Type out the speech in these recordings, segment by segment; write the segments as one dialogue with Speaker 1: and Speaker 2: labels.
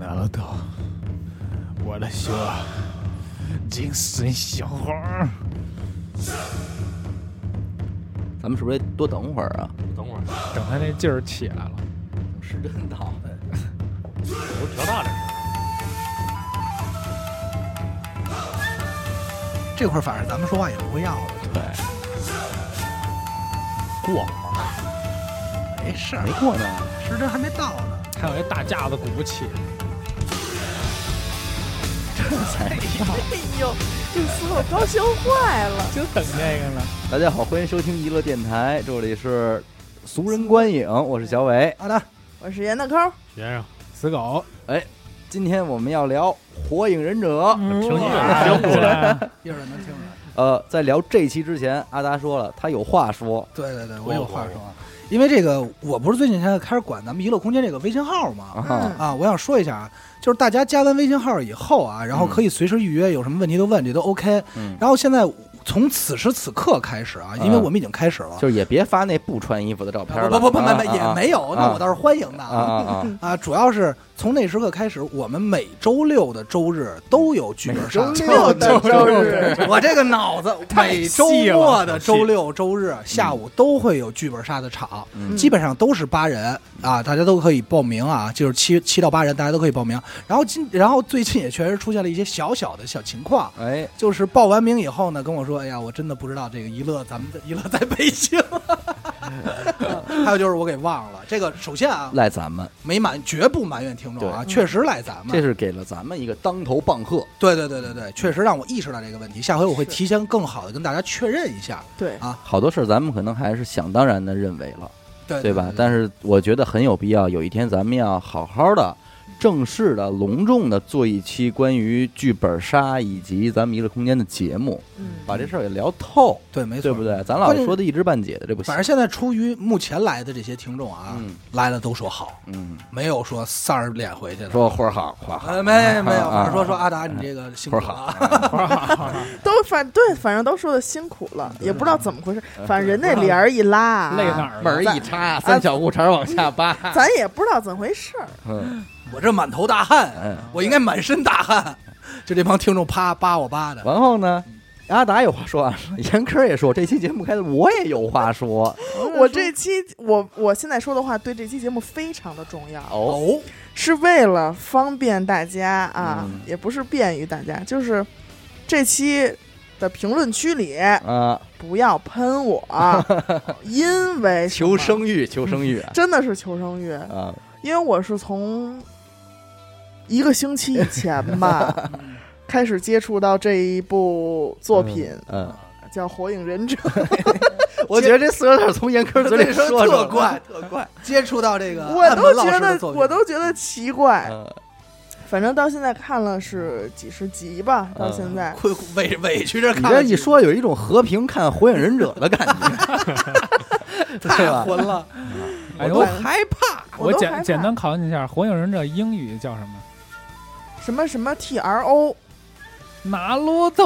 Speaker 1: 额头，我的胸，精神小伙儿。
Speaker 2: 咱们是不是得多等会儿啊？
Speaker 3: 等会儿，
Speaker 1: 等他那劲儿起来了，
Speaker 2: 是真倒霉。
Speaker 3: 我调大点声。
Speaker 4: 这会儿反正咱们说话也不会要了，
Speaker 2: 对，
Speaker 1: 过了，
Speaker 4: 没事儿
Speaker 2: 没，过呢。
Speaker 4: 时针还没到呢。
Speaker 1: 还有那大架子鼓不起，
Speaker 5: 哎呦，这死我高兴坏了。
Speaker 1: 就等这个呢。
Speaker 2: 大家好，欢迎收听娱乐电台，这里是俗人观影，我是小伟。
Speaker 4: 好的，
Speaker 5: 我是严大抠，
Speaker 3: 先生，
Speaker 1: 死狗，
Speaker 2: 今天我们要聊《火影忍者》。
Speaker 6: 嗯
Speaker 1: 平
Speaker 3: 静平静
Speaker 1: 来。
Speaker 4: 一会儿能听出来。
Speaker 2: 呃，在聊这期之前，阿达说了，他有话说。
Speaker 4: 对对对，我有话
Speaker 3: 我
Speaker 4: 说啊，因为这个我不是最近才开始管咱们娱乐空间这个微信号
Speaker 2: 啊
Speaker 4: 嘛，
Speaker 2: 哈，
Speaker 4: 啊，我想说一下啊，就是大家加完微信号以后啊，然后
Speaker 2: 嗯
Speaker 4: 可以随时预约，有什么问题都问，这都 OK。
Speaker 2: 嗯，
Speaker 4: 然后现在从此时此刻开始啊，因为
Speaker 2: 嗯
Speaker 4: 我们已经开始了，
Speaker 2: 就是也别发那不穿衣服的照片了。
Speaker 4: 不不不不
Speaker 2: 啊
Speaker 4: 不，也没有，那我倒是欢迎的
Speaker 2: 啊啊啊啊！
Speaker 4: 啊，主要是从那时刻开始，我们每周六的周日都有剧本杀。
Speaker 2: 每周六的周
Speaker 4: 日，我这个脑 子，每周末的周六周日下午都会有剧本杀的场，
Speaker 2: 嗯
Speaker 4: 基本上都是八人啊，大家都可以报名啊，就是七七到八人，大家都可以报名。然后今，然后最近也确实出现了一些小小的小情况。
Speaker 2: 哎，
Speaker 4: 就是报完名以后呢，跟我说：“哎呀，我真的不知道这个一乐，咱们的一乐在北京。 啊”还有就是我给忘了这个。首先啊，
Speaker 2: 赖咱们，
Speaker 4: 没埋绝不埋怨听众啊，确实赖咱
Speaker 2: 这
Speaker 4: 们。
Speaker 2: 是给嗯了咱们一个当头棒喝。
Speaker 4: 对对对对对，确实让我意识到这个问题，下回我会提前更好的跟大家确认一下，
Speaker 5: 对
Speaker 2: 好多事儿咱们可能还是想当然的认为了。
Speaker 4: 对
Speaker 2: 对吧？但是我觉得很有必要，有一天咱们要好好的、正式的、隆重的做一期关于剧本杀以及咱们娱乐空间的节目，
Speaker 5: 嗯，
Speaker 2: 把这事儿给聊透，
Speaker 4: 对没错，
Speaker 2: 对不？对？咱老
Speaker 4: 关键是
Speaker 2: 说的一知半解的，这不行
Speaker 4: 反。正现在出于目前来的这些听众啊，
Speaker 2: 嗯
Speaker 4: 来了都说好，
Speaker 2: 嗯，
Speaker 4: 没有说三儿脸回去的。
Speaker 2: 说花儿好，花儿好，
Speaker 4: 呃，没没有，
Speaker 2: 啊嗯
Speaker 4: 反正说说阿达，你这个辛苦了 啊，
Speaker 5: 都反对，反正都说的辛苦了，
Speaker 2: 嗯
Speaker 5: 也不知道怎么回事，反正人那帘儿一拉，啊
Speaker 1: 累哪 儿了？
Speaker 6: 门儿一插，三角裤衩往下扒。
Speaker 5: 咱也不知道怎么回事儿。
Speaker 2: 嗯，
Speaker 4: 我这满头大汗，
Speaker 2: 哎，
Speaker 4: 我应该满身大汗， 就这帮听众啪扒我扒的，
Speaker 2: 然后呢？阿达有话说啊，严科也说，这期节目开的我也有话说。
Speaker 5: 我这期我我现在说的话对这期节目非常的重要，
Speaker 2: 哦，
Speaker 4: 哦，
Speaker 5: 是为了方便大家啊
Speaker 2: 嗯，
Speaker 5: 也不是便于大家，就是这期的评论区里
Speaker 2: 啊，
Speaker 5: 不要 喷我，因为什
Speaker 2: 求
Speaker 5: 么
Speaker 2: 生欲，求生欲啊，
Speaker 5: 真的是求生 欲，
Speaker 2: 啊，
Speaker 5: 因为我是从一个星期以前 吧 开始接触到这一部作品，
Speaker 2: 嗯，
Speaker 5: 叫《火影忍者》。
Speaker 2: 我觉得这四个字儿从严科嘴里
Speaker 4: 这
Speaker 2: 说
Speaker 4: 说
Speaker 2: 出来
Speaker 4: 特怪，特怪，接触到这个
Speaker 5: 我
Speaker 4: 暗门
Speaker 5: 都
Speaker 4: 老师
Speaker 5: 觉
Speaker 4: 的
Speaker 5: 得，
Speaker 4: 作品
Speaker 5: 我都觉得奇怪。
Speaker 2: 嗯
Speaker 5: 反正到现在看了是
Speaker 4: 嗯
Speaker 5: 几十集吧，到现在。
Speaker 4: 愧委委屈着
Speaker 2: 你
Speaker 4: 看
Speaker 2: 这
Speaker 4: 了
Speaker 2: 一
Speaker 4: 几
Speaker 2: 说，有一种和平看《火影忍者》的感觉，对
Speaker 4: 太
Speaker 2: 吧？
Speaker 4: 混了，
Speaker 1: 哎呦
Speaker 4: 我害怕。
Speaker 1: 我
Speaker 5: 都害
Speaker 1: 简
Speaker 5: 怕
Speaker 1: 简单考你一下，《火影忍者》英语叫什么？
Speaker 5: 什么什么 T R O
Speaker 1: 拿鲁特，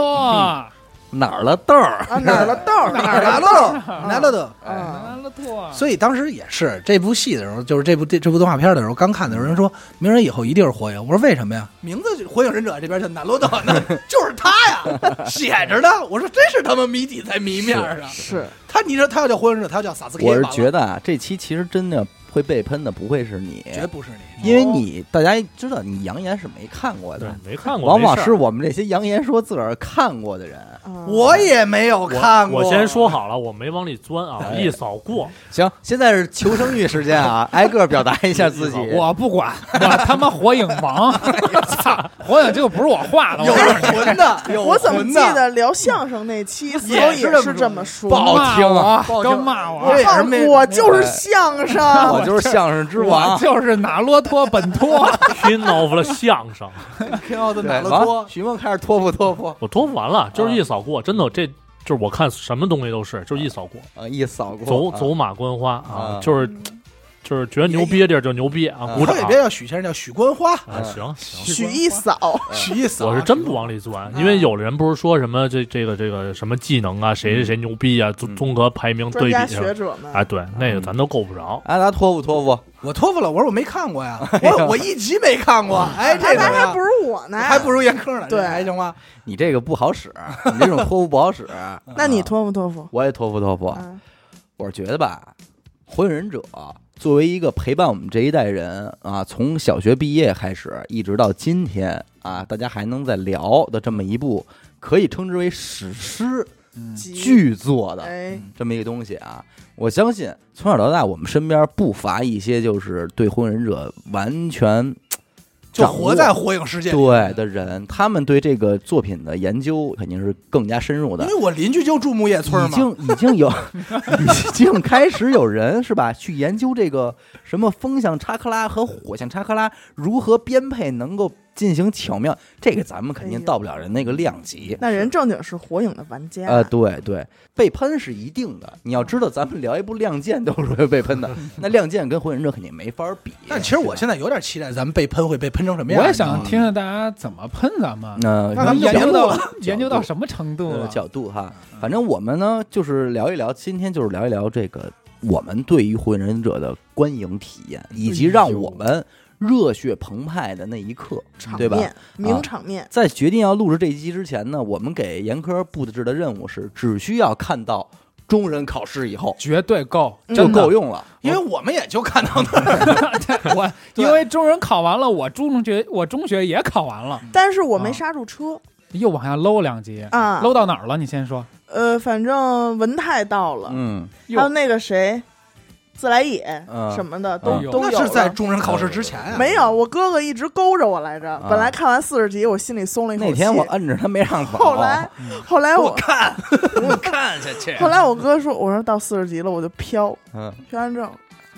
Speaker 2: 哪儿了豆儿？
Speaker 5: 啊，哪儿 了豆儿
Speaker 4: 哪儿哎来了？来了的。
Speaker 5: 啊？
Speaker 1: 拿鲁特。
Speaker 4: 所以当时也是这部戏的时候，就是这部这这部动画片的时候，刚看的时候，人说鸣人以后一定是火影。我说为什么呀？名字就火影忍者这边叫南罗德， 那就是他呀，写着呢。我说真是他妈谜底在谜面儿上。
Speaker 5: 是
Speaker 4: 他你说他要叫火影忍者，他要叫萨斯克，
Speaker 2: 我是
Speaker 4: 完了
Speaker 2: 觉得啊，这期其实真的会被喷的不会是你，
Speaker 4: 绝不是你。
Speaker 2: 因为你大家知道你扬言是没看过
Speaker 3: 对
Speaker 2: 的，，
Speaker 3: 没看过，
Speaker 2: 往往
Speaker 3: 没事
Speaker 2: 是
Speaker 3: 儿
Speaker 2: 我们这些扬言说自个儿看过的人。
Speaker 5: 啊
Speaker 4: 我也没有看过。
Speaker 3: 我先说好了，我没往里钻啊，
Speaker 2: 哎
Speaker 3: 一扫过。
Speaker 2: 行，现在是求生欲时间啊，挨个表达一下自己。
Speaker 1: 我不管，我他妈火影王，操！火影这个不是我画的，我
Speaker 4: 有
Speaker 1: 告诉你
Speaker 4: 魂 的，有
Speaker 5: 我怎么
Speaker 4: 魂
Speaker 5: 记
Speaker 4: 的
Speaker 5: 得聊相声那期，所以
Speaker 4: 是这么
Speaker 5: 是这么说。
Speaker 2: 不好听啊
Speaker 1: 骂我都骂
Speaker 5: 我
Speaker 1: 我
Speaker 4: 这，也是
Speaker 5: 放
Speaker 4: 没
Speaker 5: 我就是相声，
Speaker 2: 我就是啊相声之
Speaker 1: 我
Speaker 2: 王，
Speaker 1: 就是拿骆托本托。
Speaker 3: 拼 off 了相声，
Speaker 4: 天奥的
Speaker 2: 对
Speaker 4: 奶乐
Speaker 2: 王
Speaker 4: 多，
Speaker 2: 徐梦开始托付托付，
Speaker 3: 我托付完了，就是一扫过，真的，这就是我看什么东西都是，就是一扫过，
Speaker 2: 啊，一扫过，
Speaker 3: 走
Speaker 2: 啊
Speaker 3: 走马观花啊
Speaker 2: 啊，
Speaker 3: 就是就是觉得牛逼的地儿就牛逼啊，
Speaker 2: 哎
Speaker 3: 鼓
Speaker 4: 特
Speaker 3: 掌
Speaker 4: 别叫许先生，叫许官花，
Speaker 2: 嗯
Speaker 3: 啊，行行。
Speaker 5: 许一扫，
Speaker 4: 许一嫂。
Speaker 3: 我是真不往里钻，因为有的人不是说什么这这个这个什么技能啊，谁谁谁牛逼啊，综综合排名
Speaker 5: 专
Speaker 3: 对
Speaker 5: 家
Speaker 3: 比上
Speaker 5: 学者们
Speaker 3: 啊，对，那个咱都够不着。
Speaker 2: 阿达托付托付，
Speaker 4: 我托付了，我说我没看过 呀，
Speaker 2: 哎
Speaker 4: 我说我一集没看过，哎，这
Speaker 5: 哎
Speaker 4: 个
Speaker 5: 那
Speaker 2: 啊
Speaker 5: 还不如我呢，
Speaker 4: 还不如严科呢，哎
Speaker 5: 对
Speaker 4: 还行吧？
Speaker 2: 你这个不好使，你这种托付不好使。 啊
Speaker 5: 那你托付托付？
Speaker 2: 我也托付托付，
Speaker 5: 嗯
Speaker 2: 我觉得吧，《火影忍者》作为一个陪伴我们这一代人啊，从小学毕业开始，一直到今天啊，大家还能再聊的这么一部可以称之为史诗嗯巨作的
Speaker 5: 哎，
Speaker 2: 这么一个东西啊，我相信从小到大，我们身边不乏一些就是对《火影忍者》完全
Speaker 4: 就
Speaker 2: 掌握
Speaker 4: 活在火影世界里，
Speaker 2: 对的人，他们对这个作品的研究肯定是更加深入的
Speaker 4: 因为。我邻居就住木叶嗯村
Speaker 2: 已
Speaker 4: 嘛，
Speaker 2: 经已经有 已经开始有人是吧？去研究这个什么风向查克拉和火象查克拉如何编配，能够进行巧妙。这个咱们肯定到不了人那个量级。
Speaker 5: 那人正经是火影的玩家，
Speaker 2: 呃，对对，被喷是一定的。你要知道，咱们聊一部《亮剑》都是 会被喷的，那《亮剑》跟《火影忍者》肯定没法比。
Speaker 4: 但其实我现在有点期待咱们被喷会被喷成什么样。
Speaker 6: 我也想听听大家怎么喷咱们，
Speaker 2: 那
Speaker 6: 那咱们
Speaker 2: 角
Speaker 6: 研究
Speaker 2: 度
Speaker 6: 到
Speaker 2: 角度
Speaker 6: 研究到什么程度
Speaker 2: 呃
Speaker 6: 了？
Speaker 2: 角度
Speaker 5: 嗯
Speaker 2: 哈，反正我们呢就是聊一聊，今天就是聊一聊这个我们对于《火影忍者》的观影体验，以及让我们热血澎湃的那一刻，
Speaker 5: 场
Speaker 2: 对吧？啊
Speaker 5: 面名场面，
Speaker 2: 在决定要录制这一集之前呢，我们给严科布置的任务是，只需要看到中人考试以后
Speaker 6: 绝对够，
Speaker 5: 嗯
Speaker 2: 就
Speaker 6: 真的
Speaker 2: 够。用了。
Speaker 4: 因为我们也就看到那儿，
Speaker 6: 我
Speaker 4: 对
Speaker 6: 因为中人考完了，我中学我中学也考完
Speaker 2: 嗯
Speaker 6: 了，
Speaker 5: 但是我没
Speaker 6: 啊
Speaker 5: 刹住车
Speaker 6: 又往下搂两集，
Speaker 5: 啊，
Speaker 6: 搂到哪儿了？你先说。
Speaker 5: 呃，反正文泰到了，
Speaker 2: 嗯，
Speaker 5: 还有
Speaker 6: 哟，
Speaker 5: 那个谁，自来也
Speaker 2: 嗯
Speaker 5: 什么的都
Speaker 6: 哎呦
Speaker 5: 都有
Speaker 4: 那是在
Speaker 5: 了。
Speaker 4: 中人考试之前啊。
Speaker 5: 没有，我哥哥一直勾着我来着。本来看完四十集，我心里松了一口气。
Speaker 2: 啊那天我摁着他没让走，
Speaker 5: 后来，后来
Speaker 4: 我
Speaker 5: 我，
Speaker 4: 看，我看下去。
Speaker 5: 后来我哥说，我说到四十集了，我就飘，
Speaker 2: 嗯，
Speaker 5: 飘完之后，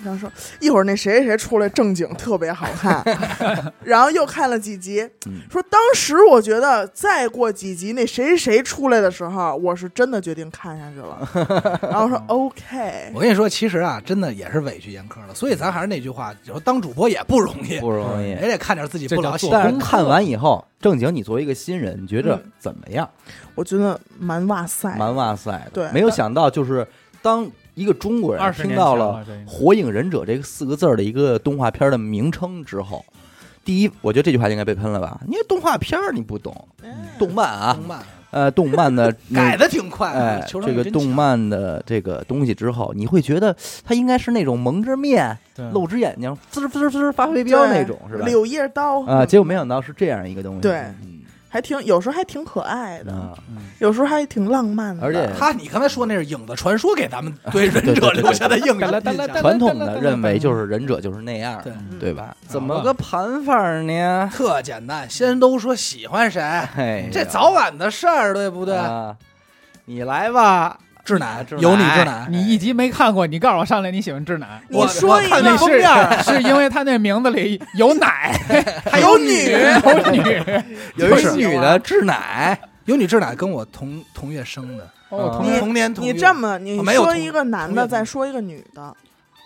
Speaker 5: 然后说一会儿那谁谁谁出来正经特别好看， 然后又看了几集
Speaker 2: 嗯，
Speaker 5: 说当时我觉得再过几集那谁谁谁出来的时候，我是真的决定看下去了。然后说 OK，
Speaker 4: 我跟你说，其实啊，真的也是委屈严苛了，所以咱还是那句话，以后当主播也不容易，
Speaker 2: 不容易
Speaker 5: 哎
Speaker 4: 也。得看点自己不老喜
Speaker 6: 这叫做
Speaker 2: 但
Speaker 4: 欢
Speaker 2: 是
Speaker 4: 的。
Speaker 2: 看完以后，正经，你作为一个新人，你觉着
Speaker 5: 嗯
Speaker 2: 怎么样？
Speaker 5: 我觉得蛮哇塞，
Speaker 2: 蛮哇塞的。
Speaker 5: 对
Speaker 2: 没有想到就是当一个中国人
Speaker 6: 20
Speaker 2: 听到
Speaker 6: 年前
Speaker 2: 了
Speaker 6: 了这应
Speaker 2: 《
Speaker 6: 该
Speaker 2: 火影忍者》这个四个字儿的一个动画片儿的名称之后，第一，我觉得这句话应该被喷了吧？因为动画片儿你不懂，
Speaker 5: 嗯
Speaker 2: 动漫啊，
Speaker 4: 动漫
Speaker 2: 呃，动漫 的
Speaker 4: 改
Speaker 2: 那。
Speaker 4: 的挺快
Speaker 2: 哎
Speaker 4: 的，，求生
Speaker 2: 这
Speaker 4: 欲
Speaker 2: 个
Speaker 4: 真
Speaker 2: 动
Speaker 4: 强
Speaker 2: 漫的这个东西之后，你会觉得它应该是那种蒙着面、
Speaker 4: 嗯
Speaker 6: 对
Speaker 2: 露只眼睛、滋滋滋滋发飞镖那种，是吧？
Speaker 5: 柳叶刀
Speaker 2: 啊，结果没想到是这样一个东西。
Speaker 5: 对
Speaker 2: 嗯
Speaker 5: 还挺有时候还挺可爱的，
Speaker 2: 啊，
Speaker 5: 有时候还挺浪漫的。
Speaker 2: 而且
Speaker 4: 啊他，你刚才说那是影子传说给 咱们对忍者留下的印象。
Speaker 2: 传统的认为就是忍者就是那样，
Speaker 4: 对
Speaker 5: 嗯
Speaker 2: 对吧？
Speaker 6: 嗯
Speaker 2: 怎么个盘法儿呢？
Speaker 4: 特简单，先都说喜欢谁，
Speaker 2: 嘿，
Speaker 4: 这早晚的事儿，对不对？
Speaker 2: 啊，你来吧，
Speaker 4: 志乃
Speaker 2: 志，乃
Speaker 4: 有你志 乃，
Speaker 6: 哎你一集没看过，你告诉我上来你喜欢志乃，
Speaker 5: 你说
Speaker 4: 我
Speaker 5: 一
Speaker 4: 看那
Speaker 5: 个
Speaker 6: 是
Speaker 4: 封面儿
Speaker 6: 是因为他那名字里有奶
Speaker 4: 还有女，
Speaker 6: 有女，
Speaker 2: 有一女的志乃，
Speaker 4: 有你志乃跟我同同月生的，
Speaker 6: 哦，同
Speaker 5: 你
Speaker 6: 学
Speaker 4: 同年同
Speaker 5: 你
Speaker 4: 月，
Speaker 5: 这么你
Speaker 4: 啊没有
Speaker 5: 说
Speaker 4: 同
Speaker 5: 一个男
Speaker 4: 同
Speaker 5: 的，
Speaker 4: 意
Speaker 5: 再说一个女的，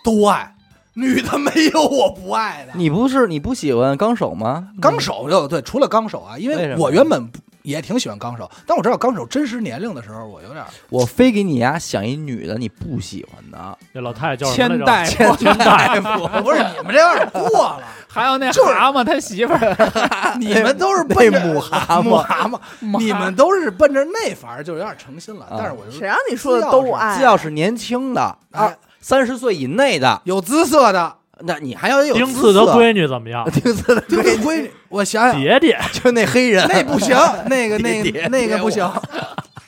Speaker 4: 都爱，女的没有我不爱的。
Speaker 2: 你不是你不喜欢纲手吗？
Speaker 4: 纲手就对，除了纲手啊，因
Speaker 2: 为什
Speaker 4: 为
Speaker 2: 么
Speaker 4: 我原本不也挺喜欢纲手，但我知道纲手真实年龄的时候，我有点
Speaker 2: 我非给你呀，想一女的你不喜欢的，
Speaker 3: 那老太太叫什么
Speaker 6: 千
Speaker 3: 来
Speaker 6: 代
Speaker 3: 着？
Speaker 6: 夫，
Speaker 3: 千代，
Speaker 4: 不是你们这样过了，
Speaker 6: 还有那
Speaker 4: 就是
Speaker 6: 蛤蟆他媳妇儿，哎
Speaker 4: 你 们都是奔着
Speaker 2: 那母蛤蟆
Speaker 4: 母蛤蟆，
Speaker 6: 妈
Speaker 4: 你们都是奔着那法儿，就有点诚心了
Speaker 2: 啊。
Speaker 4: 但是我就
Speaker 5: 谁让你说的都爱？
Speaker 2: 既要是年轻的啊
Speaker 4: 哎，
Speaker 2: 三十岁以内的，
Speaker 4: 有姿色的，
Speaker 2: 那你还要有
Speaker 3: 丁
Speaker 2: 次
Speaker 3: 次的，闺女怎么 样？
Speaker 2: 丁次的
Speaker 4: 就
Speaker 2: 闺
Speaker 4: 是闺女，我想啊想，
Speaker 3: 姐姐，
Speaker 2: 就那黑人，
Speaker 4: 那不行，那个那
Speaker 2: 叠叠
Speaker 4: 个那个不行，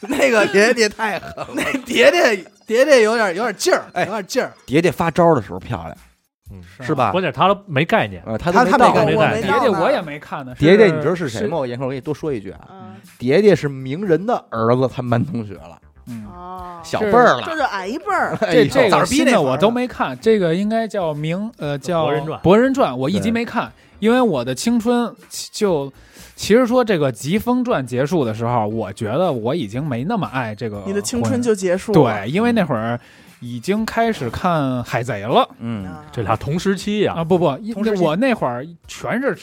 Speaker 4: 那个
Speaker 2: 别别太狠，
Speaker 4: 那叠叠叠叠有点有点劲儿，
Speaker 2: 哎
Speaker 4: 有点劲儿。
Speaker 2: 蝶蝶发招的时候漂亮，
Speaker 3: 嗯
Speaker 2: 是吧
Speaker 3: 关？键她都没 概念，
Speaker 2: 呃，他
Speaker 4: 他
Speaker 2: 都
Speaker 4: 他
Speaker 2: 到
Speaker 4: 没概
Speaker 5: 我
Speaker 3: 没
Speaker 5: 我
Speaker 3: 带
Speaker 5: 没
Speaker 6: 蝶
Speaker 5: 到
Speaker 6: 蝶
Speaker 5: 呢
Speaker 6: 我也没看呢。是
Speaker 2: 蝶蝶，你知道是谁吗？？我严哥，我给你多说一句啊，
Speaker 5: 嗯
Speaker 2: 蝶蝶是名人的儿子，他们班同学了，
Speaker 6: 嗯，
Speaker 5: 哦，
Speaker 2: 小辈儿
Speaker 5: 这
Speaker 2: 了。
Speaker 5: 就矮一辈儿，
Speaker 2: 哎
Speaker 6: 这
Speaker 2: 呦
Speaker 6: 这
Speaker 4: 崽
Speaker 6: 个
Speaker 4: 儿逼
Speaker 6: 新
Speaker 4: 那
Speaker 6: 的
Speaker 4: 玩意
Speaker 6: 我
Speaker 4: 儿
Speaker 6: 都没看，这个应该叫明呃叫《
Speaker 3: 博人传
Speaker 6: 博人传》，我一
Speaker 2: 对
Speaker 6: 集没看，因为我的青春其就其实说这个《疾风传》结束的时候，我觉得我已经没那么爱这个
Speaker 5: 你的青
Speaker 6: 火
Speaker 5: 春
Speaker 6: 影
Speaker 5: 就结束了。
Speaker 6: 对，因为那会儿已经开始看《海贼》了
Speaker 2: 嗯，
Speaker 5: 啊
Speaker 3: 这俩同时期呀、
Speaker 6: 啊！不不，一
Speaker 4: 同时期
Speaker 6: 我那会儿全是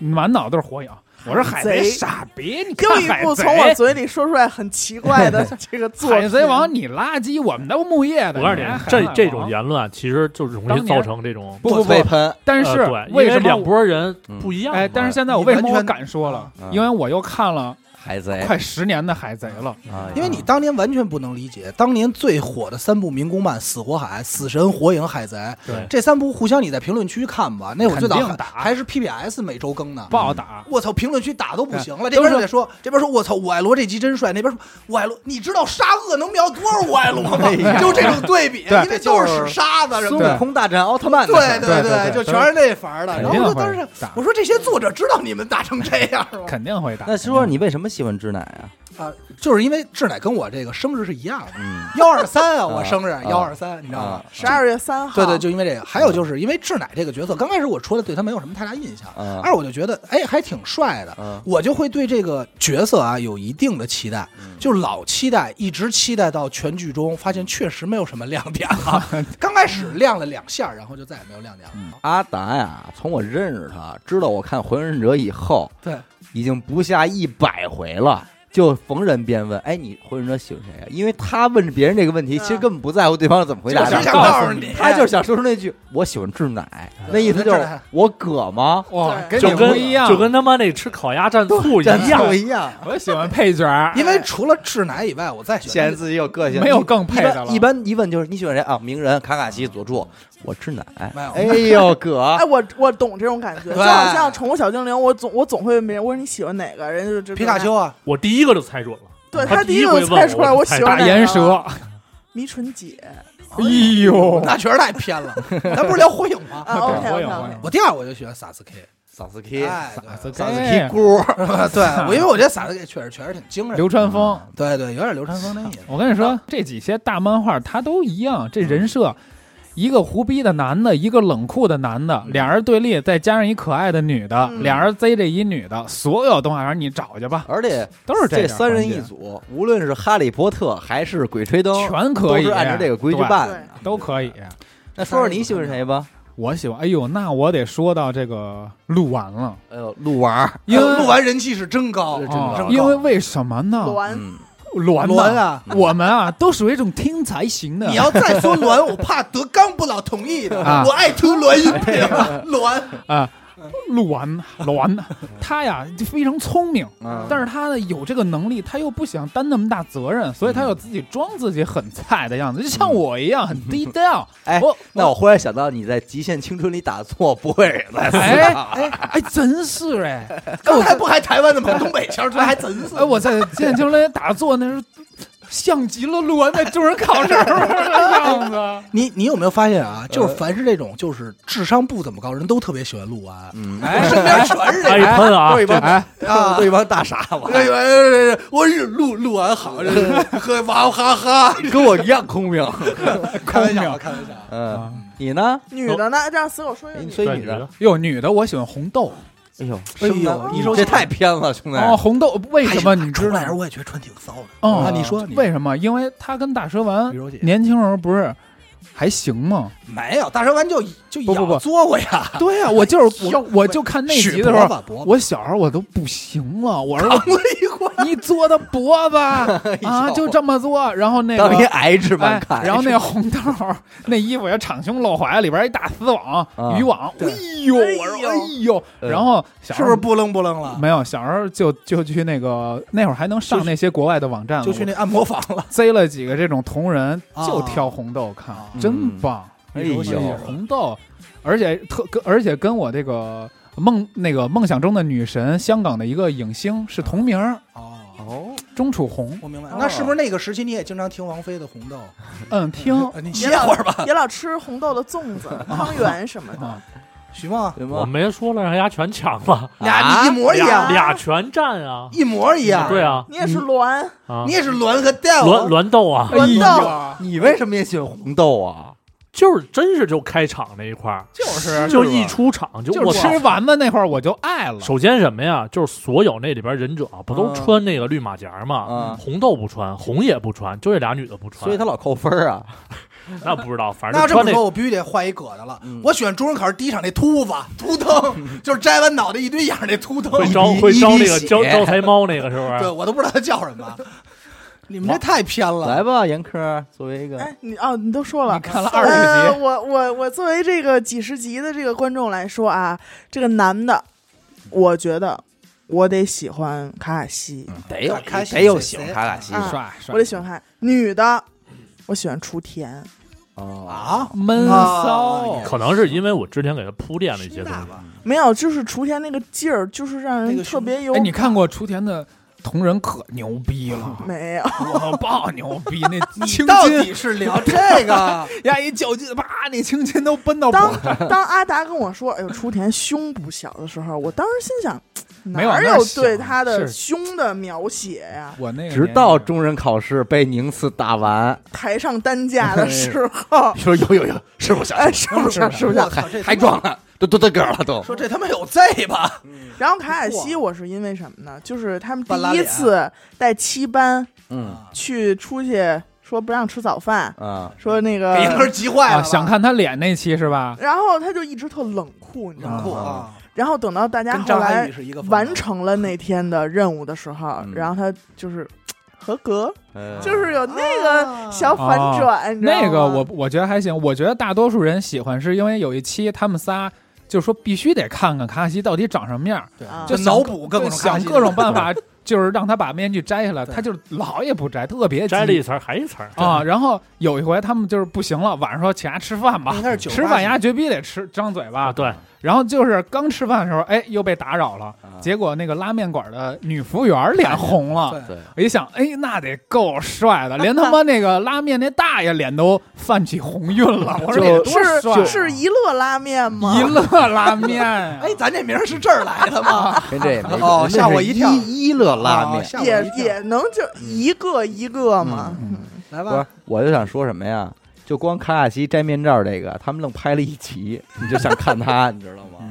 Speaker 6: 满脑都是火影，我是海
Speaker 5: 海
Speaker 6: 贼
Speaker 5: 贼
Speaker 6: 傻逼，你看
Speaker 5: 又一
Speaker 6: 海
Speaker 5: 部
Speaker 6: 贼
Speaker 5: 从我嘴里说出来很奇 怪的这个作品，
Speaker 6: 海贼王，你垃圾，我们都木叶的。
Speaker 3: 我告诉你
Speaker 6: 还海，贼
Speaker 3: 这
Speaker 6: 王
Speaker 3: 这种言论啊，其实就容易
Speaker 6: 当年
Speaker 3: 造成这种。
Speaker 6: 不不不
Speaker 2: 被，喷，
Speaker 6: 但是
Speaker 3: 呃对，因
Speaker 6: 为什么
Speaker 3: 两
Speaker 6: 我？
Speaker 3: 拨人不一样嘛？
Speaker 6: 哎，但是现在我
Speaker 4: 你
Speaker 6: 为什么
Speaker 4: 完
Speaker 6: 我
Speaker 4: 全
Speaker 6: 敢说了？
Speaker 2: 嗯
Speaker 6: 因为我又看了
Speaker 2: 海贼，
Speaker 6: 快十年的海贼了。
Speaker 2: 哎啊
Speaker 4: 因为你当年完全不能理解，当年最火的三部民工漫《死火海》《死神》《火影》《海贼》
Speaker 3: 对
Speaker 4: 这三部，互相你在评论区看吧。那会儿最早
Speaker 6: 肯定
Speaker 4: 还
Speaker 6: 打
Speaker 4: 还是 PBS 每周更呢。
Speaker 6: 不好打，
Speaker 4: 我操！评论区打都不行了，
Speaker 6: 对
Speaker 4: 这边
Speaker 6: 都是
Speaker 4: 就得说，这边说我操，我爱罗这集真帅，那边说我爱罗，你知道沙俄能描多少我爱罗吗？就这种对比，
Speaker 6: 对
Speaker 4: 因为都是使沙子什
Speaker 2: 孙
Speaker 4: 么的，
Speaker 2: 悟空大战奥特曼的事
Speaker 4: 对
Speaker 2: 儿，
Speaker 6: 对对对
Speaker 4: 就全是那法儿的。
Speaker 6: 肯
Speaker 4: 然
Speaker 6: 定
Speaker 4: 后
Speaker 6: 会
Speaker 4: 就当时
Speaker 6: 打
Speaker 4: 我说这些作者知道你们打成这样吗？
Speaker 6: 肯定会打。
Speaker 2: 那说说你为什么喜欢知乃啊？
Speaker 4: 啊，就是因为志乃跟我这个生日是一样的，
Speaker 2: 嗯
Speaker 4: 幺二三啊，
Speaker 2: 啊
Speaker 4: 我生日
Speaker 2: 啊
Speaker 4: 幺二三，你知道吗
Speaker 2: 啊？
Speaker 5: 十二月三号，
Speaker 4: 对对，就因为这个。还有就是因为志乃这个角色，刚开始我出来对他没有什么太大印象，
Speaker 2: 啊
Speaker 4: 二我就觉得哎还挺帅的，
Speaker 2: 啊
Speaker 4: 我就会对这个角色啊有一定的期待，就老期待，一直期待到全剧中，发现确实没有什么亮点啊。 刚开始亮了两下，然后就再也没有亮点了。
Speaker 2: 阿达呀，从我认识他，知道我看《火影忍者》以后，
Speaker 4: 对，
Speaker 2: 已经不下一百回了。就逢人便问，哎，你火影忍者喜欢谁呀、啊？因为他问别人这个问题，
Speaker 5: 啊
Speaker 2: 其实根本不在乎对方怎么回答
Speaker 4: 就
Speaker 2: 的
Speaker 4: 是，想
Speaker 6: 告诉
Speaker 4: 告诉 你，
Speaker 2: 他就是想说出那句“我喜欢志乃”，那意思就
Speaker 4: 我觉得志
Speaker 2: 是
Speaker 4: 乃
Speaker 2: 我葛吗？
Speaker 6: 哇，
Speaker 5: 对
Speaker 6: 跟
Speaker 3: 就
Speaker 6: 你
Speaker 3: 跟
Speaker 6: 不一样，
Speaker 3: 就跟他妈那吃烤鸭蘸醋一
Speaker 2: 真
Speaker 3: 样。
Speaker 2: 不一样，
Speaker 6: 我喜欢配角儿，
Speaker 4: 因为除了志乃以外，我再喜
Speaker 2: 显
Speaker 4: 欢
Speaker 2: 得自己有个性。
Speaker 6: 没有更配
Speaker 2: 一
Speaker 6: 的了。
Speaker 2: 般一般一问就是你喜欢谁啊？鸣人、卡卡西、佐助，我志 乃。
Speaker 4: 没有
Speaker 2: 哎呦，葛
Speaker 5: 哎，我我懂这种感觉，
Speaker 4: 对
Speaker 5: 就好像宠物小精灵，我总我总会问别人，我说你喜欢哪个？人家就知哎
Speaker 4: 皮卡丘，啊，
Speaker 3: 我第一个就猜准了，
Speaker 5: 对
Speaker 3: 他
Speaker 5: 第
Speaker 3: 第一
Speaker 5: 个
Speaker 3: 回
Speaker 5: 就
Speaker 3: 问
Speaker 5: 猜出
Speaker 3: 我
Speaker 5: 来
Speaker 3: 就
Speaker 5: 我
Speaker 3: 猜
Speaker 5: 喜欢
Speaker 3: 出
Speaker 5: 哪
Speaker 6: 大
Speaker 5: 个
Speaker 6: 岩蛇，
Speaker 5: 迷唇姐
Speaker 6: 哎呦，
Speaker 4: 那确实太偏 了。咱不是聊火影吗？
Speaker 5: 啊，OK
Speaker 6: 我
Speaker 5: OK
Speaker 6: 有我
Speaker 5: OK，
Speaker 6: 有
Speaker 4: 我第二我就喜欢萨斯 K，
Speaker 2: 萨斯 K，
Speaker 4: 哎，对
Speaker 2: 萨斯 K
Speaker 6: 哎
Speaker 2: 姑，
Speaker 4: 对我因为我觉得萨斯 K 确实确实挺精神，
Speaker 6: 流川枫。
Speaker 4: 对对，有点嗯流川枫那意思。
Speaker 6: 我跟你说，这几些大漫画它都一样，这人设，一个胡逼的男的，一个冷酷的男的，俩人对立，再加上一可爱的女的，
Speaker 5: 嗯
Speaker 6: 俩人贼这一女的，所有动画片你找去吧，
Speaker 2: 而且
Speaker 6: 都是
Speaker 2: 这
Speaker 6: 样
Speaker 2: 三人一
Speaker 6: 关系，
Speaker 2: 组，无论是《哈利波特》还是《鬼吹灯》，
Speaker 6: 全
Speaker 2: 都
Speaker 6: 可以
Speaker 2: 是按照这个规矩
Speaker 6: 对
Speaker 2: 办
Speaker 5: 对
Speaker 2: 的。
Speaker 6: 都可以。
Speaker 2: 那说说你喜欢谁吧？
Speaker 6: 我喜欢，哎呦，那我得说到这个鹿丸了，
Speaker 2: 哎呦，鹿丸儿，
Speaker 6: 因为
Speaker 4: 录完人气是真高，啊
Speaker 2: 真
Speaker 6: 哦
Speaker 2: 高
Speaker 4: 真
Speaker 6: 因为为什么呢？
Speaker 5: 栾
Speaker 2: 嗯，
Speaker 6: 栾
Speaker 4: 栾
Speaker 6: 呢
Speaker 4: 啊，
Speaker 6: 我们啊都属于一种听才型的
Speaker 4: 你。要再说栾， 我怕德纲不老同意的。
Speaker 6: 啊
Speaker 4: 我爱听栾音频， 栾
Speaker 6: 啊， 栾栾，他呀就非常聪明，
Speaker 2: 嗯
Speaker 6: 但是他呢有这个能力，他又不想担那么大责任，所以他有自己装自己很菜的样子，就像我一样很低调。
Speaker 2: 哎
Speaker 6: 我
Speaker 2: 那我忽然想到你在《极限青春》里打错，不会也在死
Speaker 6: 哎
Speaker 2: 吧
Speaker 6: 哎哎，真是 哎
Speaker 4: 刚才不还台湾的吗？东北腔，这还真是
Speaker 6: 哎，。我在剑青来打坐那时候。像极了陆安在中人考试的样子，
Speaker 4: 你你有没有发现啊？就是凡是这种就是智商不怎么高人都特别喜欢录啊完，
Speaker 2: 嗯，
Speaker 4: 我身边全是这
Speaker 3: 哎，喷啊！
Speaker 2: 都一帮
Speaker 6: 哎，
Speaker 4: 啊
Speaker 2: 都一帮大傻子，
Speaker 4: 哎呦哎呦哎呦！我是录录完好，这是和娃哈哈，
Speaker 2: 跟我一样空明。
Speaker 4: 开玩笑，开玩笑。
Speaker 2: 嗯，你呢？
Speaker 5: 女
Speaker 4: 哦
Speaker 5: 的呢？让死狗说一个
Speaker 2: 哎
Speaker 5: 女
Speaker 2: 你
Speaker 5: 的，
Speaker 2: 说
Speaker 3: 对
Speaker 2: 一女的，，
Speaker 6: 哟，女的我喜欢红豆，
Speaker 2: 哎呦，
Speaker 4: 哎呦
Speaker 2: 生男
Speaker 4: 一周
Speaker 2: 这太偏了，兄弟。
Speaker 4: 哎
Speaker 6: 哦，红豆为什么你知
Speaker 4: 出
Speaker 6: 道
Speaker 4: 来时？候我也觉得穿挺骚的
Speaker 6: 哦
Speaker 4: 啊！你说你
Speaker 6: 为什么？因为他跟大蛇丸
Speaker 4: 比如姐
Speaker 6: 年轻时候不是还行吗？
Speaker 4: 没有大蛇丸就就
Speaker 6: 不不不
Speaker 4: 咬作过呀，
Speaker 6: 对啊呀，我就是我
Speaker 4: 哟
Speaker 6: 我就看那集的时
Speaker 4: 血脖
Speaker 6: 候，
Speaker 4: 子脖子
Speaker 6: 我小时候我都不行了，我说
Speaker 4: 我一过
Speaker 6: 你做的脖子
Speaker 4: 哎
Speaker 6: 啊，就这么做，然后那
Speaker 2: 当一
Speaker 6: 个。
Speaker 2: 癌治
Speaker 6: 哎
Speaker 2: 漫看，，
Speaker 6: 然后那红豆儿那衣服也敞胸露怀，里边一大丝网、
Speaker 2: 啊
Speaker 6: 渔网，哎呦，我说哎呦，
Speaker 2: 嗯
Speaker 6: 然后小时
Speaker 4: 是
Speaker 6: 候
Speaker 4: 不是不楞不楞了？
Speaker 6: 没有？小时候就就去那个那会儿还能上那些国外的网站，
Speaker 4: 就去那按摩房了。
Speaker 6: 我贼了几个这种同人，
Speaker 4: 啊
Speaker 6: 就挑红豆看
Speaker 4: 啊，
Speaker 6: 真棒。
Speaker 2: 哎
Speaker 4: 一周
Speaker 6: 哎呦
Speaker 2: 呦，
Speaker 6: 红豆，而且特跟而且跟我这个梦那个梦想中的女神，香港的一个影星是同名儿，
Speaker 4: 哦，
Speaker 2: 哦，
Speaker 6: 钟楚红。
Speaker 4: 我明白
Speaker 2: 哦。
Speaker 4: 那是不是那个时期你也经常听王菲的《红豆》
Speaker 6: 嗯，听
Speaker 4: 呃？你
Speaker 5: 也
Speaker 4: 歇
Speaker 5: 老
Speaker 4: 会儿吧，嗯
Speaker 5: 也老吃红豆的粽子、汤圆什么的。
Speaker 6: 啊，
Speaker 4: 徐梦，
Speaker 2: 对
Speaker 3: 我
Speaker 2: 吗？啊
Speaker 3: 没说了，让丫全抢了，
Speaker 2: 嗯
Speaker 4: 俩你一模一
Speaker 3: 俩
Speaker 4: 样，
Speaker 3: 俩全占啊！
Speaker 4: 一模一样。
Speaker 3: 对，啊，
Speaker 5: 你也是栾，
Speaker 3: 啊
Speaker 4: 你，也是栾和 d
Speaker 3: 栾栾豆啊，
Speaker 5: 栾
Speaker 6: 哎
Speaker 5: 豆
Speaker 6: 呀
Speaker 2: 你为什么也喜欢红豆啊？
Speaker 3: 就是真是就开场那一块儿，
Speaker 6: 就是
Speaker 3: 就一出场就
Speaker 6: 就
Speaker 3: 我
Speaker 6: 是
Speaker 3: 操
Speaker 6: 吃丸子那会儿我就爱了，
Speaker 3: 首先什么呀？就是所有那里边忍者啊不都
Speaker 2: 嗯
Speaker 3: 穿那个绿马甲吗？
Speaker 2: 嗯
Speaker 3: 红豆不穿，红也不穿，就这俩女的不穿。
Speaker 2: 所以他老扣分儿啊！
Speaker 3: 那不知道，反
Speaker 4: 那要
Speaker 3: 正
Speaker 4: 这么
Speaker 3: 就穿那
Speaker 4: 说，我必须得换一葛的了
Speaker 2: 嗯。
Speaker 4: 我选中文考试第一场那秃子秃灯，就是摘完脑袋一堆眼儿那秃灯。
Speaker 3: 会招
Speaker 2: 一滴
Speaker 3: 会招
Speaker 2: 一滴
Speaker 3: 那个
Speaker 2: 血
Speaker 3: 招招财猫那个是不
Speaker 4: 对
Speaker 3: 是？
Speaker 4: 我都不知道他叫什么。你们这太偏了。
Speaker 2: 来吧，严科，作为一个
Speaker 5: 哎，你哦，你都说了
Speaker 6: 你。看了二十
Speaker 5: 呃，
Speaker 6: 集，
Speaker 5: 我我我作为这个几十集的这个观众来说啊，这个男的，我觉得我得喜欢卡卡西，
Speaker 2: 得
Speaker 4: 卡卡西
Speaker 2: 得有喜欢
Speaker 4: 谁
Speaker 2: 卡卡西
Speaker 5: 啊
Speaker 6: 帅嗯帅，
Speaker 5: 我得喜欢卡女的，我喜欢雏田。
Speaker 2: 哦，
Speaker 4: 啊，
Speaker 6: 闷骚
Speaker 4: 啊，
Speaker 3: 可能是因为我之前给他铺垫了一些东
Speaker 4: 大
Speaker 3: 西，
Speaker 4: 吧？
Speaker 5: 没有，就是雏田那个劲儿，就是让
Speaker 4: 那
Speaker 5: 人
Speaker 4: 个
Speaker 5: 特别有。
Speaker 6: 哎，你看过雏田的同人可牛逼了，
Speaker 5: 没有？
Speaker 6: 我爆牛逼，那青
Speaker 4: 到
Speaker 6: 筋
Speaker 4: 底是聊
Speaker 6: 哎
Speaker 4: 这个？
Speaker 6: 呀一较劲，啪，那青筋都奔 到脖
Speaker 5: 当当阿达跟我说“哎呦，雏田胸不小”的时候，我当时心想，
Speaker 6: 没往
Speaker 5: 哪
Speaker 6: 那儿
Speaker 5: 有
Speaker 6: 想
Speaker 5: 对他的
Speaker 6: 是
Speaker 5: 胸的描写呀、
Speaker 6: 我那个
Speaker 2: 直到中人考试被宁次打完， ，
Speaker 5: 抬上担架
Speaker 6: 哎
Speaker 5: 的时 候
Speaker 2: 说有有有，是不是？
Speaker 5: 哎，是不是？是不是
Speaker 4: 我？靠，这他妈
Speaker 2: 还装了， 都都得个了都。
Speaker 4: 说这他妈有罪吧？
Speaker 5: 然后卡卡西，我是因为什么呢？就是他们第
Speaker 4: 半拉
Speaker 5: 一
Speaker 4: 脸啊
Speaker 5: 次带七班
Speaker 2: 嗯
Speaker 5: 去出去，说不让吃早饭，
Speaker 2: 啊，
Speaker 5: 说那
Speaker 4: 给英哥
Speaker 5: 个，
Speaker 4: 急坏了
Speaker 6: 啊，
Speaker 4: 吧，
Speaker 6: 想看他脸那期是吧？
Speaker 5: 然后他就一直特冷酷，你知道
Speaker 4: 冷
Speaker 5: 吗？
Speaker 4: 酷啊，
Speaker 5: 然后等到大家
Speaker 4: 跟
Speaker 5: 后
Speaker 4: 张涵
Speaker 5: 来
Speaker 4: 予是一个风格
Speaker 5: 完。成了那天的任务的时候
Speaker 2: 嗯，
Speaker 5: 然后他就是合格，
Speaker 4: 嗯
Speaker 2: 呃
Speaker 5: 就是有那
Speaker 4: 啊
Speaker 5: 个小
Speaker 6: 哦
Speaker 5: 反转，你知道吗
Speaker 6: 那个我我觉得还行，我觉得大多数人喜欢是因为有一期他们仨就说必须得看看卡卡西到底长什么样儿，
Speaker 4: 对
Speaker 5: 啊
Speaker 4: 就
Speaker 6: 就
Speaker 4: 脑补各种
Speaker 6: 对想各种办法， 就是让他把面具摘下来，
Speaker 4: 对
Speaker 6: 他就是老也不摘，特别急
Speaker 3: 摘了一层儿还一层儿。
Speaker 6: 啊。然后有一回他们就是不行了，晚上说请他吃饭吧
Speaker 4: 应，该是九
Speaker 6: 吃饭呀绝逼得吃张嘴
Speaker 3: 啊，
Speaker 6: 吧。
Speaker 3: 对，
Speaker 6: 然后就是刚吃饭的时候，哎，又被打扰了。
Speaker 2: 啊
Speaker 6: 结果那个拉面馆的女服务员脸红了，
Speaker 2: 对，
Speaker 4: 对
Speaker 6: 我一想，哎，那得够帅的， 连他妈那个拉面那大爷脸都泛起红晕 了。我说
Speaker 2: 就
Speaker 6: 这多帅啊，
Speaker 5: 是是一乐拉面吗？
Speaker 6: 一乐拉 面呀，
Speaker 4: 哎，咱这名儿是这儿来的吗？
Speaker 2: 跟这也没
Speaker 4: 哦
Speaker 2: 人家
Speaker 4: 吓
Speaker 2: 是
Speaker 4: 我一跳
Speaker 2: 一乐拉面
Speaker 4: 哦，吓我
Speaker 5: 也
Speaker 4: 一跳
Speaker 5: 也能就
Speaker 4: 嗯
Speaker 5: 一个一个吗？
Speaker 4: 来
Speaker 2: 不是
Speaker 4: 吧，，
Speaker 2: 我就想说什么呀？就光卡卡西摘面罩这个，他们愣拍了一集，你就想看他， 你知道吗？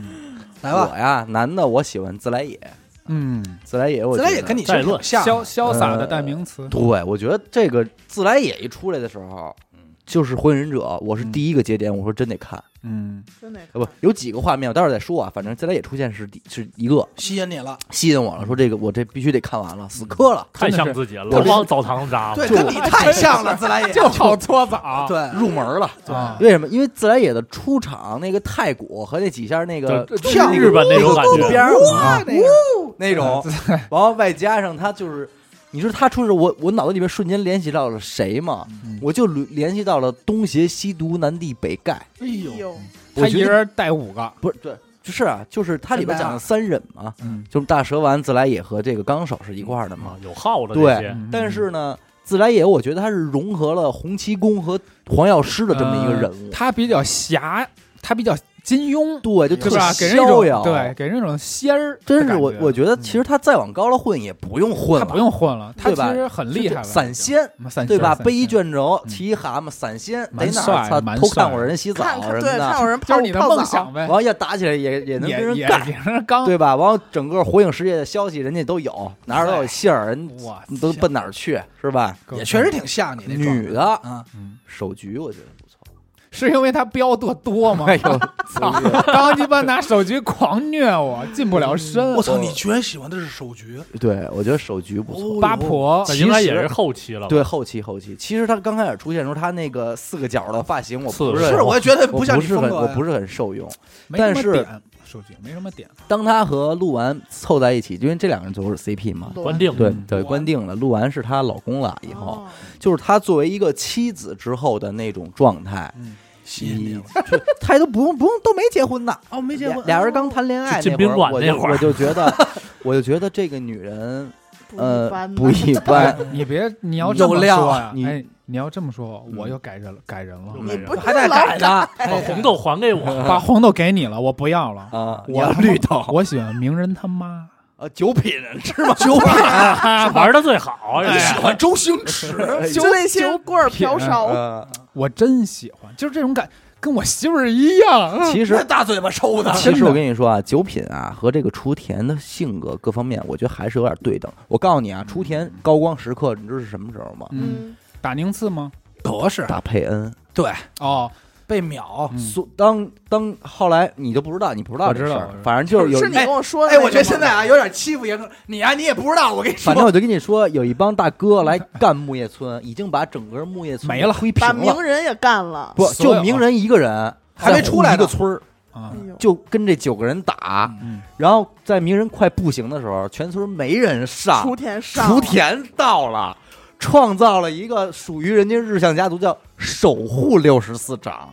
Speaker 4: 来吧，
Speaker 2: 我呀，男的我喜欢自来也，
Speaker 6: 嗯，
Speaker 2: 自来也我觉
Speaker 4: 自来
Speaker 2: 得
Speaker 4: 也跟你
Speaker 3: 再论
Speaker 4: 像
Speaker 6: 潇潇洒
Speaker 2: 呃
Speaker 6: 的代名词，
Speaker 2: 对，我觉得这个自来也一出来的时候，
Speaker 4: 嗯
Speaker 2: 就是《火影忍者》，我是第一个节点，我说真得看，
Speaker 6: 嗯，
Speaker 5: 真的
Speaker 2: 呃不，有几个画面，我待会儿再说啊。反正自来也出现是第是一个
Speaker 4: 吸引你了，
Speaker 2: 吸引我了，说这个我这必须得看完了，死磕了，
Speaker 3: 太
Speaker 6: 真的
Speaker 3: 像
Speaker 6: 是
Speaker 3: 自己了，
Speaker 2: 我这
Speaker 3: 往澡堂扎。
Speaker 4: 对，跟你太像了，自来 也
Speaker 6: 就好搓 澡，
Speaker 4: 对，
Speaker 2: 入门了。
Speaker 4: 嗯
Speaker 6: 啊，
Speaker 2: 为什么？因为自来也的出场那个太鼓和那几下那个
Speaker 3: 就就
Speaker 4: 跳
Speaker 3: 日本那种感嗯
Speaker 2: 边
Speaker 3: 觉，
Speaker 2: 儿
Speaker 4: 哇，那个
Speaker 2: 那种，然后外加上他就是，你说他出事，我我脑子里面瞬间联系到了谁嘛？
Speaker 6: 嗯
Speaker 2: 我就联联系到了东邪西毒南帝北丐，
Speaker 4: 哎呦，
Speaker 5: 有
Speaker 6: 他
Speaker 2: 我
Speaker 6: 一
Speaker 2: 觉得
Speaker 6: 人带五个，
Speaker 2: 不是对，就是啊，就是它里边讲了三忍嘛，
Speaker 6: 嗯，
Speaker 2: 就是大蛇丸、自来也和这个纲手是一块儿的嘛
Speaker 5: 嗯
Speaker 3: 啊。有号的
Speaker 2: 对
Speaker 3: 那些，
Speaker 6: 嗯
Speaker 2: 但是呢，自来也我觉得他是融合了洪七公和黄药师的这么一个
Speaker 6: 嗯
Speaker 2: 人物，
Speaker 6: 他比较侠，他比较金庸，
Speaker 2: 对，就
Speaker 6: 对
Speaker 2: 特
Speaker 6: 吧？给人一
Speaker 2: 逍
Speaker 6: 种
Speaker 2: 遥。
Speaker 6: 对，，给人一种仙儿的感觉。嗯
Speaker 2: 真是我我觉得其实他再往高了混也不用混
Speaker 6: 他
Speaker 2: 了，
Speaker 6: 不用混了，他
Speaker 2: 对
Speaker 6: 其
Speaker 2: 吧
Speaker 6: 实很
Speaker 2: 就
Speaker 6: 厉
Speaker 2: 这
Speaker 6: 害了，
Speaker 2: 散仙。
Speaker 6: 嗯散
Speaker 2: 对吧？
Speaker 6: 散
Speaker 2: 背一
Speaker 6: 仙
Speaker 2: 卷轴，
Speaker 6: 嗯
Speaker 2: 骑一蛤蟆，散仙，得
Speaker 6: 蛮
Speaker 2: 哪
Speaker 6: 帅
Speaker 2: 儿操
Speaker 6: 蛮
Speaker 2: 偷
Speaker 6: 帅
Speaker 2: 看我人洗澡
Speaker 5: 看看
Speaker 2: 什么
Speaker 5: 对，看
Speaker 2: 的，
Speaker 5: 有人泡
Speaker 6: 就是你的
Speaker 5: 泡
Speaker 6: 梦
Speaker 5: 澡
Speaker 6: 想呗，
Speaker 2: 完要打起来也也能
Speaker 6: 也
Speaker 2: 跟人
Speaker 6: 也
Speaker 2: 干，
Speaker 6: 也是刚，
Speaker 2: 对吧？完整个火影世界的消息人家都有，哪儿都有信儿，人
Speaker 6: 哇，
Speaker 2: 你都奔哪儿去是吧？
Speaker 6: 够
Speaker 4: 也
Speaker 6: 呛
Speaker 4: 确实挺像你那状态
Speaker 2: 女的
Speaker 4: 啊，
Speaker 6: 嗯
Speaker 2: 手局我觉得不错，
Speaker 6: 是因为他标的多吗？
Speaker 2: 哎呦，
Speaker 6: 刚鸡巴拿手机狂虐我，进不了
Speaker 2: 嗯
Speaker 6: 身。
Speaker 4: 我操，你居然喜欢的是手局，
Speaker 2: 对我觉得手局不错。
Speaker 4: 哦
Speaker 6: 八婆
Speaker 3: 那应该也
Speaker 2: 其
Speaker 3: 是
Speaker 2: 实
Speaker 3: 后期了吧。
Speaker 2: 对后期后期，其实他刚开始出现的时候，他那个四个角的发型我不
Speaker 3: 四个
Speaker 2: 是
Speaker 4: 是，我也觉得不
Speaker 2: 我
Speaker 4: 像
Speaker 2: 不
Speaker 4: 你
Speaker 2: 是
Speaker 4: 风
Speaker 2: 很
Speaker 4: 格呀，
Speaker 2: 我不是很受用。
Speaker 6: 没什么
Speaker 2: 但是
Speaker 6: 点手机没什么 点，
Speaker 2: 当他和鹿丸凑在一起，因为这两个人最后是 CP 嘛，
Speaker 3: 关定
Speaker 2: 对
Speaker 6: 嗯
Speaker 2: 对，
Speaker 4: 鹿丸
Speaker 2: 关定了，鹿丸是她老公了，以后
Speaker 5: 哦
Speaker 2: 就是她作为一个妻子之后的那种状态，
Speaker 4: 吸引你了。
Speaker 2: 她都不用不用都没结婚呢，
Speaker 4: 哦，没
Speaker 2: 俩俩
Speaker 5: 哎
Speaker 2: 人刚谈恋爱
Speaker 3: 去
Speaker 2: 那
Speaker 3: 进宾
Speaker 2: 会儿，
Speaker 3: 馆
Speaker 2: 我
Speaker 3: 那
Speaker 2: 就
Speaker 3: 会儿
Speaker 2: 我就觉得，我就觉得这个女人
Speaker 5: 不一
Speaker 2: 呃
Speaker 5: 般呢，
Speaker 2: 不一般，
Speaker 6: 哎 你别你要这么
Speaker 4: 有
Speaker 6: 说
Speaker 4: 料
Speaker 6: 呀，
Speaker 2: 啊你
Speaker 6: 哎，你要这么说，
Speaker 2: 嗯
Speaker 6: 我又改人了，改人了，
Speaker 5: 你不
Speaker 4: 还在改呢，
Speaker 3: 把红豆还给 我，
Speaker 6: 把红豆给你了，我不要了，
Speaker 2: 啊，
Speaker 6: 我要
Speaker 2: 绿豆
Speaker 6: 我喜欢鸣人他 妈。
Speaker 2: 啊，九品人 是吗？
Speaker 4: 九品，
Speaker 3: 玩的最好，
Speaker 4: 你
Speaker 3: 哎呀
Speaker 4: 喜欢周星 驰，
Speaker 5: 就那些锅儿瓢勺，
Speaker 2: 呃，
Speaker 6: 我真喜欢，就是这种感，跟我媳妇儿一样。
Speaker 2: 其实
Speaker 4: 那大嘴巴抽的，
Speaker 2: 其实我跟你说啊，九品啊和这个雏田的性格各方面，我觉得还是有点对等。我告诉你啊，雏
Speaker 6: 嗯
Speaker 2: 田高光时刻，你知道是什么时候吗？
Speaker 6: 嗯，，打宁次吗？
Speaker 4: 都是
Speaker 2: 打佩恩，
Speaker 4: 对，
Speaker 6: 哦，
Speaker 4: 啊被秒。
Speaker 6: 嗯
Speaker 2: 所当当后来你就不知道，你不知道
Speaker 6: 我
Speaker 2: 这
Speaker 6: 知
Speaker 2: 事
Speaker 6: 道
Speaker 2: 儿
Speaker 6: 我知，道
Speaker 2: 反正就是有
Speaker 5: 是你跟我说的
Speaker 4: 哎，
Speaker 5: 那个吗，
Speaker 4: 我觉得现在啊有点欺负严哥，你啊你也不知道，我跟你说，
Speaker 2: 反正我就跟你说，有一帮大哥来干木叶村，已经把整个木叶村
Speaker 6: 没了
Speaker 2: 推平
Speaker 5: 把
Speaker 2: 了
Speaker 5: 名，人也干了。
Speaker 2: 不
Speaker 6: 所有
Speaker 2: 就鸣人一个人
Speaker 4: 还
Speaker 2: 在
Speaker 4: 没出来呢
Speaker 2: 一个村儿，
Speaker 6: 啊
Speaker 5: 哎，
Speaker 4: 嗯
Speaker 5: 呦，
Speaker 2: 就跟这九个人打，
Speaker 6: 嗯，
Speaker 2: 然后在鸣人快不行的时候，全村没人上，
Speaker 5: 雏田上，
Speaker 2: 雏田到了，创造了一个属于人家日向家族叫守护六十四掌。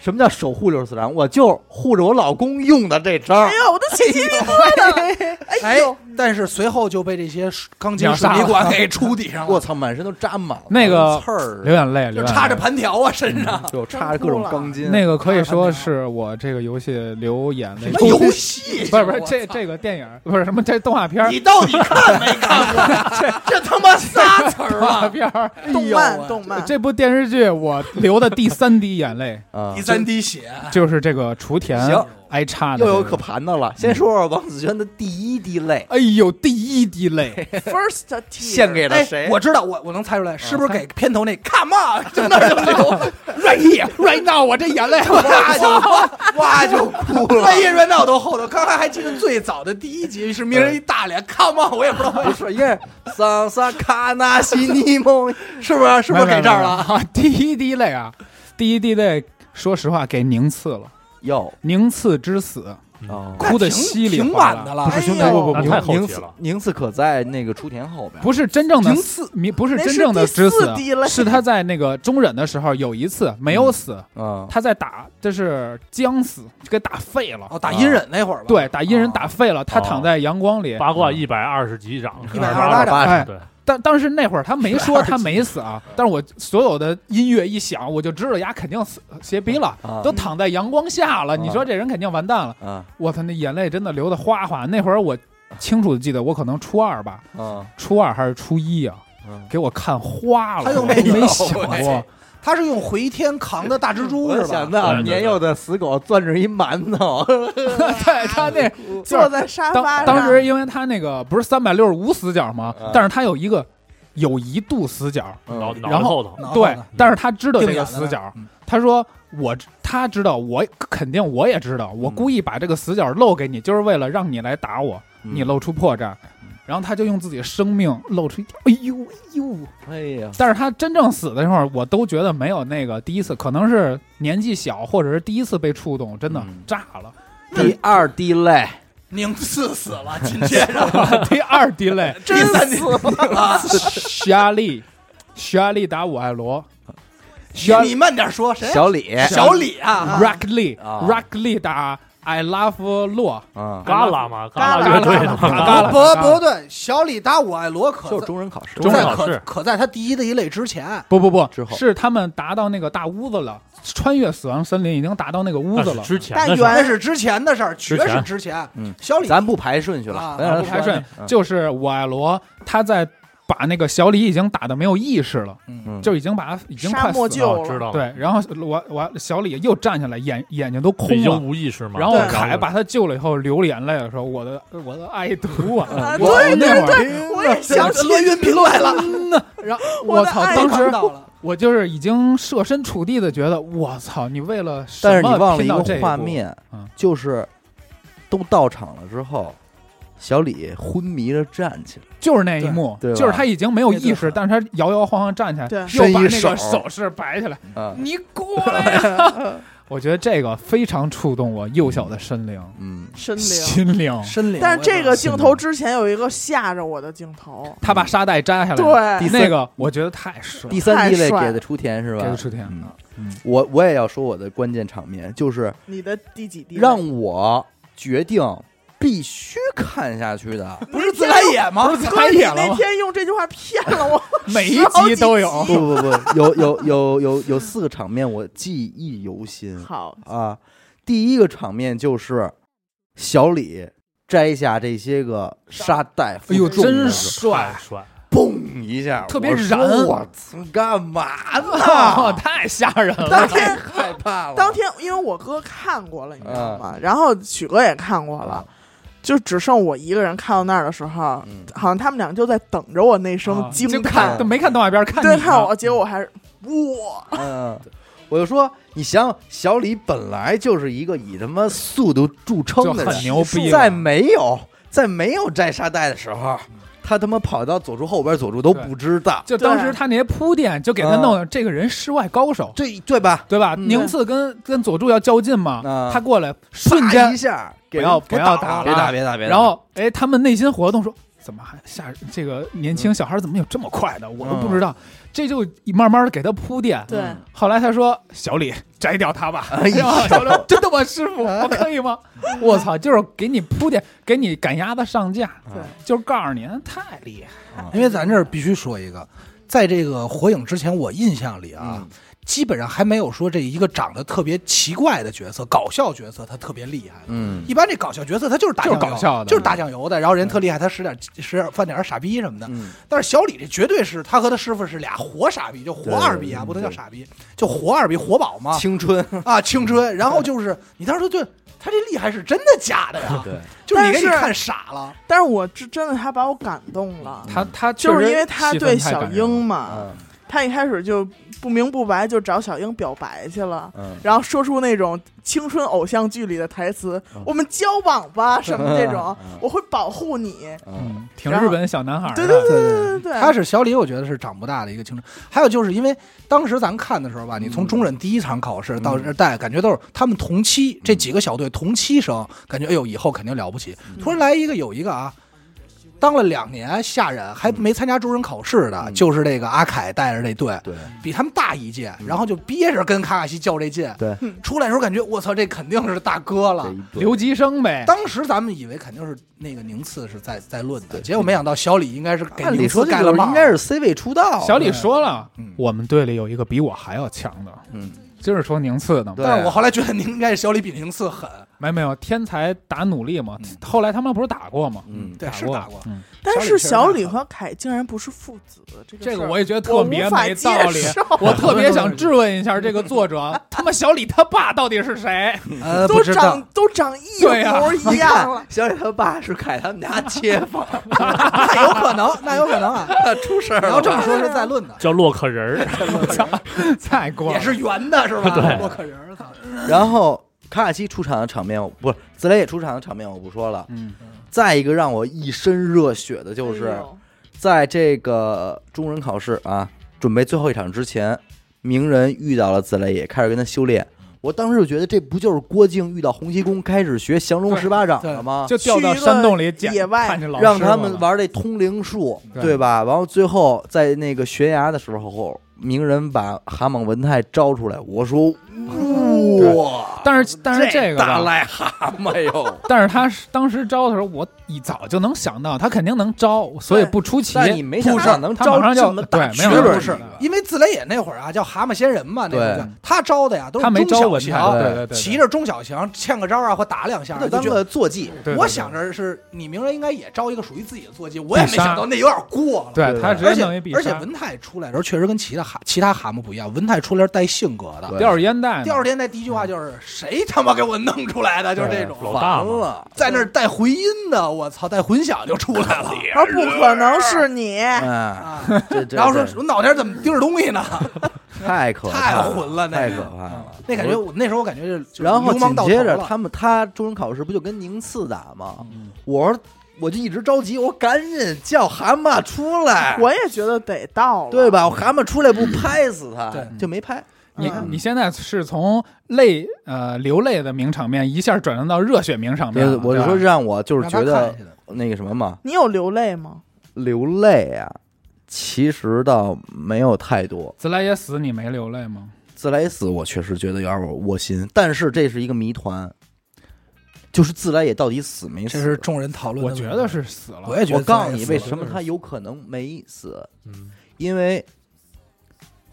Speaker 2: 什么叫守护六十四掌？我就护着我老公用的这招儿
Speaker 5: 哎。呦，我都起鸡皮疙瘩了。哎
Speaker 4: 哎
Speaker 5: 呦，，
Speaker 4: 但是随后就被这些钢筋水泥管 给杵底上
Speaker 2: 我
Speaker 4: 了，
Speaker 2: 操，满身都沾满了
Speaker 6: 那个
Speaker 2: 刺儿，
Speaker 6: 流眼泪，流
Speaker 4: 就
Speaker 6: 眼泪
Speaker 4: 插着盘条啊身上。
Speaker 2: 就插着各种钢筋。
Speaker 6: 那个可以说是我这个游戏流眼泪，
Speaker 4: 那游戏啊
Speaker 6: 不是不是这这个电影不是什么这动画 片儿
Speaker 4: 你到底看没看过呀？ 这他妈仨词儿
Speaker 6: 动画
Speaker 4: 啊！
Speaker 6: 片儿，
Speaker 5: 动漫，动漫，
Speaker 6: 这部电视剧我流的第三滴眼 泪
Speaker 2: 啊
Speaker 4: 第，三滴血，
Speaker 6: 就是这个雏田
Speaker 2: 行
Speaker 6: 挨叉的
Speaker 2: 又
Speaker 6: 这个，
Speaker 2: 有可盘的了。
Speaker 6: 嗯
Speaker 2: 先说说王子轩的第一滴泪
Speaker 6: 哎呦第一滴泪，
Speaker 5: first tear
Speaker 2: 献给了
Speaker 4: 哎
Speaker 2: 谁？，哦
Speaker 4: 我知道，我我能猜出来，是不是给片头那 come on 就那儿就流 right here right now，我这眼泪哇就 哇就哭了，right here right now 都后头。刚才还记得最早的第一集是鸣人一大脸 come on，我也不知道为什
Speaker 2: 不
Speaker 4: 么，
Speaker 2: 是，应该是桑萨卡纳西尼蒙，
Speaker 4: 是 不是是不是给这儿了？
Speaker 6: 没有？没有没有啊第一滴泪啊，第一滴泪，说实话给宁次了，
Speaker 2: 哟
Speaker 6: 宁次之死，
Speaker 2: 哦
Speaker 6: 哭的稀里
Speaker 4: 挺
Speaker 6: 哗
Speaker 4: 晚
Speaker 6: 啦
Speaker 4: 的。了，
Speaker 2: 不是兄弟，
Speaker 5: 哎呦
Speaker 2: 不不
Speaker 3: 那
Speaker 2: 不，
Speaker 3: 太后
Speaker 2: 宁
Speaker 3: 期
Speaker 2: 次
Speaker 3: 了
Speaker 2: 宁次可在那个雏田后边，
Speaker 6: 不是真正的
Speaker 4: 宁
Speaker 6: 死，你不是
Speaker 5: 那
Speaker 6: 真
Speaker 5: 是
Speaker 6: 正的
Speaker 5: 第
Speaker 6: 之
Speaker 5: 四
Speaker 6: 死，
Speaker 5: 滴泪
Speaker 6: 是他在那个中忍的时候有一次没有死，
Speaker 2: 嗯，
Speaker 6: 他在打，这是将死，就给打废了。
Speaker 4: 哦，打阴忍那会儿吧，
Speaker 6: 啊对，打阴人打废了，他
Speaker 2: 哦
Speaker 6: 躺在阳光里。
Speaker 3: 八卦一百二十几掌，
Speaker 4: 一百二十
Speaker 3: 二
Speaker 4: 八掌，
Speaker 6: 哎，
Speaker 3: 对，
Speaker 6: 但当时那会儿他没说他没死啊，但是我所有的音乐一响，我就知道丫肯定死邪逼了，
Speaker 2: 啊
Speaker 6: 都躺在阳光下了。
Speaker 2: 嗯
Speaker 6: 你说这人肯定完蛋了。
Speaker 2: 啊
Speaker 6: 我操，那眼泪真的流的哗哗。那会儿我清楚的记得，我可能初二吧，
Speaker 2: 啊
Speaker 6: 初二还是初一啊，
Speaker 2: 嗯
Speaker 6: 给我看花了，
Speaker 4: 他又
Speaker 6: 我
Speaker 4: 没
Speaker 6: 都没
Speaker 4: 有
Speaker 6: 想
Speaker 4: 哎
Speaker 6: 过。
Speaker 4: 他是用回天扛的大蜘蛛
Speaker 2: 我
Speaker 4: 是
Speaker 2: 想
Speaker 4: 吧？
Speaker 2: 到
Speaker 3: 对对对
Speaker 2: 年幼的死狗攥着一馒头，
Speaker 4: 啊
Speaker 6: 对他那
Speaker 5: 坐在沙发
Speaker 6: 当
Speaker 5: 上，
Speaker 6: 当时因为他那个不是三百六十五死角吗
Speaker 2: 嗯？
Speaker 6: 但是他有一个有一度死角，
Speaker 3: 脑
Speaker 2: 嗯
Speaker 3: 脑袋后头，
Speaker 4: 脑后
Speaker 6: 对
Speaker 4: 呢，
Speaker 6: 但是他知道这
Speaker 4: 哦定眼
Speaker 6: 个
Speaker 4: 了
Speaker 6: 死角
Speaker 4: 嗯，
Speaker 6: 他说我他知道，我肯定我也知道，我
Speaker 2: 嗯
Speaker 6: 故意把这个死角露给你，就是为了让你来打我，
Speaker 2: 嗯
Speaker 6: 你露出破绽。然后他就用自己生命露出一条，哎呦哎呦！
Speaker 2: 哎呀，
Speaker 6: 但是他真正死的时候，我都觉得没有那个第一次，可能是年纪小，或者是第一次被触动，真的
Speaker 2: 嗯
Speaker 6: 炸了。
Speaker 2: 第二滴泪，
Speaker 4: 宁次死了，紧 接着
Speaker 6: 第二滴泪，
Speaker 4: 真死 了。
Speaker 6: 夏利，夏利打我爱罗，夏
Speaker 4: 你你慢点说，谁啊？
Speaker 2: 小李
Speaker 4: 小李啊，
Speaker 6: Rock Lee
Speaker 2: 啊
Speaker 6: Rock Lee 打 I Love 洛，
Speaker 2: 啊，
Speaker 3: 嘎啦嘛，嘎
Speaker 5: 嘎啦
Speaker 3: 啦乐队
Speaker 6: 嘎
Speaker 3: 嘛，
Speaker 6: 啦
Speaker 4: 啊
Speaker 6: 嘎啦
Speaker 4: 不不对，小李打我爱罗可
Speaker 2: 就是
Speaker 4: 在
Speaker 2: 中忍考试，
Speaker 3: 中
Speaker 4: 在
Speaker 3: 考
Speaker 4: 可
Speaker 3: 试
Speaker 4: 可在他第一的一类之前，
Speaker 6: 不不不
Speaker 2: 之，后
Speaker 6: 是他们达到那个大屋子了，穿越死亡森林已经达到那个屋
Speaker 3: 那
Speaker 6: 子
Speaker 3: 是啊
Speaker 6: 了。
Speaker 3: 之前
Speaker 5: 但
Speaker 3: 的事儿
Speaker 5: 原
Speaker 4: 那是之前的事儿，绝
Speaker 3: 之
Speaker 4: 是
Speaker 3: 前
Speaker 4: 哎之前。
Speaker 2: 嗯
Speaker 4: 小李
Speaker 2: 咱不排顺序了
Speaker 4: 啊，
Speaker 2: 咱让他
Speaker 6: 不太
Speaker 2: 说
Speaker 6: 顺
Speaker 2: 完，嗯
Speaker 6: 就是我爱罗他在把那个小李已经打的没有意识了，
Speaker 2: 嗯
Speaker 6: 就已经把他已经快
Speaker 5: 沙漠
Speaker 6: 死了。
Speaker 5: 救
Speaker 3: 哦
Speaker 5: 了
Speaker 3: 知道了，
Speaker 6: 对，然后我我小李又站起来，眼眼睛都
Speaker 3: 已
Speaker 6: 空
Speaker 3: 经
Speaker 6: 了。
Speaker 3: 无意识嘛。
Speaker 6: 然后
Speaker 5: 对
Speaker 6: 凯把他救了以后，流眼泪的时候，我的我的爱徒啊！
Speaker 5: 啊
Speaker 6: 我
Speaker 5: 对
Speaker 6: 那会儿嗯
Speaker 5: 我也想起
Speaker 4: 栾云平来了，
Speaker 6: 然后
Speaker 5: 我
Speaker 6: 我
Speaker 5: 的
Speaker 6: 操，
Speaker 5: 爱
Speaker 6: 当
Speaker 4: 看
Speaker 6: 时
Speaker 4: 到了，
Speaker 6: 我就是已经设身处地的觉得，我操，你为了什
Speaker 2: 但是
Speaker 6: 么
Speaker 2: 你忘了
Speaker 6: 拼
Speaker 2: 一
Speaker 6: 到这
Speaker 2: 个
Speaker 6: 一
Speaker 2: 画
Speaker 6: 步，
Speaker 2: 面
Speaker 6: 嗯，
Speaker 2: 就是都到场了之后，小李昏迷着站起来，
Speaker 6: 就是那一幕，
Speaker 2: 对对吧
Speaker 6: 就是他已经没有意识，但是他摇摇晃晃站起来，
Speaker 5: 对
Speaker 6: 又把那
Speaker 2: 伸
Speaker 6: 个
Speaker 2: 一手
Speaker 6: 手势摆起来，
Speaker 2: 嗯
Speaker 6: 你过来呀！ 我觉得这个非常触动我幼小的身灵，
Speaker 2: 嗯，
Speaker 5: 身灵。
Speaker 6: 心灵。
Speaker 4: 身领。
Speaker 5: 但是这个
Speaker 4: 我
Speaker 5: 镜头之前有一个吓着我的镜头，
Speaker 6: 他把沙袋摘下来，
Speaker 5: 对
Speaker 2: 第三
Speaker 6: 那个我觉得太帅了
Speaker 2: 第，三滴泪
Speaker 5: 太帅
Speaker 2: 给的雏田是吧？
Speaker 6: 给了雏田
Speaker 2: 嗯
Speaker 6: 嗯
Speaker 2: 我我也要说我的关键场面，就是
Speaker 5: 你的第几滴？
Speaker 2: 让我决定必须看下去的。
Speaker 4: 不是自来也吗？
Speaker 6: 不是
Speaker 5: 哥，
Speaker 6: 太
Speaker 5: 你
Speaker 6: 野了
Speaker 5: 那
Speaker 6: 吗？
Speaker 5: 天用这句话骗了我。
Speaker 6: 每一集都有
Speaker 5: 好，
Speaker 2: 不不不，有有有有有四个场面我记忆犹新
Speaker 5: 好，
Speaker 2: 啊！第一个场面就是小李摘下这些个沙袋，
Speaker 6: 哎呦，
Speaker 2: 负重
Speaker 6: 真
Speaker 2: 的时
Speaker 3: 帅
Speaker 6: 帅！
Speaker 3: 帅，
Speaker 2: 候嘣一下，
Speaker 6: 特别
Speaker 2: 我说
Speaker 6: 燃
Speaker 2: 我操，干嘛
Speaker 6: 哇，
Speaker 2: 呢？
Speaker 6: 哦太吓人了！
Speaker 5: 当天
Speaker 2: 害怕了，
Speaker 5: 当天，因为我哥看过了，你知道
Speaker 6: 嗯
Speaker 5: 吗？然后许哥也看过了，就只剩我一个人看到那儿的时候，
Speaker 2: 嗯
Speaker 5: 好像他们俩就在等着我那声
Speaker 6: 啊
Speaker 5: 惊
Speaker 6: 就看，都没看动画片，看
Speaker 5: 对，
Speaker 6: 你
Speaker 5: 看
Speaker 6: 呢
Speaker 5: 我，结果我还是哇，
Speaker 2: 嗯，我就说，你想想，小李本来就是一个以他妈速度著
Speaker 6: 就
Speaker 2: 称的
Speaker 6: 很
Speaker 2: 人，
Speaker 6: 牛逼了，
Speaker 2: 在没有在没有摘沙袋的时候，他他妈跑到佐助后边，佐助都不知道，
Speaker 6: 就当时他那些铺垫，就给他弄的这个人世外高手，
Speaker 2: 对对吧？
Speaker 6: 对吧？
Speaker 2: 嗯
Speaker 6: 宁次跟跟佐助要较劲嘛
Speaker 2: 嗯，
Speaker 6: 他过来瞬
Speaker 2: 啪
Speaker 6: 间哎
Speaker 2: 一，下，给
Speaker 6: 不要
Speaker 2: 人给
Speaker 6: 不要打了
Speaker 2: 打别打别打别打，
Speaker 6: 然后哎，他们内心活动说，怎么还下这个年轻小孩怎么有这么快的？我都不知道，这就慢慢的给他铺垫。
Speaker 5: 对，
Speaker 6: 后来他说：“小李，摘掉他吧。”
Speaker 2: 哎呀
Speaker 6: 然后小李说真的吗，师傅？
Speaker 5: 哎
Speaker 6: 我可以吗？我操，就是给你铺垫，给你赶鸭子上架，
Speaker 5: 对，
Speaker 6: 就是告诉你太厉害。
Speaker 4: 因为咱这儿必须说一个，在这个火影之前，我印象里啊，基本上还没有说这一个长得特别奇怪的角色，搞笑角色他特别厉害。
Speaker 2: 嗯
Speaker 4: 一般这搞笑角色他就是打
Speaker 6: 就是
Speaker 4: 酱油
Speaker 6: 搞笑的
Speaker 4: 就是打酱油的，然后人特厉害，他使点使点犯点傻逼什么的。
Speaker 2: 嗯
Speaker 4: 但是小李这绝对是他和他师傅是俩活傻逼，就活二逼啊，
Speaker 2: 对
Speaker 4: 不能叫傻逼，就活二逼活宝嘛
Speaker 2: 青春，
Speaker 4: 啊，青春。然后就是你当时就他这厉害是真的假的呀？
Speaker 2: 对，
Speaker 4: 就是你给你
Speaker 5: 但是
Speaker 4: 看傻了，
Speaker 5: 但是我真真的他把我感动了，
Speaker 6: 他他确
Speaker 5: 嗯就是
Speaker 6: 实
Speaker 5: 因为他
Speaker 6: 气氛
Speaker 5: 对
Speaker 6: 太
Speaker 5: 小
Speaker 6: 感人了
Speaker 5: 樱嘛，
Speaker 2: 嗯
Speaker 5: 他一开始就不明不白就找小樱表白去了。
Speaker 2: 嗯，
Speaker 5: 然后说出那种青春偶像剧里的台词
Speaker 2: 嗯，
Speaker 5: 我们交 往吧什么这种
Speaker 2: 嗯嗯，
Speaker 5: 我会保护你。
Speaker 2: 嗯
Speaker 6: 嗯，挺
Speaker 5: 然
Speaker 6: 日
Speaker 5: 后
Speaker 6: 本小男孩儿
Speaker 5: 对
Speaker 6: 的。
Speaker 5: 对对
Speaker 4: 对
Speaker 5: 对对对，
Speaker 4: 他是小李，我觉得是长不大的一个青春。还有就是因为当时咱看的时候吧，你
Speaker 2: 嗯
Speaker 4: 从中忍第一场考试到这带，感觉都是他们同
Speaker 2: 嗯
Speaker 4: 期这几个小队同期生，感觉哎呦以后肯定了不起。
Speaker 2: 嗯
Speaker 4: 突然来一个有一个啊，当了两年下人还没参加中忍考试的，
Speaker 2: 嗯
Speaker 4: 就是这个阿凯带着这队，
Speaker 2: 对，
Speaker 4: 比他们大一届，然后就憋着跟卡卡西较这劲。
Speaker 2: 嗯对，
Speaker 4: 出来的时候感觉我操，这肯定是大哥了
Speaker 2: 这。一对
Speaker 6: 留级生呗，
Speaker 4: 当时咱们以为肯定是那个宁次是在在论的，结果没想到小李应该是给
Speaker 2: 按理
Speaker 4: 宁
Speaker 2: 说
Speaker 4: 次
Speaker 2: 这
Speaker 4: 盖
Speaker 2: 个
Speaker 4: 了帽
Speaker 2: 应
Speaker 4: 儿，
Speaker 2: 该是 C 位出道，
Speaker 6: 小李说了
Speaker 4: 嗯，
Speaker 6: 我们队里有一个比我还要强的，
Speaker 2: 嗯，
Speaker 6: 就是说宁次的嘛。
Speaker 2: 对
Speaker 4: 但是我后来觉得您应该是小李比宁次狠，
Speaker 6: 没没有天才打努力嘛，
Speaker 5: 嗯
Speaker 6: 后来他们不是打过吗？
Speaker 2: 嗯，
Speaker 4: 对，是
Speaker 6: 过
Speaker 4: 打过。
Speaker 6: 嗯
Speaker 5: 但是小李和凯竟然不是父子，这个
Speaker 6: 啊这
Speaker 5: 这
Speaker 6: 个我也觉得特别没道理。
Speaker 5: 我
Speaker 6: 我特别想质问一下这个作者，他妈小李他爸到底是谁？
Speaker 4: 呃，
Speaker 5: 都
Speaker 4: 不知
Speaker 5: 长
Speaker 4: 道，
Speaker 5: 都长一
Speaker 6: 对啊呀
Speaker 5: 模一
Speaker 2: 你
Speaker 5: 样了
Speaker 2: 看，，小李他爸是凯他们家 街坊，
Speaker 4: 那有可能，那有可能 啊。
Speaker 2: 出事儿
Speaker 4: 你
Speaker 2: 了。
Speaker 4: 要这么说，是在论的，
Speaker 3: 叫洛克人儿，
Speaker 6: 太过
Speaker 4: 也
Speaker 6: 了，
Speaker 4: 是圆的，是吧？
Speaker 3: 对
Speaker 4: 洛克人儿，操
Speaker 2: 然后卡卡西出场的场面，我不是自来也出场的场面，我不说了。
Speaker 6: 嗯，
Speaker 2: 再一个让我一身热血的就是
Speaker 5: 哎，呦
Speaker 2: 在这个中忍考试啊，准备最后一场之前，鸣人遇到了自来也，开始跟他修炼。我当时就觉得，这不就是郭靖遇到洪七公开始学降龙十八掌了吗？
Speaker 6: 就掉到山洞里捡，
Speaker 5: 去一个野外
Speaker 6: 看见老师
Speaker 2: 让他们
Speaker 6: 了。
Speaker 2: 玩这通灵术，
Speaker 6: 对
Speaker 2: 对吧？然后最后在那个悬崖的时候，鸣人把蛤蟆文太招出来，我说哇，
Speaker 6: 但是但是这个
Speaker 2: 大
Speaker 6: 吧，
Speaker 2: 癞蛤蟆 哟！
Speaker 6: 但是他是当时招的时候，我一早就能想到他肯定能招，所以
Speaker 5: 对
Speaker 6: 不出奇。
Speaker 2: 但是你没想
Speaker 6: 不
Speaker 2: 到
Speaker 6: 是
Speaker 2: 能
Speaker 6: 他马
Speaker 2: 招
Speaker 6: 上
Speaker 2: 这
Speaker 6: 就
Speaker 2: 么大
Speaker 6: 对，没有
Speaker 2: 学
Speaker 6: 人
Speaker 2: 问
Speaker 4: 不
Speaker 6: 知
Speaker 4: 是
Speaker 6: 道，
Speaker 4: 因为自来也那会儿啊，叫蛤蟆仙人嘛，那
Speaker 2: 对
Speaker 4: 个叫他招的呀，都
Speaker 6: 他没
Speaker 4: 是
Speaker 6: 招
Speaker 4: 中小
Speaker 6: 文
Speaker 4: 强
Speaker 6: 强，，
Speaker 2: 对
Speaker 6: 对对对对，
Speaker 4: 骑着中小强欠个招啊，或打两下，
Speaker 2: 就
Speaker 4: 就
Speaker 2: 当
Speaker 4: 觉得。
Speaker 2: 个坐骑，
Speaker 6: 对对
Speaker 4: 我
Speaker 6: 对
Speaker 4: 想着是你鸣人应该也招一个属于自己的坐骑，我也没
Speaker 6: 必杀
Speaker 4: 想到那有点过了。
Speaker 6: 对他直
Speaker 4: 而
Speaker 6: 接
Speaker 4: 且
Speaker 6: 弄一必
Speaker 4: 而且
Speaker 6: 杀，
Speaker 4: 文泰出来的时候，确实跟其他蛤其他蛤蟆不一样，文泰出来是带性格的，
Speaker 2: 对嗯
Speaker 6: 吊着烟袋呢，
Speaker 4: 第二天那第一句话就是谁他妈给我弄出来的，就是这种，
Speaker 3: 老大
Speaker 2: 完
Speaker 3: 嘛，
Speaker 2: 了。
Speaker 4: 在那儿带回音的，我操，带混响就出来了。
Speaker 5: 他说不可能是你，
Speaker 2: 嗯，
Speaker 4: 啊，
Speaker 2: 这这
Speaker 4: 然后说
Speaker 2: 这
Speaker 4: 我脑袋怎么盯着东 西呢？
Speaker 2: 太可怕
Speaker 4: 太
Speaker 2: 了
Speaker 4: 混了，那
Speaker 2: 太
Speaker 4: 个
Speaker 2: 可怕了。
Speaker 4: 那感觉我那时候我感觉就
Speaker 2: 然后
Speaker 4: 流氓
Speaker 2: 紧
Speaker 4: 到头
Speaker 2: 接着
Speaker 4: 了嗯
Speaker 2: 他们他中文考试不就跟宁次打吗？我说我就一直着急，我赶紧叫蛤蟆出来，
Speaker 5: 我也觉得得到了，
Speaker 2: 对？吧？我蛤蟆出来不拍死他，
Speaker 4: 对
Speaker 2: 就没拍。
Speaker 6: 你
Speaker 5: 嗯
Speaker 6: 你现在是从泪呃流泪的名场面一下转换到热血名场面了，
Speaker 2: 我
Speaker 6: 对
Speaker 2: 就
Speaker 6: 吧
Speaker 2: 说让我就是觉
Speaker 4: 啊让他看
Speaker 2: 得
Speaker 4: 下去
Speaker 2: 那个什么嘛，
Speaker 5: 你有流泪吗？
Speaker 2: 流泪啊，其实倒没有太多。
Speaker 6: 自来也死，你没流泪吗？
Speaker 2: 自来也死，我确实觉得有点窝心，但是这是一个谜团，就是自来也到底死没死？
Speaker 4: 这是众人讨论，
Speaker 6: 我觉得，是死了，
Speaker 4: 我也觉
Speaker 2: 我
Speaker 4: 得自来
Speaker 2: 告
Speaker 4: 也死了。
Speaker 2: 诉你为什么他有可能没死，
Speaker 3: 嗯，
Speaker 2: 因为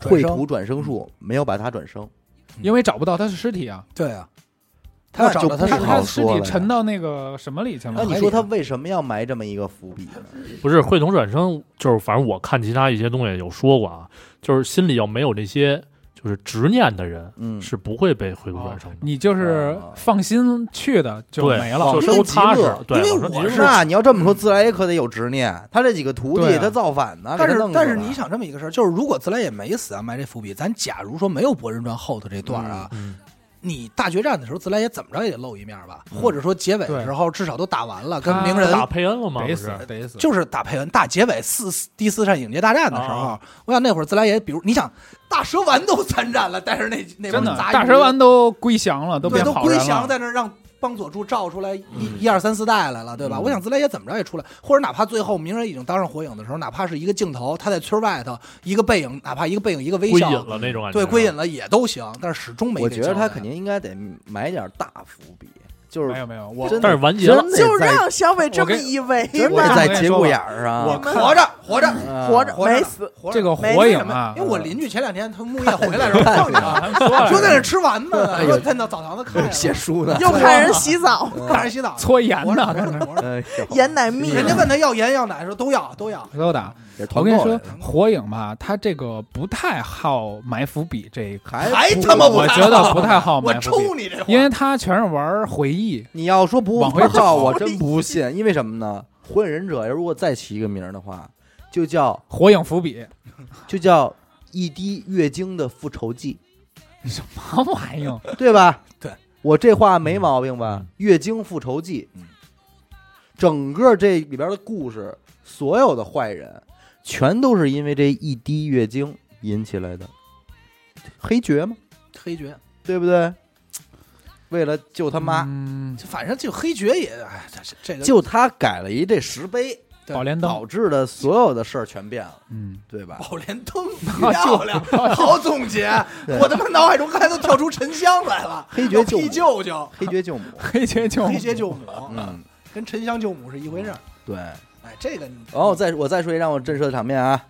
Speaker 2: 绘图转生术没有把它转生，
Speaker 3: 嗯
Speaker 6: 因为找不到他的尸体啊，
Speaker 4: 对啊，他要
Speaker 2: 那
Speaker 4: 找
Speaker 2: 就
Speaker 4: 到他
Speaker 2: 不
Speaker 6: 他
Speaker 4: 是
Speaker 2: 好
Speaker 6: 他尸
Speaker 2: 说了
Speaker 6: 体
Speaker 2: 呀
Speaker 6: 沉到那个什么里
Speaker 4: 嗯
Speaker 6: 去
Speaker 2: 那
Speaker 4: 哎
Speaker 6: 了？
Speaker 2: 你
Speaker 4: 啊
Speaker 2: 说他为什么要埋这么一个伏笔呢？
Speaker 3: 不是会同转生，就是反正我看其他一些东西有说过啊，就是心里要没有那些。就是执念的人
Speaker 2: 嗯，
Speaker 3: 是不会被回归转生的。
Speaker 6: 你就是
Speaker 4: 啊
Speaker 6: 放心去的就
Speaker 3: 对
Speaker 6: 没了
Speaker 3: 就。生活踏实了。对，
Speaker 4: 因为
Speaker 3: 说
Speaker 4: 我
Speaker 3: 你
Speaker 4: 是
Speaker 2: 那啊你要这么
Speaker 4: 嗯
Speaker 2: 说，自来也可得有执念，他这几个徒
Speaker 6: 对
Speaker 2: 弟
Speaker 6: 啊
Speaker 2: 他造反呢，
Speaker 4: 但
Speaker 2: 给
Speaker 4: 是
Speaker 2: 他弄死
Speaker 4: 但是
Speaker 2: 了
Speaker 4: 你想这么一个事儿，就是如果自来也没死啊，埋这伏笔，咱假如说没有《博人传》后头这段啊，
Speaker 3: 嗯
Speaker 4: 你大决战的时候，自来也怎么着也得露一面吧，或者说结尾的时候至少都打完了，跟
Speaker 6: 他
Speaker 4: 鸣
Speaker 3: 不
Speaker 4: 人
Speaker 3: 打佩恩了吗？
Speaker 6: 得
Speaker 3: 不
Speaker 6: 死
Speaker 3: 是，
Speaker 6: 得死，
Speaker 4: 就是打配文大结尾四第四场影界大战的时候，
Speaker 3: 啊
Speaker 4: 我想那会儿自来也，比如你想大蛇丸都参战了，但是那那会
Speaker 6: 真
Speaker 4: 儿
Speaker 6: 的
Speaker 4: 砸
Speaker 6: 大蛇丸都归降了，都
Speaker 4: 对
Speaker 6: 变
Speaker 4: 都
Speaker 6: 好
Speaker 4: 归
Speaker 6: 人
Speaker 4: 降，
Speaker 6: 了。嗯
Speaker 4: 在那儿让帮佐助照出来一、一二三四代来了，对吧？我想自来也怎么着也出来，或者哪怕最后鸣人已经当上火影的时候，哪怕是一个镜头，他在村外头一个背影，哪怕一个背影一个微
Speaker 3: 归
Speaker 4: 笑，
Speaker 3: 隐了那种感觉。
Speaker 4: 对，归隐了也都行，但是始终没
Speaker 2: 我
Speaker 4: 给
Speaker 2: 觉得
Speaker 4: 交
Speaker 2: 他
Speaker 4: 代
Speaker 2: 肯定应该得埋点大伏笔，就是
Speaker 6: 没有没有，我
Speaker 2: 真的
Speaker 3: 但是完结了
Speaker 2: 真得
Speaker 5: 就
Speaker 2: 在
Speaker 5: 让小伟这
Speaker 6: 我
Speaker 5: 么
Speaker 6: 跟
Speaker 5: 以为
Speaker 6: 真
Speaker 2: 我
Speaker 6: 的
Speaker 5: 吧，
Speaker 2: 在节骨眼儿上，
Speaker 6: 我
Speaker 4: 活着活着
Speaker 2: 啊
Speaker 5: 活着
Speaker 4: 活着
Speaker 5: 没
Speaker 4: 呢
Speaker 5: 死，
Speaker 4: 活着
Speaker 6: 这个
Speaker 5: 没
Speaker 6: 火影
Speaker 5: 什么
Speaker 6: 啊，
Speaker 4: 因为我邻居前两 天他木叶回来的时候碰见了，
Speaker 6: 他们说了
Speaker 4: 说在那吃丸子呢，
Speaker 2: 哎呦
Speaker 4: 说在那澡堂子看 着
Speaker 2: 写书呢，
Speaker 5: 又看人洗澡，
Speaker 4: 看人洗澡，
Speaker 6: 搓盐
Speaker 4: 活着
Speaker 6: 呢，
Speaker 4: 活 着活着
Speaker 2: 哎呦
Speaker 5: 盐奶蜜，
Speaker 2: 啊
Speaker 4: 人家问他要盐要奶，说都要都要。
Speaker 6: 都打。
Speaker 2: 也是
Speaker 6: 呃我
Speaker 2: 团
Speaker 6: 跟你
Speaker 2: 购
Speaker 6: 说
Speaker 2: 来的，
Speaker 6: 火影吧，它这个不太好埋伏笔这一块，
Speaker 2: 还
Speaker 4: 还他妈不
Speaker 6: 我
Speaker 4: 太
Speaker 6: 觉得
Speaker 4: 好
Speaker 6: 不太好
Speaker 4: 我
Speaker 6: 埋伏笔，
Speaker 4: 抽你啊这话，
Speaker 6: 因为它全是玩回忆。
Speaker 2: 你要说不
Speaker 6: 往回
Speaker 2: 照，
Speaker 6: 跑
Speaker 2: 我真不信，因为什么呢？火影忍者如果再起一个名儿的话，就叫
Speaker 6: 火影伏笔，
Speaker 2: 就叫一滴月经的复仇记，
Speaker 6: 什么玩意儿？
Speaker 2: 对吧？
Speaker 4: 对，
Speaker 2: 我这话没毛病吧
Speaker 3: 嗯？
Speaker 2: 月经复仇记
Speaker 4: 嗯，
Speaker 2: 整个这里边的故事，所有的坏人全都是因为这一滴月经引起来的，黑爵嘛，
Speaker 4: 黑爵，
Speaker 2: 对不对？为了救他
Speaker 4: 啊
Speaker 2: 妈，
Speaker 6: 嗯，
Speaker 4: 就反正就黑爵也，哎，这是这个
Speaker 2: 就他改了一这石碑，
Speaker 4: 对
Speaker 6: 宝莲灯
Speaker 2: 导，致的所有的事儿全变了，
Speaker 6: 嗯，
Speaker 2: 对吧？
Speaker 4: 宝莲 灯
Speaker 2: 啊
Speaker 4: 漂 亮，好总结
Speaker 2: 对，
Speaker 4: 我他妈脑海中刚才都跳出沉香来了。
Speaker 2: 黑爵救
Speaker 4: 屁
Speaker 2: 母，
Speaker 4: 舅舅，
Speaker 2: 黑爵救母，
Speaker 6: 黑杰就
Speaker 4: 黑爵舅母，啊
Speaker 2: 嗯，
Speaker 4: 跟沉香舅母是一回事儿。
Speaker 2: 对。
Speaker 4: 哎，这个你
Speaker 2: 然后我再我再说一让我震慑的场面啊，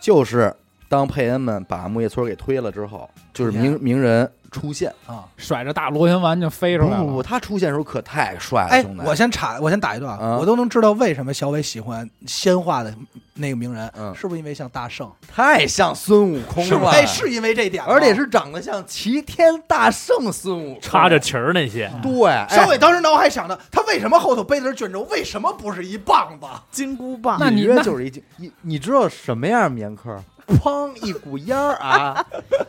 Speaker 2: 就是当佩恩们把木叶村给推了之后，就是鸣鸣人出现，
Speaker 4: 啊，
Speaker 6: 甩着大螺旋丸就飞出
Speaker 2: 不
Speaker 6: 来
Speaker 2: 不
Speaker 6: 了
Speaker 2: 不，。他出现的时候可太帅了，
Speaker 4: 哎
Speaker 2: 兄，弟，
Speaker 4: 我先插，我先打一段
Speaker 2: 啊
Speaker 4: 啊，我都能知道为什么小伟喜欢仙化的那个名人
Speaker 2: 嗯，
Speaker 4: 是不是因为像大圣？
Speaker 2: 太像孙悟空
Speaker 4: 是不
Speaker 2: 了，
Speaker 4: 哎，是因为这点吗，
Speaker 2: 而且是长得像齐天大圣孙悟空，
Speaker 3: 插着旗儿那些，
Speaker 2: 对，哎
Speaker 4: 小伟当时脑海想的，他为什么后头背的是卷轴，为什么不是一棒子？
Speaker 2: 啊
Speaker 5: 金箍棒
Speaker 6: 那，你
Speaker 2: 隐约就是一句你你知道什么样棉科？砰，一股烟儿啊，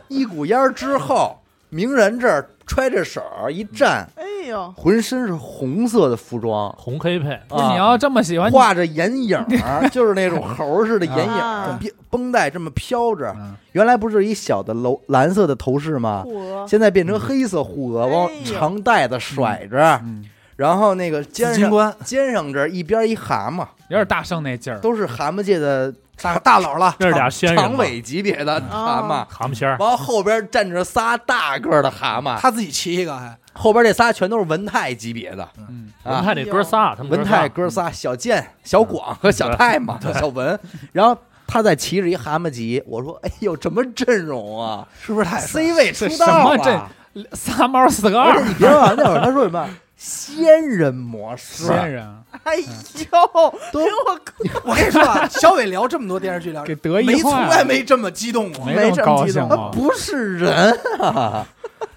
Speaker 2: 一股烟儿之后，鸣人这儿揣着手儿一站，
Speaker 5: 哎呦，
Speaker 2: 浑身是红色的服装，啊
Speaker 3: 红 K 配，
Speaker 6: 不是你要这么喜欢，
Speaker 2: 画着眼影儿，就是那种猴儿似的眼影儿
Speaker 5: 啊，
Speaker 2: 别绷带这么飘着
Speaker 6: 嗯。
Speaker 2: 原来不是一小的楼蓝色的头饰吗？
Speaker 5: 我
Speaker 2: 现在变成黑色护额，往
Speaker 5: 哎呦
Speaker 2: 长带子甩着，
Speaker 6: 嗯，
Speaker 2: 然后那个肩
Speaker 4: 紫金
Speaker 2: 上
Speaker 4: 冠
Speaker 2: 肩上这儿一边一蛤蟆，
Speaker 6: 有点大圣那劲儿。
Speaker 2: 都是蛤蟆界的
Speaker 4: 大大佬了，
Speaker 3: 那是俩仙人
Speaker 2: 长
Speaker 3: 嘛，
Speaker 2: 尾级别的蛤蟆，
Speaker 3: 蛤蟆仙儿，
Speaker 2: 完后边站着仨大个儿的蛤蟆，
Speaker 4: 他自己骑一个还。
Speaker 2: 后边这仨全都是文泰级别的
Speaker 6: 嗯，
Speaker 3: 文
Speaker 2: 啊。
Speaker 3: 泰那哥仨，他们
Speaker 2: 文
Speaker 3: 哥仨
Speaker 2: 泰哥仨，小健、小广和小泰嘛，小文。然后他在骑着一蛤蟆级，我说：“哎呦，什么阵容啊
Speaker 4: 是不是太
Speaker 2: ！C 位出
Speaker 6: 这什
Speaker 2: 道
Speaker 6: 么
Speaker 2: 啊！”
Speaker 6: 阵？仨猫四个
Speaker 2: 而
Speaker 6: 二
Speaker 2: 且，你别忘了，那会儿他说什么仙人模式，
Speaker 6: 仙人
Speaker 5: 哎呦， 给我哭
Speaker 4: 我跟你说啊，小伟聊这么多电视剧聊，
Speaker 6: 给德意
Speaker 4: 没从
Speaker 6: 化
Speaker 4: 来没这么激动过。
Speaker 6: 没这么高兴
Speaker 2: 他
Speaker 6: 啊。
Speaker 2: 不是人。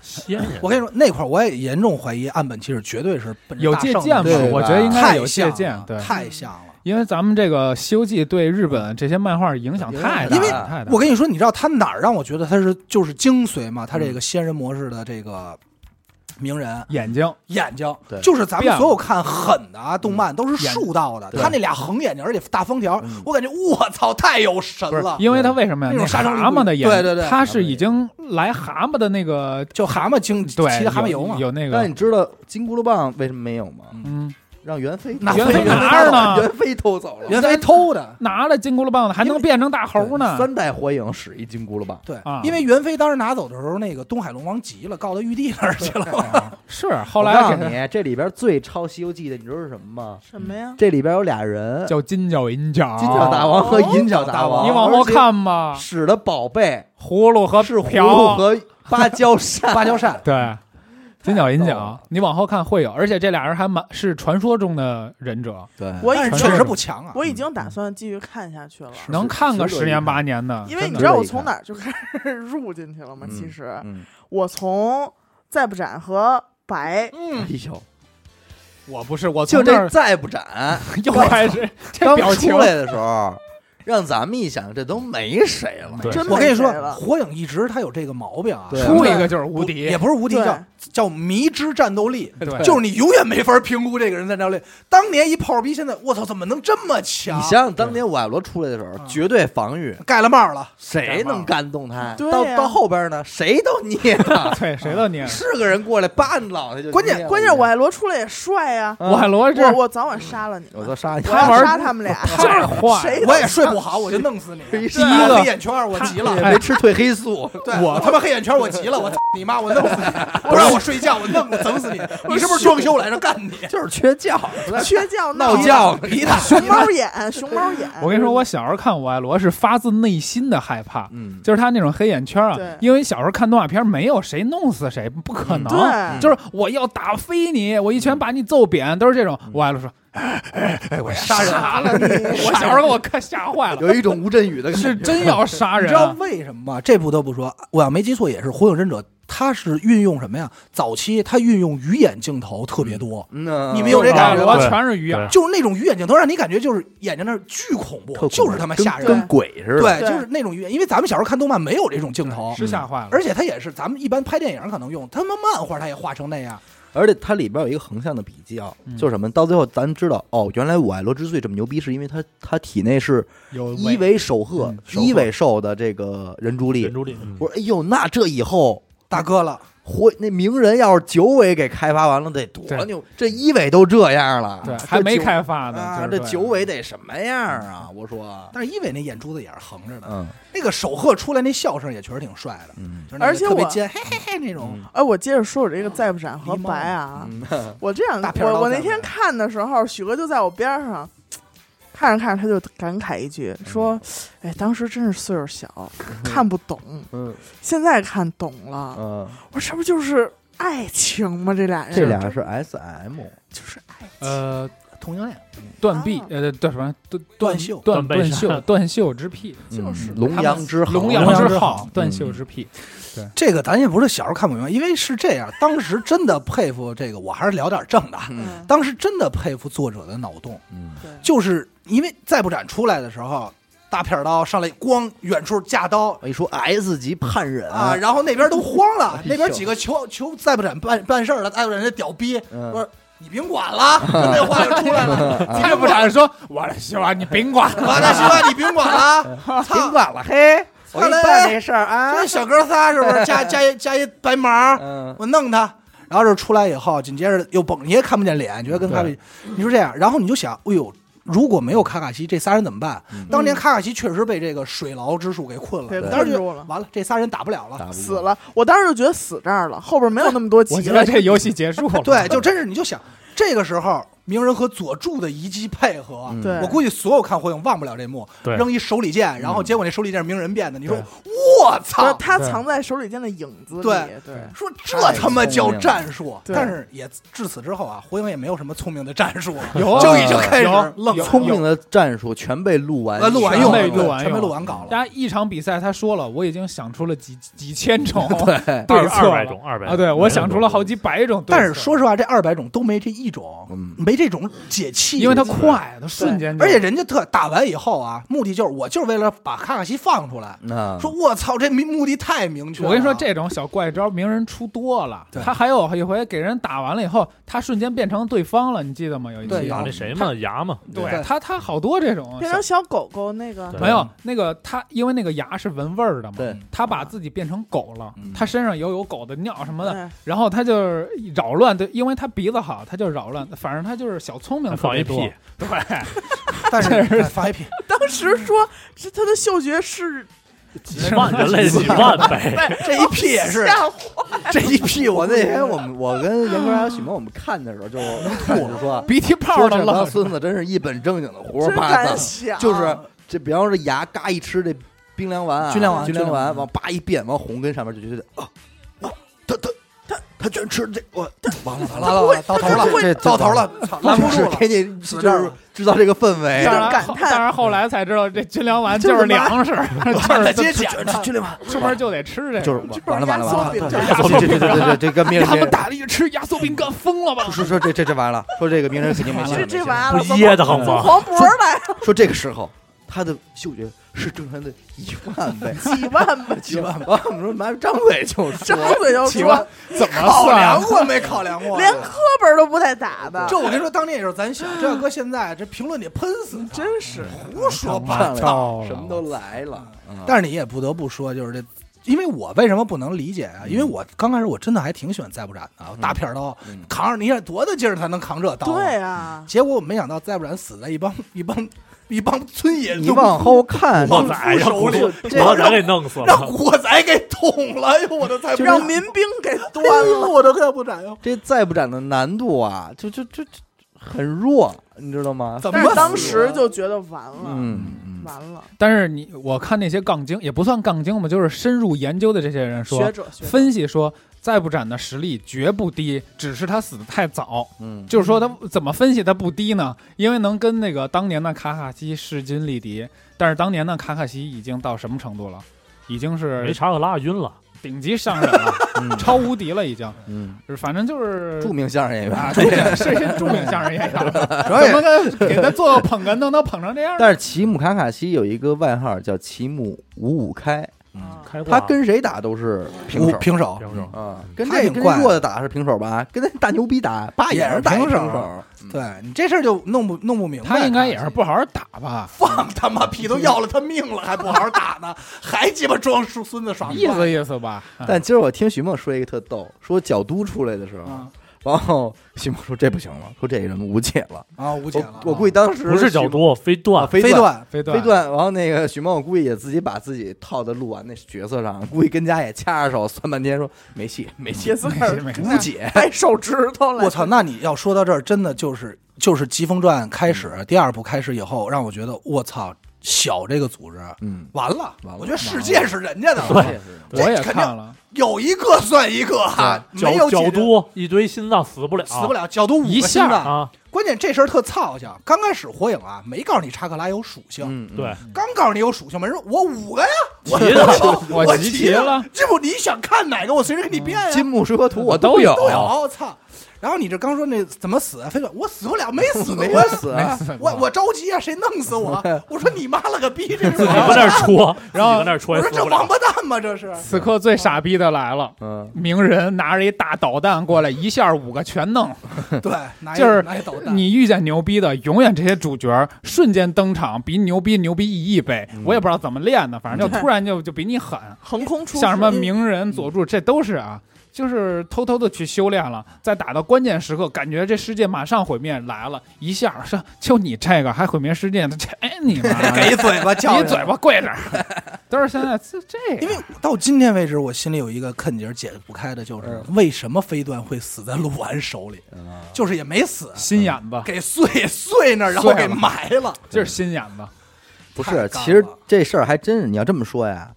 Speaker 3: 仙人，
Speaker 4: 我跟你说，那块儿我也严重怀疑岸本其实绝对是奔着
Speaker 6: 有
Speaker 4: 大
Speaker 6: 借
Speaker 4: 圣
Speaker 6: 鉴吧
Speaker 4: 的
Speaker 2: 对吧？
Speaker 6: 我觉得应该
Speaker 4: 太
Speaker 6: 有借
Speaker 4: 像
Speaker 6: 鉴
Speaker 4: 了，
Speaker 6: 对，
Speaker 4: 太像了。
Speaker 6: 因为咱们这个《西游记》对日本这些漫画影响太大了，
Speaker 4: 因为
Speaker 6: 太大了
Speaker 4: 我跟你说，你知道他哪儿让我觉得他是就是精髓吗？他
Speaker 6: 嗯
Speaker 4: 这个仙人模式的这个名人
Speaker 6: 眼睛
Speaker 4: 眼睛
Speaker 2: 对，嗯
Speaker 4: 就是咱
Speaker 6: 变
Speaker 4: 们
Speaker 6: 了
Speaker 4: 所有看狠的啊动漫都是竖道的，
Speaker 2: 对
Speaker 4: 他那俩横眼睛，而且大方条
Speaker 2: 嗯，
Speaker 4: 我感觉我操，太有神
Speaker 6: 不是
Speaker 4: 了，。
Speaker 6: 因为它为什么呀？
Speaker 4: 那
Speaker 6: 那
Speaker 4: 种杀伤力
Speaker 6: 蛤蟆的眼，
Speaker 4: 对对对
Speaker 6: 它是已经来蛤蟆的那个
Speaker 4: 就蛤蟆精，骑
Speaker 6: 对，
Speaker 4: 的蛤蟆
Speaker 6: 有
Speaker 4: 油嘛，
Speaker 6: 有那
Speaker 2: 但
Speaker 6: 个
Speaker 2: 你知道金箍噜棒为什么没有吗？
Speaker 6: 嗯，
Speaker 2: 让袁飞
Speaker 4: 那
Speaker 6: 袁
Speaker 4: 非
Speaker 6: 飞
Speaker 4: 常
Speaker 6: 拿着呢，
Speaker 2: 袁飞偷走了。
Speaker 4: 原来偷的。
Speaker 6: 拿了金箍噜棒子还能变成大猴呢，
Speaker 2: 三代火影使一金箍噜棒，
Speaker 4: 对，
Speaker 6: 啊
Speaker 4: 因为袁飞当时拿走的时候，那个东海龙王急了，告到玉帝那儿去 了。
Speaker 6: 是后
Speaker 2: 我告
Speaker 6: 来啊
Speaker 2: 诉
Speaker 6: 给
Speaker 2: 你，这里边最抄《西游记》的，你知道是什么吗？
Speaker 5: 什么呀？
Speaker 2: 这里边有俩人
Speaker 6: 他，叫金角银角，
Speaker 2: 金角大王和银角大王，
Speaker 6: 哦你往后看吧，
Speaker 2: 使的宝贝
Speaker 6: 葫芦和
Speaker 2: 是葫
Speaker 6: 瓢
Speaker 2: 芦和芭蕉扇，
Speaker 4: 芭蕉扇，
Speaker 6: 对，金角银
Speaker 2: 太逗
Speaker 6: 角
Speaker 2: 了，
Speaker 6: 你往后看会有，而且这俩人还蛮是传说中的忍者，
Speaker 2: 对，
Speaker 5: 我
Speaker 4: 但
Speaker 5: 已
Speaker 4: 是
Speaker 5: 经
Speaker 4: 确实不强啊。
Speaker 5: 我已经打算继续看下去了，
Speaker 2: 是
Speaker 6: 能看个
Speaker 2: 值
Speaker 6: 十
Speaker 2: 得一看
Speaker 6: 年八年的，
Speaker 5: 因为
Speaker 6: 真
Speaker 5: 你
Speaker 6: 的
Speaker 5: 知道
Speaker 2: 真
Speaker 5: 我
Speaker 2: 的
Speaker 5: 从哪儿就开始 入进去了吗？其实
Speaker 2: 嗯，
Speaker 5: 我从再不斩和白，
Speaker 2: 哎呦，
Speaker 6: 我不是我
Speaker 2: 就
Speaker 6: 嗯从这
Speaker 2: 这
Speaker 6: 儿
Speaker 2: 再 不斩，
Speaker 6: 又开始这
Speaker 2: 刚
Speaker 6: 表情
Speaker 2: 出，来的时候，让咱们一想，这都没谁了。
Speaker 3: 对
Speaker 5: 真
Speaker 4: 嗯我
Speaker 5: 没
Speaker 4: 跟你说
Speaker 5: 谁，了
Speaker 4: 火影一直它有这个毛病啊，
Speaker 2: 对
Speaker 6: 出一
Speaker 4: 不
Speaker 6: 个就是无
Speaker 4: 不
Speaker 6: 敌
Speaker 4: 也，不是无敌，
Speaker 5: 对
Speaker 4: 叫叫迷之战斗力，
Speaker 6: 对，
Speaker 4: 就是你永远没法评估这个人战斗力。当年一炮逼，现在我操，怎么能这么强？
Speaker 2: 你想想，当年瓦罗出来的时候，
Speaker 4: 嗯
Speaker 2: 绝对防御，
Speaker 4: 盖了帽了，
Speaker 2: 谁能干动他？
Speaker 5: 对
Speaker 2: 到
Speaker 5: 呀
Speaker 2: 到后边呢，谁都捏 他，
Speaker 6: 对谁啊都捏。
Speaker 2: 是个人过来扒你脑袋就捏了。
Speaker 4: 关键
Speaker 5: 关键我爱罗出来也帅呀、
Speaker 2: 嗯
Speaker 6: 我罗这
Speaker 5: 啊我我早晚杀了你
Speaker 2: 我
Speaker 5: 们，
Speaker 2: 都杀你，
Speaker 5: 我 要
Speaker 6: 玩
Speaker 5: 杀他们俩，
Speaker 6: 太坏了，
Speaker 5: 谁
Speaker 4: 我也 睡不好，我就弄死你。
Speaker 2: 第一
Speaker 4: 第一个黑眼圈，我急了。
Speaker 2: 没吃褪黑素，
Speaker 4: 对 我他妈黑眼圈，我急了，我操你妈，我弄死你！不让我睡觉，我弄我整死你！你是不是装修来着干你？
Speaker 2: 就是缺觉。
Speaker 5: 缺觉
Speaker 2: 闹
Speaker 5: 闹
Speaker 2: 觉
Speaker 4: 皮蛋，
Speaker 5: 熊猫眼，熊猫眼。
Speaker 6: 我跟你说，我小时候看我爱罗是发自内心的害怕，
Speaker 2: 嗯，
Speaker 6: 就是他那种黑眼圈啊
Speaker 5: 对，
Speaker 6: 因为小时候看动画片，没有谁弄死谁，不可能。
Speaker 4: 嗯
Speaker 5: 对，
Speaker 6: 就是我要打飞你，我一拳把你揍扁，都是这种。我爱罗说，
Speaker 4: 哎，我嗯杀人！
Speaker 6: 杀了你！ 我小时候给我看吓坏了，
Speaker 2: 有一种吴镇宇的感觉。
Speaker 6: 是真要杀
Speaker 4: 哎你
Speaker 6: 人
Speaker 4: 知道
Speaker 6: 啊。
Speaker 4: 为什么吗？这不得不说，我要没记错，也是《火影忍者》，它是运用什么呀？早期它运用鱼眼镜头特别多，
Speaker 2: 嗯
Speaker 4: 你们有这感觉
Speaker 6: 我
Speaker 4: 吗
Speaker 3: 对
Speaker 6: 全是鱼
Speaker 3: 嗯
Speaker 6: 眼，
Speaker 4: 就是那种鱼眼镜头让你感觉就是眼睛那儿巨恐怖，就是他妈吓人。
Speaker 2: 跟鬼似的。
Speaker 4: 对，
Speaker 5: 对
Speaker 4: 就是那种语言，因为咱们小时候看动漫没有这种镜头，
Speaker 6: 是吓坏了。
Speaker 4: 而且它也是咱们一般拍电影可能用，他妈漫画它也画成那样，
Speaker 2: 而且它里边有一个横向的比较，
Speaker 6: 嗯
Speaker 2: 就是什么？到最后咱知道，哦，原来我爱罗之所以这么牛逼，是因为他他体内是
Speaker 6: 有
Speaker 2: 一尾守鹤
Speaker 6: 嗯、守鹤
Speaker 2: 一尾兽的这个人珠
Speaker 3: 人
Speaker 2: 力。
Speaker 3: 珠力，
Speaker 2: 我说，哎呦，那这以后
Speaker 4: 大哥了，
Speaker 2: 活那鸣人要是九尾给开发完了，得多
Speaker 6: 对
Speaker 2: 牛！这一尾都这样了，
Speaker 6: 对
Speaker 2: 这
Speaker 6: 还没
Speaker 2: 九
Speaker 6: 开发
Speaker 2: 啊
Speaker 6: 呢，，
Speaker 2: 这
Speaker 6: 就是
Speaker 2: 九尾得什么样啊？我说，
Speaker 4: 但是因为那眼珠子也是横着的，
Speaker 2: 嗯
Speaker 4: 那个守鹤出来那笑声也确实挺帅的，
Speaker 2: 嗯
Speaker 4: 就是那个
Speaker 5: 而且
Speaker 4: 特别
Speaker 5: 我
Speaker 4: 尖，嘿嘿嘿那种，
Speaker 5: 哎，我接着说我这个再不斩和白
Speaker 2: 嗯
Speaker 5: 啊，我这样
Speaker 4: 大，片儿
Speaker 5: 我
Speaker 4: 捞
Speaker 5: 我
Speaker 4: 再
Speaker 5: 那天
Speaker 4: 不斩
Speaker 5: 看的时候，许哥就在我边上。看着看着，他就感慨一句说：“哎，当时真是岁数小，看不懂，
Speaker 2: 嗯
Speaker 5: 现在看懂了。
Speaker 2: 嗯，
Speaker 5: 我说这不就是爱情吗？这俩人，
Speaker 2: 这俩是 S M，
Speaker 5: 就是爱情。
Speaker 6: 呃
Speaker 4: 同性恋，
Speaker 6: 断臂
Speaker 5: 啊
Speaker 6: 呃叫什么断
Speaker 4: 断袖
Speaker 6: 断
Speaker 3: 断背
Speaker 6: 断
Speaker 3: 山
Speaker 6: 袖断袖之癖，
Speaker 5: 就是
Speaker 2: 嗯龙阳之好嗯
Speaker 6: 龙
Speaker 4: 阳
Speaker 6: 阳
Speaker 4: 之
Speaker 6: 好
Speaker 4: 好，
Speaker 6: 断袖之癖。
Speaker 4: 这个咱也不是小时候看不明白，因为是这样，当时真的佩服这个，我还是聊点正的啊，
Speaker 5: 嗯，
Speaker 4: 当时真的佩服作者的脑洞。
Speaker 2: 嗯
Speaker 5: 对
Speaker 4: 就是因为再不斩出来的时候，大片儿刀上来，咣，远处架刀
Speaker 2: 我一说 S 级叛人
Speaker 4: 啊，然后那边都慌了
Speaker 2: 哎，呦
Speaker 4: 那边几个求求再不斩办办事儿了，再不斩这屌逼，
Speaker 2: 嗯
Speaker 4: 说你甭管了，就那话就出 来了，
Speaker 6: 再不然说，我的希望你甭管了。
Speaker 4: 嗯完了，希望你甭 管了，操，
Speaker 2: 管了，嘿，我给你办这事儿啊。
Speaker 4: 这小哥仨是不是加加一加一白毛，
Speaker 2: 嗯，
Speaker 4: 我弄他。然后就出来以后，紧接着又蹦，你也看不见脸，觉得跟他比，你说这样，然后你就想，哎呦，如果没有卡卡西，这仨人怎么办？当年卡卡西确实被这个水牢之术给困
Speaker 5: 给
Speaker 4: 了，当时
Speaker 5: 困
Speaker 4: 就
Speaker 5: 住了，
Speaker 4: 完了，这仨人打不了了。
Speaker 2: 打不过
Speaker 5: 死。了。我当时就觉得死这儿了，后边没有那么多集
Speaker 6: 我觉
Speaker 5: 了
Speaker 6: 得。这游戏结束了。
Speaker 4: 对，就真是你就想，这个时候鸣人和佐助的一击配合，
Speaker 2: 嗯
Speaker 5: 对
Speaker 4: 我估计所有看火影忘不了这幕，
Speaker 3: 对
Speaker 4: 扔一手里剑，然后结果那手里剑是鸣人变的，你说
Speaker 6: 对
Speaker 4: 我
Speaker 5: 不是
Speaker 4: 操，
Speaker 5: 他
Speaker 6: 对
Speaker 5: 藏在手里间的影子里，
Speaker 4: 对
Speaker 5: 对
Speaker 4: 说这他妈叫战术！
Speaker 5: 对
Speaker 4: 但是也至此之后啊，火影也没有什么聪明的战术了，
Speaker 6: 有啊
Speaker 4: 就已经开始
Speaker 6: 有
Speaker 4: 愣
Speaker 6: 有
Speaker 2: 哦聪明的战术全被录完，
Speaker 4: 呃录完用
Speaker 6: 全被
Speaker 4: 对
Speaker 6: 录完
Speaker 4: 全被
Speaker 6: 用
Speaker 4: 录完搞了。
Speaker 6: 大家一场比赛，他说了，我已经想出了几几千种
Speaker 2: 对，
Speaker 6: 对策
Speaker 3: 二
Speaker 6: 了
Speaker 3: 百种，二百
Speaker 6: 啊！对，我想出了好几百种对策。
Speaker 4: 但是说实话，这二百种都没这一种，
Speaker 2: 嗯
Speaker 4: 没这种解气，
Speaker 6: 因为他快，他瞬间就，
Speaker 4: 而且人家特打完以后啊，目的就是我就是为了把卡卡西放出来。
Speaker 2: 那
Speaker 4: 说我操，这明目的太明确了。
Speaker 6: 我跟你说，这种小怪招，名人出多了。
Speaker 4: 对
Speaker 6: 他还有一回给人打完了以后，他瞬间变成对方了，你记得吗？有一
Speaker 4: 对
Speaker 6: 期
Speaker 4: 有
Speaker 3: 那谁嘛，牙嘛，
Speaker 4: 对
Speaker 6: 啊对他他好多这种
Speaker 5: 变
Speaker 6: 小
Speaker 5: 成小狗狗那个
Speaker 3: 对
Speaker 6: 没有那个他，因为那个牙是闻味儿的嘛，
Speaker 2: 对
Speaker 6: 他把自己变成狗了
Speaker 2: 嗯，
Speaker 6: 他身上有有狗的尿什么的，
Speaker 5: 对
Speaker 6: 然后他就是扰乱，对，因为他鼻子好，他就扰乱，反正他就是小聪明特
Speaker 3: 放
Speaker 6: 别
Speaker 3: 一
Speaker 6: 多，
Speaker 3: 屁，
Speaker 6: 对，
Speaker 4: 但是哎发一批，
Speaker 5: 当时说这他的嗅觉是
Speaker 3: 几万人类几万倍，
Speaker 4: 这一批也是，
Speaker 5: 吓唬
Speaker 2: 这一批，我那天我们我跟严哥还有许萌我们看的时候就吐了，说
Speaker 6: 鼻涕泡
Speaker 2: 说
Speaker 6: 都
Speaker 2: 这帮
Speaker 6: 愣着。
Speaker 2: 孙子真是一本正经的胡说
Speaker 5: 真
Speaker 2: 八道
Speaker 5: 敢，想，
Speaker 2: 就是这，比方说这牙嘎一吃这冰凉丸啊，
Speaker 4: 军粮丸
Speaker 2: 军粮
Speaker 4: 军粮
Speaker 2: 丸
Speaker 4: 丸
Speaker 2: 往叭一变，往红根上面就觉得啊，啊它它他居然吃这我，
Speaker 4: 完了完了完了完了，到头了，
Speaker 2: 这
Speaker 4: 到头，了，操拦不
Speaker 2: 是
Speaker 4: 住了。
Speaker 2: 给你
Speaker 4: 死
Speaker 2: 就
Speaker 4: 这儿
Speaker 2: 是
Speaker 4: 了
Speaker 2: 制造这个氛围
Speaker 6: 哎
Speaker 5: 这
Speaker 6: 当
Speaker 5: 种。
Speaker 6: 然
Speaker 5: 感
Speaker 6: 后，
Speaker 5: 叹
Speaker 6: 当然后来才知道这军粮丸就是粮食，
Speaker 4: 完了
Speaker 6: 就
Speaker 4: 接
Speaker 6: 是
Speaker 4: 起来了，
Speaker 2: 去那吧，
Speaker 6: 出门就得吃这
Speaker 2: 就
Speaker 6: 个。
Speaker 2: 是完了完了完了，
Speaker 5: 就是
Speaker 2: 对对对对对对，这个名
Speaker 6: 他们
Speaker 2: 人，
Speaker 6: 打了一吃压缩饼干，疯了吧？
Speaker 2: 说说这这这完了，说这个名人肯定没戏
Speaker 5: 这
Speaker 2: 了。
Speaker 5: 这
Speaker 2: 完
Speaker 5: 完了，
Speaker 3: 不噎得慌
Speaker 5: 从
Speaker 3: 吗
Speaker 5: 黄渤来了
Speaker 2: 说这个时候，他的嗅觉是正常的一万倍，
Speaker 5: 几万吧，
Speaker 2: 几万倍。我们说妈张嘴 就
Speaker 5: 张
Speaker 2: 说，
Speaker 5: 嘴就
Speaker 6: 奇
Speaker 5: 说，
Speaker 6: 怪，怎么
Speaker 4: 考量
Speaker 6: 算？啊
Speaker 4: 过没考量过？
Speaker 5: 连课本都不带打的，
Speaker 4: 这我跟你说，当年也是咱小，这要搁现在，这评论得喷死他，
Speaker 5: 真是
Speaker 4: 胡说八
Speaker 2: 上来
Speaker 4: 道。
Speaker 6: 到了
Speaker 2: 什么都来了。
Speaker 4: 嗯但是你也不得不说，就是这。因为我为什么不能理解啊？因为我刚开始我真的还挺喜欢再不斩的，大片刀
Speaker 2: 嗯
Speaker 4: 扛着，你想多大劲儿才能扛这刀？
Speaker 5: 对，啊，
Speaker 4: 结果我没想到再不斩死在一帮一帮一帮村野
Speaker 2: 你往后看，
Speaker 3: 旺仔让
Speaker 4: 手
Speaker 3: 古
Speaker 4: 里
Speaker 3: 古惑仔给弄死
Speaker 4: 让
Speaker 3: 了，
Speaker 4: 古惑仔给捅了，哎呦我都再不
Speaker 5: 让民兵给端了，
Speaker 4: 我都再不斩哟。
Speaker 2: 这再不斩的难度啊，就就就就很弱，你知道吗？
Speaker 4: 怎
Speaker 5: 但
Speaker 4: 么
Speaker 5: 是当时就觉得完了，
Speaker 2: 嗯，
Speaker 5: 完了，
Speaker 6: 但是你我看那些杠精也不算杠精吧，就是深入研究的这些人
Speaker 5: 学
Speaker 6: 说，
Speaker 5: 者学者
Speaker 6: 分析说，再不斩的实力绝不低，只是他死的太早。
Speaker 2: 嗯，
Speaker 6: 就是说他怎么分析他不低呢？因为能跟那个当年的卡卡西势均力敌，但是当年的卡卡西已经到什么程度了？已经
Speaker 3: 没
Speaker 6: 是
Speaker 3: 查克拉晕了，
Speaker 6: 顶级上人了，超无敌了，已经。
Speaker 2: 嗯，
Speaker 6: 就是反正就是
Speaker 2: 著名相声演员。
Speaker 6: 啊，著名是一著名相声演员，
Speaker 4: 主要也
Speaker 6: 怎么给给他做个捧哏都能捧成这样？
Speaker 2: 但是齐木卡卡西有一个外号叫齐木五五开，
Speaker 5: 啊
Speaker 3: 开挂
Speaker 2: 他跟谁打都是平
Speaker 4: 平
Speaker 2: 手。
Speaker 4: 平手，
Speaker 3: 平手
Speaker 2: 啊，跟
Speaker 4: 他
Speaker 2: 这
Speaker 4: 挺
Speaker 2: 跟
Speaker 4: 怪
Speaker 2: 这弱的打是平手吧？跟那大牛逼打，爸
Speaker 4: 也
Speaker 2: 是
Speaker 4: 是打
Speaker 2: 平
Speaker 4: 一平
Speaker 2: 手
Speaker 4: 手。对你这事儿就弄不弄不明白。
Speaker 6: 他应该也是不好好打吧？
Speaker 4: 放他妈屁，都要了他命了，还不好好打呢，还鸡巴装孙孙子耍
Speaker 6: 意
Speaker 4: 帅
Speaker 6: 思意思吧。
Speaker 2: 但今儿我听许梦说一个特逗，说角都出来的时候，
Speaker 4: 啊
Speaker 2: 然后许梦说这不行了，说这人无解了。
Speaker 4: 啊！无解了
Speaker 2: 我，我估计当时
Speaker 3: 不是角都，非
Speaker 2: 啊，
Speaker 3: 断，
Speaker 2: 飞
Speaker 4: 飞
Speaker 2: 段。
Speaker 4: 段
Speaker 6: 飞段
Speaker 2: 飞段，然后那个许梦，我估计也自己把自己套在鹿丸那角色上，估计跟家也掐着手算半天，说没戏，没 戏
Speaker 5: 铁，丝开始
Speaker 6: 没事
Speaker 2: 无解。
Speaker 5: 掰手指头来，
Speaker 4: 我操！那你要说到这儿，真的就是就是《疾风传》开始第二部开始以后，让我觉得我操，小这个组织
Speaker 2: 嗯，
Speaker 4: 完了，
Speaker 2: 完了
Speaker 4: 我觉得世界是人家的，
Speaker 2: 嗯
Speaker 3: 对，
Speaker 4: 这
Speaker 6: 我也
Speaker 4: 肯定啊
Speaker 6: 看了，
Speaker 4: 有一个算一个啊，没有
Speaker 3: 角
Speaker 4: 几个
Speaker 3: 角都一堆心脏死不了，
Speaker 4: 死不了，角度五
Speaker 6: 一
Speaker 4: 个
Speaker 6: 下
Speaker 4: 心脏。
Speaker 3: 啊，
Speaker 4: 关键这事儿特操性，刚开始火影啊，没告诉你查克拉有属性，
Speaker 2: 嗯，
Speaker 3: 对，啊
Speaker 4: 刚告诉你有属性，没人我五个呀，我
Speaker 3: 齐了
Speaker 4: 我
Speaker 6: 我集
Speaker 4: 集
Speaker 6: 齐了，
Speaker 4: 这不你想看哪个，我随时给你变呀，
Speaker 2: 金木水火土我
Speaker 6: 都有
Speaker 4: 都有，我操！然后你这刚说那怎么死啊？非说我死不了，没 死，
Speaker 2: 没
Speaker 4: 我
Speaker 2: 死
Speaker 6: 没
Speaker 2: 啊，
Speaker 6: 死过
Speaker 4: 我我着急啊，谁弄死我？我说你妈了个逼，这是
Speaker 3: 自己
Speaker 4: 王八
Speaker 3: 搁那
Speaker 4: 蛋
Speaker 3: 儿戳，
Speaker 6: 然后
Speaker 3: 自己搁那儿戳
Speaker 4: 我
Speaker 3: 也
Speaker 4: 说
Speaker 3: 死
Speaker 4: 这
Speaker 3: 不
Speaker 4: 王
Speaker 3: 了，
Speaker 4: 八蛋吗？这是
Speaker 6: 此刻最傻逼的来了，
Speaker 2: 嗯，
Speaker 6: 鸣人拿着一大导弹过来，一下五个全弄。
Speaker 4: 对，拿一
Speaker 6: 就是
Speaker 4: 拿一导弹，
Speaker 6: 你遇见牛逼的，永远这些主角瞬间登场，比牛逼牛逼一亿倍。我也不知道怎么练的，反正就突然就就比你狠。
Speaker 5: 横空出世，嗯
Speaker 6: 像什么鸣人、佐助，这都是啊，就是偷偷的去修炼了，在打到关键时刻，感觉这世界马上毁灭来了，一下说就你这个还毁灭世界呢，这哎你妈的，
Speaker 4: 给一嘴巴叫
Speaker 6: 你嘴巴跪着， 都是现在这这样，
Speaker 4: 因为到今天为止，我心里有一个坎儿解不开的，就是为什么飞段会死在鹿丸手里，就是也没死，
Speaker 6: 心眼子，
Speaker 4: 给碎碎那儿，然后给埋了。
Speaker 6: 就是心眼子，
Speaker 2: 不
Speaker 4: 太
Speaker 2: 是，
Speaker 4: 干
Speaker 2: 其实
Speaker 4: 了
Speaker 2: 这事儿还真是，你要这么说呀，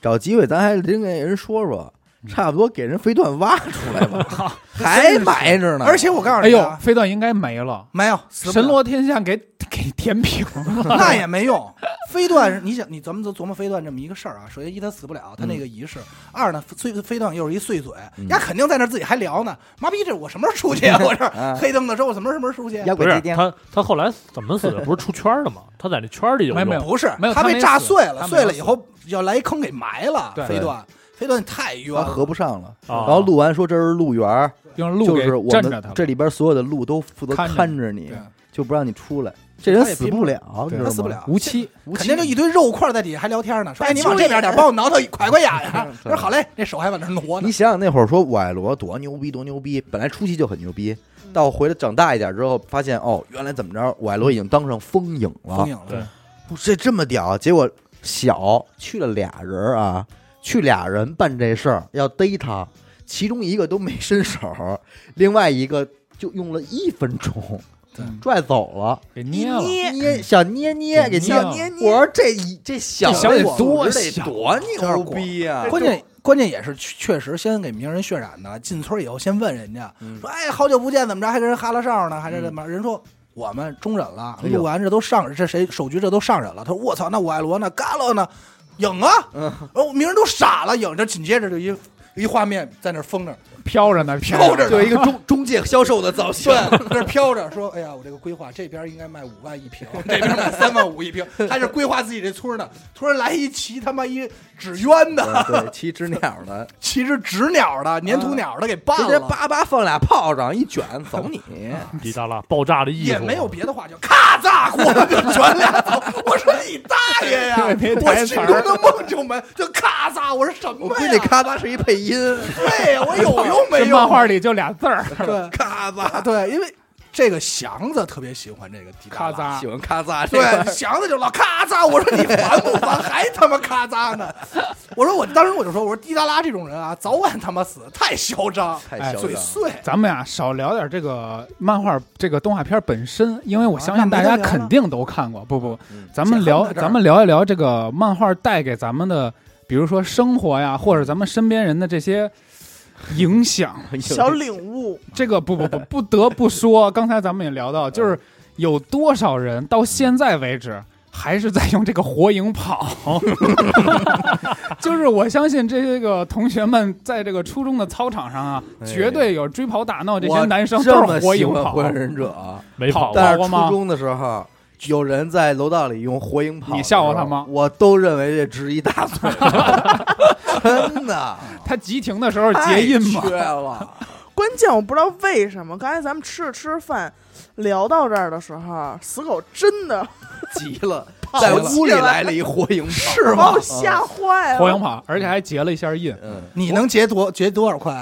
Speaker 2: 找机会咱还真给人说说，差不多给人飞段挖出来吧， 还埋着呢。
Speaker 4: 而且我告诉
Speaker 6: 哎
Speaker 4: 你
Speaker 6: 呦，
Speaker 4: 啊，
Speaker 6: 飞段应该没了。
Speaker 4: 没有死不了
Speaker 6: 神 罗天下给 给填平了，
Speaker 4: 那也没用。飞段，你想，你咱们就琢磨飞段这么一个事儿啊。首先一，他死不了，他
Speaker 6: 嗯
Speaker 4: 那个仪式；二呢，碎飞段又是一碎嘴，丫肯定在那儿自己还聊呢。妈逼，这我什么时候出去 啊？我这
Speaker 2: 啊
Speaker 4: 儿黑灯的时候，我什么什么时候出去啊？
Speaker 2: 压
Speaker 3: 不
Speaker 2: 鬼
Speaker 3: 是
Speaker 2: 接电，
Speaker 3: 他他后来怎么死的？不是出圈的吗？他在那圈里有
Speaker 6: 没有没有
Speaker 3: 用，
Speaker 4: 不是
Speaker 6: 没有，
Speaker 4: 他
Speaker 6: 他
Speaker 4: 被
Speaker 6: 没
Speaker 4: 炸
Speaker 6: 死
Speaker 4: 碎
Speaker 6: 他
Speaker 4: 了，
Speaker 6: 没
Speaker 4: 碎
Speaker 6: 有
Speaker 4: 了
Speaker 6: 死
Speaker 4: 以后要来一坑给埋了。
Speaker 6: 对
Speaker 4: 飞段，飞段太冤
Speaker 2: 他
Speaker 4: 了，
Speaker 2: 合不上了。
Speaker 3: 啊
Speaker 2: 然后录完说这是鹿园儿，
Speaker 6: 用
Speaker 2: 就
Speaker 6: 鹿给
Speaker 2: 是我
Speaker 6: 镇着他
Speaker 2: 们
Speaker 6: 了。
Speaker 2: 这里边所有的鹿都负责
Speaker 6: 看着
Speaker 2: 看着你
Speaker 4: 对，
Speaker 2: 就不让你出来。这人
Speaker 4: 他也
Speaker 2: 死
Speaker 4: 拼
Speaker 2: 不了，
Speaker 6: 对
Speaker 2: 你知道
Speaker 4: 他
Speaker 2: 吗？
Speaker 4: 死不了
Speaker 6: 无期，
Speaker 2: 无期，
Speaker 4: 肯定就一堆肉块在底下还聊天呢，说
Speaker 5: 大
Speaker 4: 哎你往
Speaker 5: 蚯蚓
Speaker 4: 这边点，帮我挠挠，快快痒 痒。我
Speaker 2: 对
Speaker 4: 说好嘞，这手还往那儿挪呢
Speaker 2: 你。想想那会儿说我爱罗多牛逼多牛逼，本来初期就很牛逼，到回来长大一点之后，发现哦，原来怎么着，我爱罗已经当上风影了
Speaker 4: 封，影
Speaker 3: 对
Speaker 4: 了，
Speaker 2: 不这这么屌，啊结果小去了俩人儿啊，去俩人办这事儿要逮他，其中一个都没伸手，另外一个就用了一分钟
Speaker 4: 对
Speaker 2: 拽走了，嗯
Speaker 6: 给
Speaker 5: 一
Speaker 6: 捏了。
Speaker 5: 捏
Speaker 2: 捏小捏捏
Speaker 6: 给
Speaker 2: 给捏
Speaker 6: 捏
Speaker 5: 小
Speaker 6: 了
Speaker 5: 捏捏，
Speaker 2: 我说这一这小
Speaker 6: 这小
Speaker 2: 得
Speaker 6: 得多
Speaker 2: 得
Speaker 6: 小
Speaker 2: 多
Speaker 4: 这哎
Speaker 2: 牛逼啊！
Speaker 4: 关键关关键也是确确实先给名人渲染的，进村以后先问人家
Speaker 2: 嗯
Speaker 4: 说，哎，好久不见，怎么着还跟人哈拉哨呢？还是怎么着？人说。我们中忍了，
Speaker 2: 哎呦
Speaker 4: 录完这都上这谁首局这都上忍了。他说：“我操，那我爱罗呢？嘎喽呢？影啊！”
Speaker 2: 嗯
Speaker 4: 哦，名人都傻了，影着紧接着就一一画面在那儿疯着，
Speaker 6: 飘着呢，飘
Speaker 4: 飘着呢
Speaker 2: 就一个中中介销售的造型
Speaker 4: 对，，那儿飘着说：“哎呀，我这个规划这边应该卖五万一平，这边卖三万五 一平，还是规划自己这村儿呢。”嗯突然来一骑他妈一纸鸢的，
Speaker 2: 对，对七只鸟的，
Speaker 4: 骑着纸鸟的、粘土鸟的给办
Speaker 2: 直接
Speaker 4: 了，
Speaker 2: 叭叭放俩炮仗，一卷走 你，
Speaker 3: 滴答啦，爆炸的艺术
Speaker 4: 也没有别的话，就咔咋过就全俩走。我说你大爷呀！
Speaker 6: 没
Speaker 4: 我
Speaker 6: 台词
Speaker 4: 心
Speaker 6: 儿
Speaker 4: 中的梦就没就咔咋，我说什
Speaker 2: 我
Speaker 4: 么
Speaker 2: 估计
Speaker 4: 呀？
Speaker 2: 咔吧是一配音，
Speaker 4: 对呀，我有用没
Speaker 6: 这漫
Speaker 4: 用？
Speaker 6: 画里就俩字儿，
Speaker 4: 对
Speaker 2: 咔吧，
Speaker 4: 对，因为这个祥子特别喜欢这个迪达
Speaker 6: 咔
Speaker 4: 拉
Speaker 6: 嚓
Speaker 2: 喜，欢咔嚓这个，
Speaker 4: 对，祥子就老咔嚓，我说你烦不烦？还他妈咔嚓呢？ 我说我当时我就说，我说滴答啦这种人啊，早晚他妈死，太嚣张，
Speaker 2: 太
Speaker 6: 哎
Speaker 2: 嚣张
Speaker 4: 嘴
Speaker 2: 了，
Speaker 4: 碎。
Speaker 6: 咱们呀少聊点这个漫画这个动画片本身，因为我相信大
Speaker 4: 啊那
Speaker 6: 家
Speaker 4: 没得聊了
Speaker 6: 肯定都看过。不不
Speaker 2: 嗯，
Speaker 6: 咱们
Speaker 4: 先
Speaker 6: 聊
Speaker 4: 横到这儿
Speaker 6: 咱们聊一聊这个漫画带给咱们的，比如说生活呀，或者咱们身边人的这些影响。
Speaker 5: 小领悟，
Speaker 6: 这个不不不，不得不说，刚才咱们也聊到，就是有多少人到现在为止还是在用这个火影跑， 就是我相信这些个同学们在这个初中的操场上啊，
Speaker 2: 哎
Speaker 6: 绝对有追跑打啊闹这些
Speaker 2: 我
Speaker 6: 男生
Speaker 2: 这
Speaker 6: 都
Speaker 2: 么
Speaker 6: 是火
Speaker 2: 喜
Speaker 6: 影
Speaker 2: 欢
Speaker 6: 跑
Speaker 2: 火。影忍者，啊
Speaker 3: 没跑啊过
Speaker 2: 但是
Speaker 6: 过
Speaker 2: 初
Speaker 6: 吗
Speaker 2: 中的时候，有人在楼道里用火影跑，
Speaker 6: 你笑话他吗
Speaker 2: 我都认为这值一大嘴，真的
Speaker 6: 他急停的时候结印嘛
Speaker 2: 太，缺了。
Speaker 5: 关键我不知道为什么，刚才咱们吃着吃着饭，聊到这儿的时候，死狗真的
Speaker 2: 急了，在屋里来了一火影跑，是
Speaker 5: 把我哦吓坏了。
Speaker 6: 火影跑，而且还结了一下印，
Speaker 2: 嗯，
Speaker 4: 你能结多结多少块？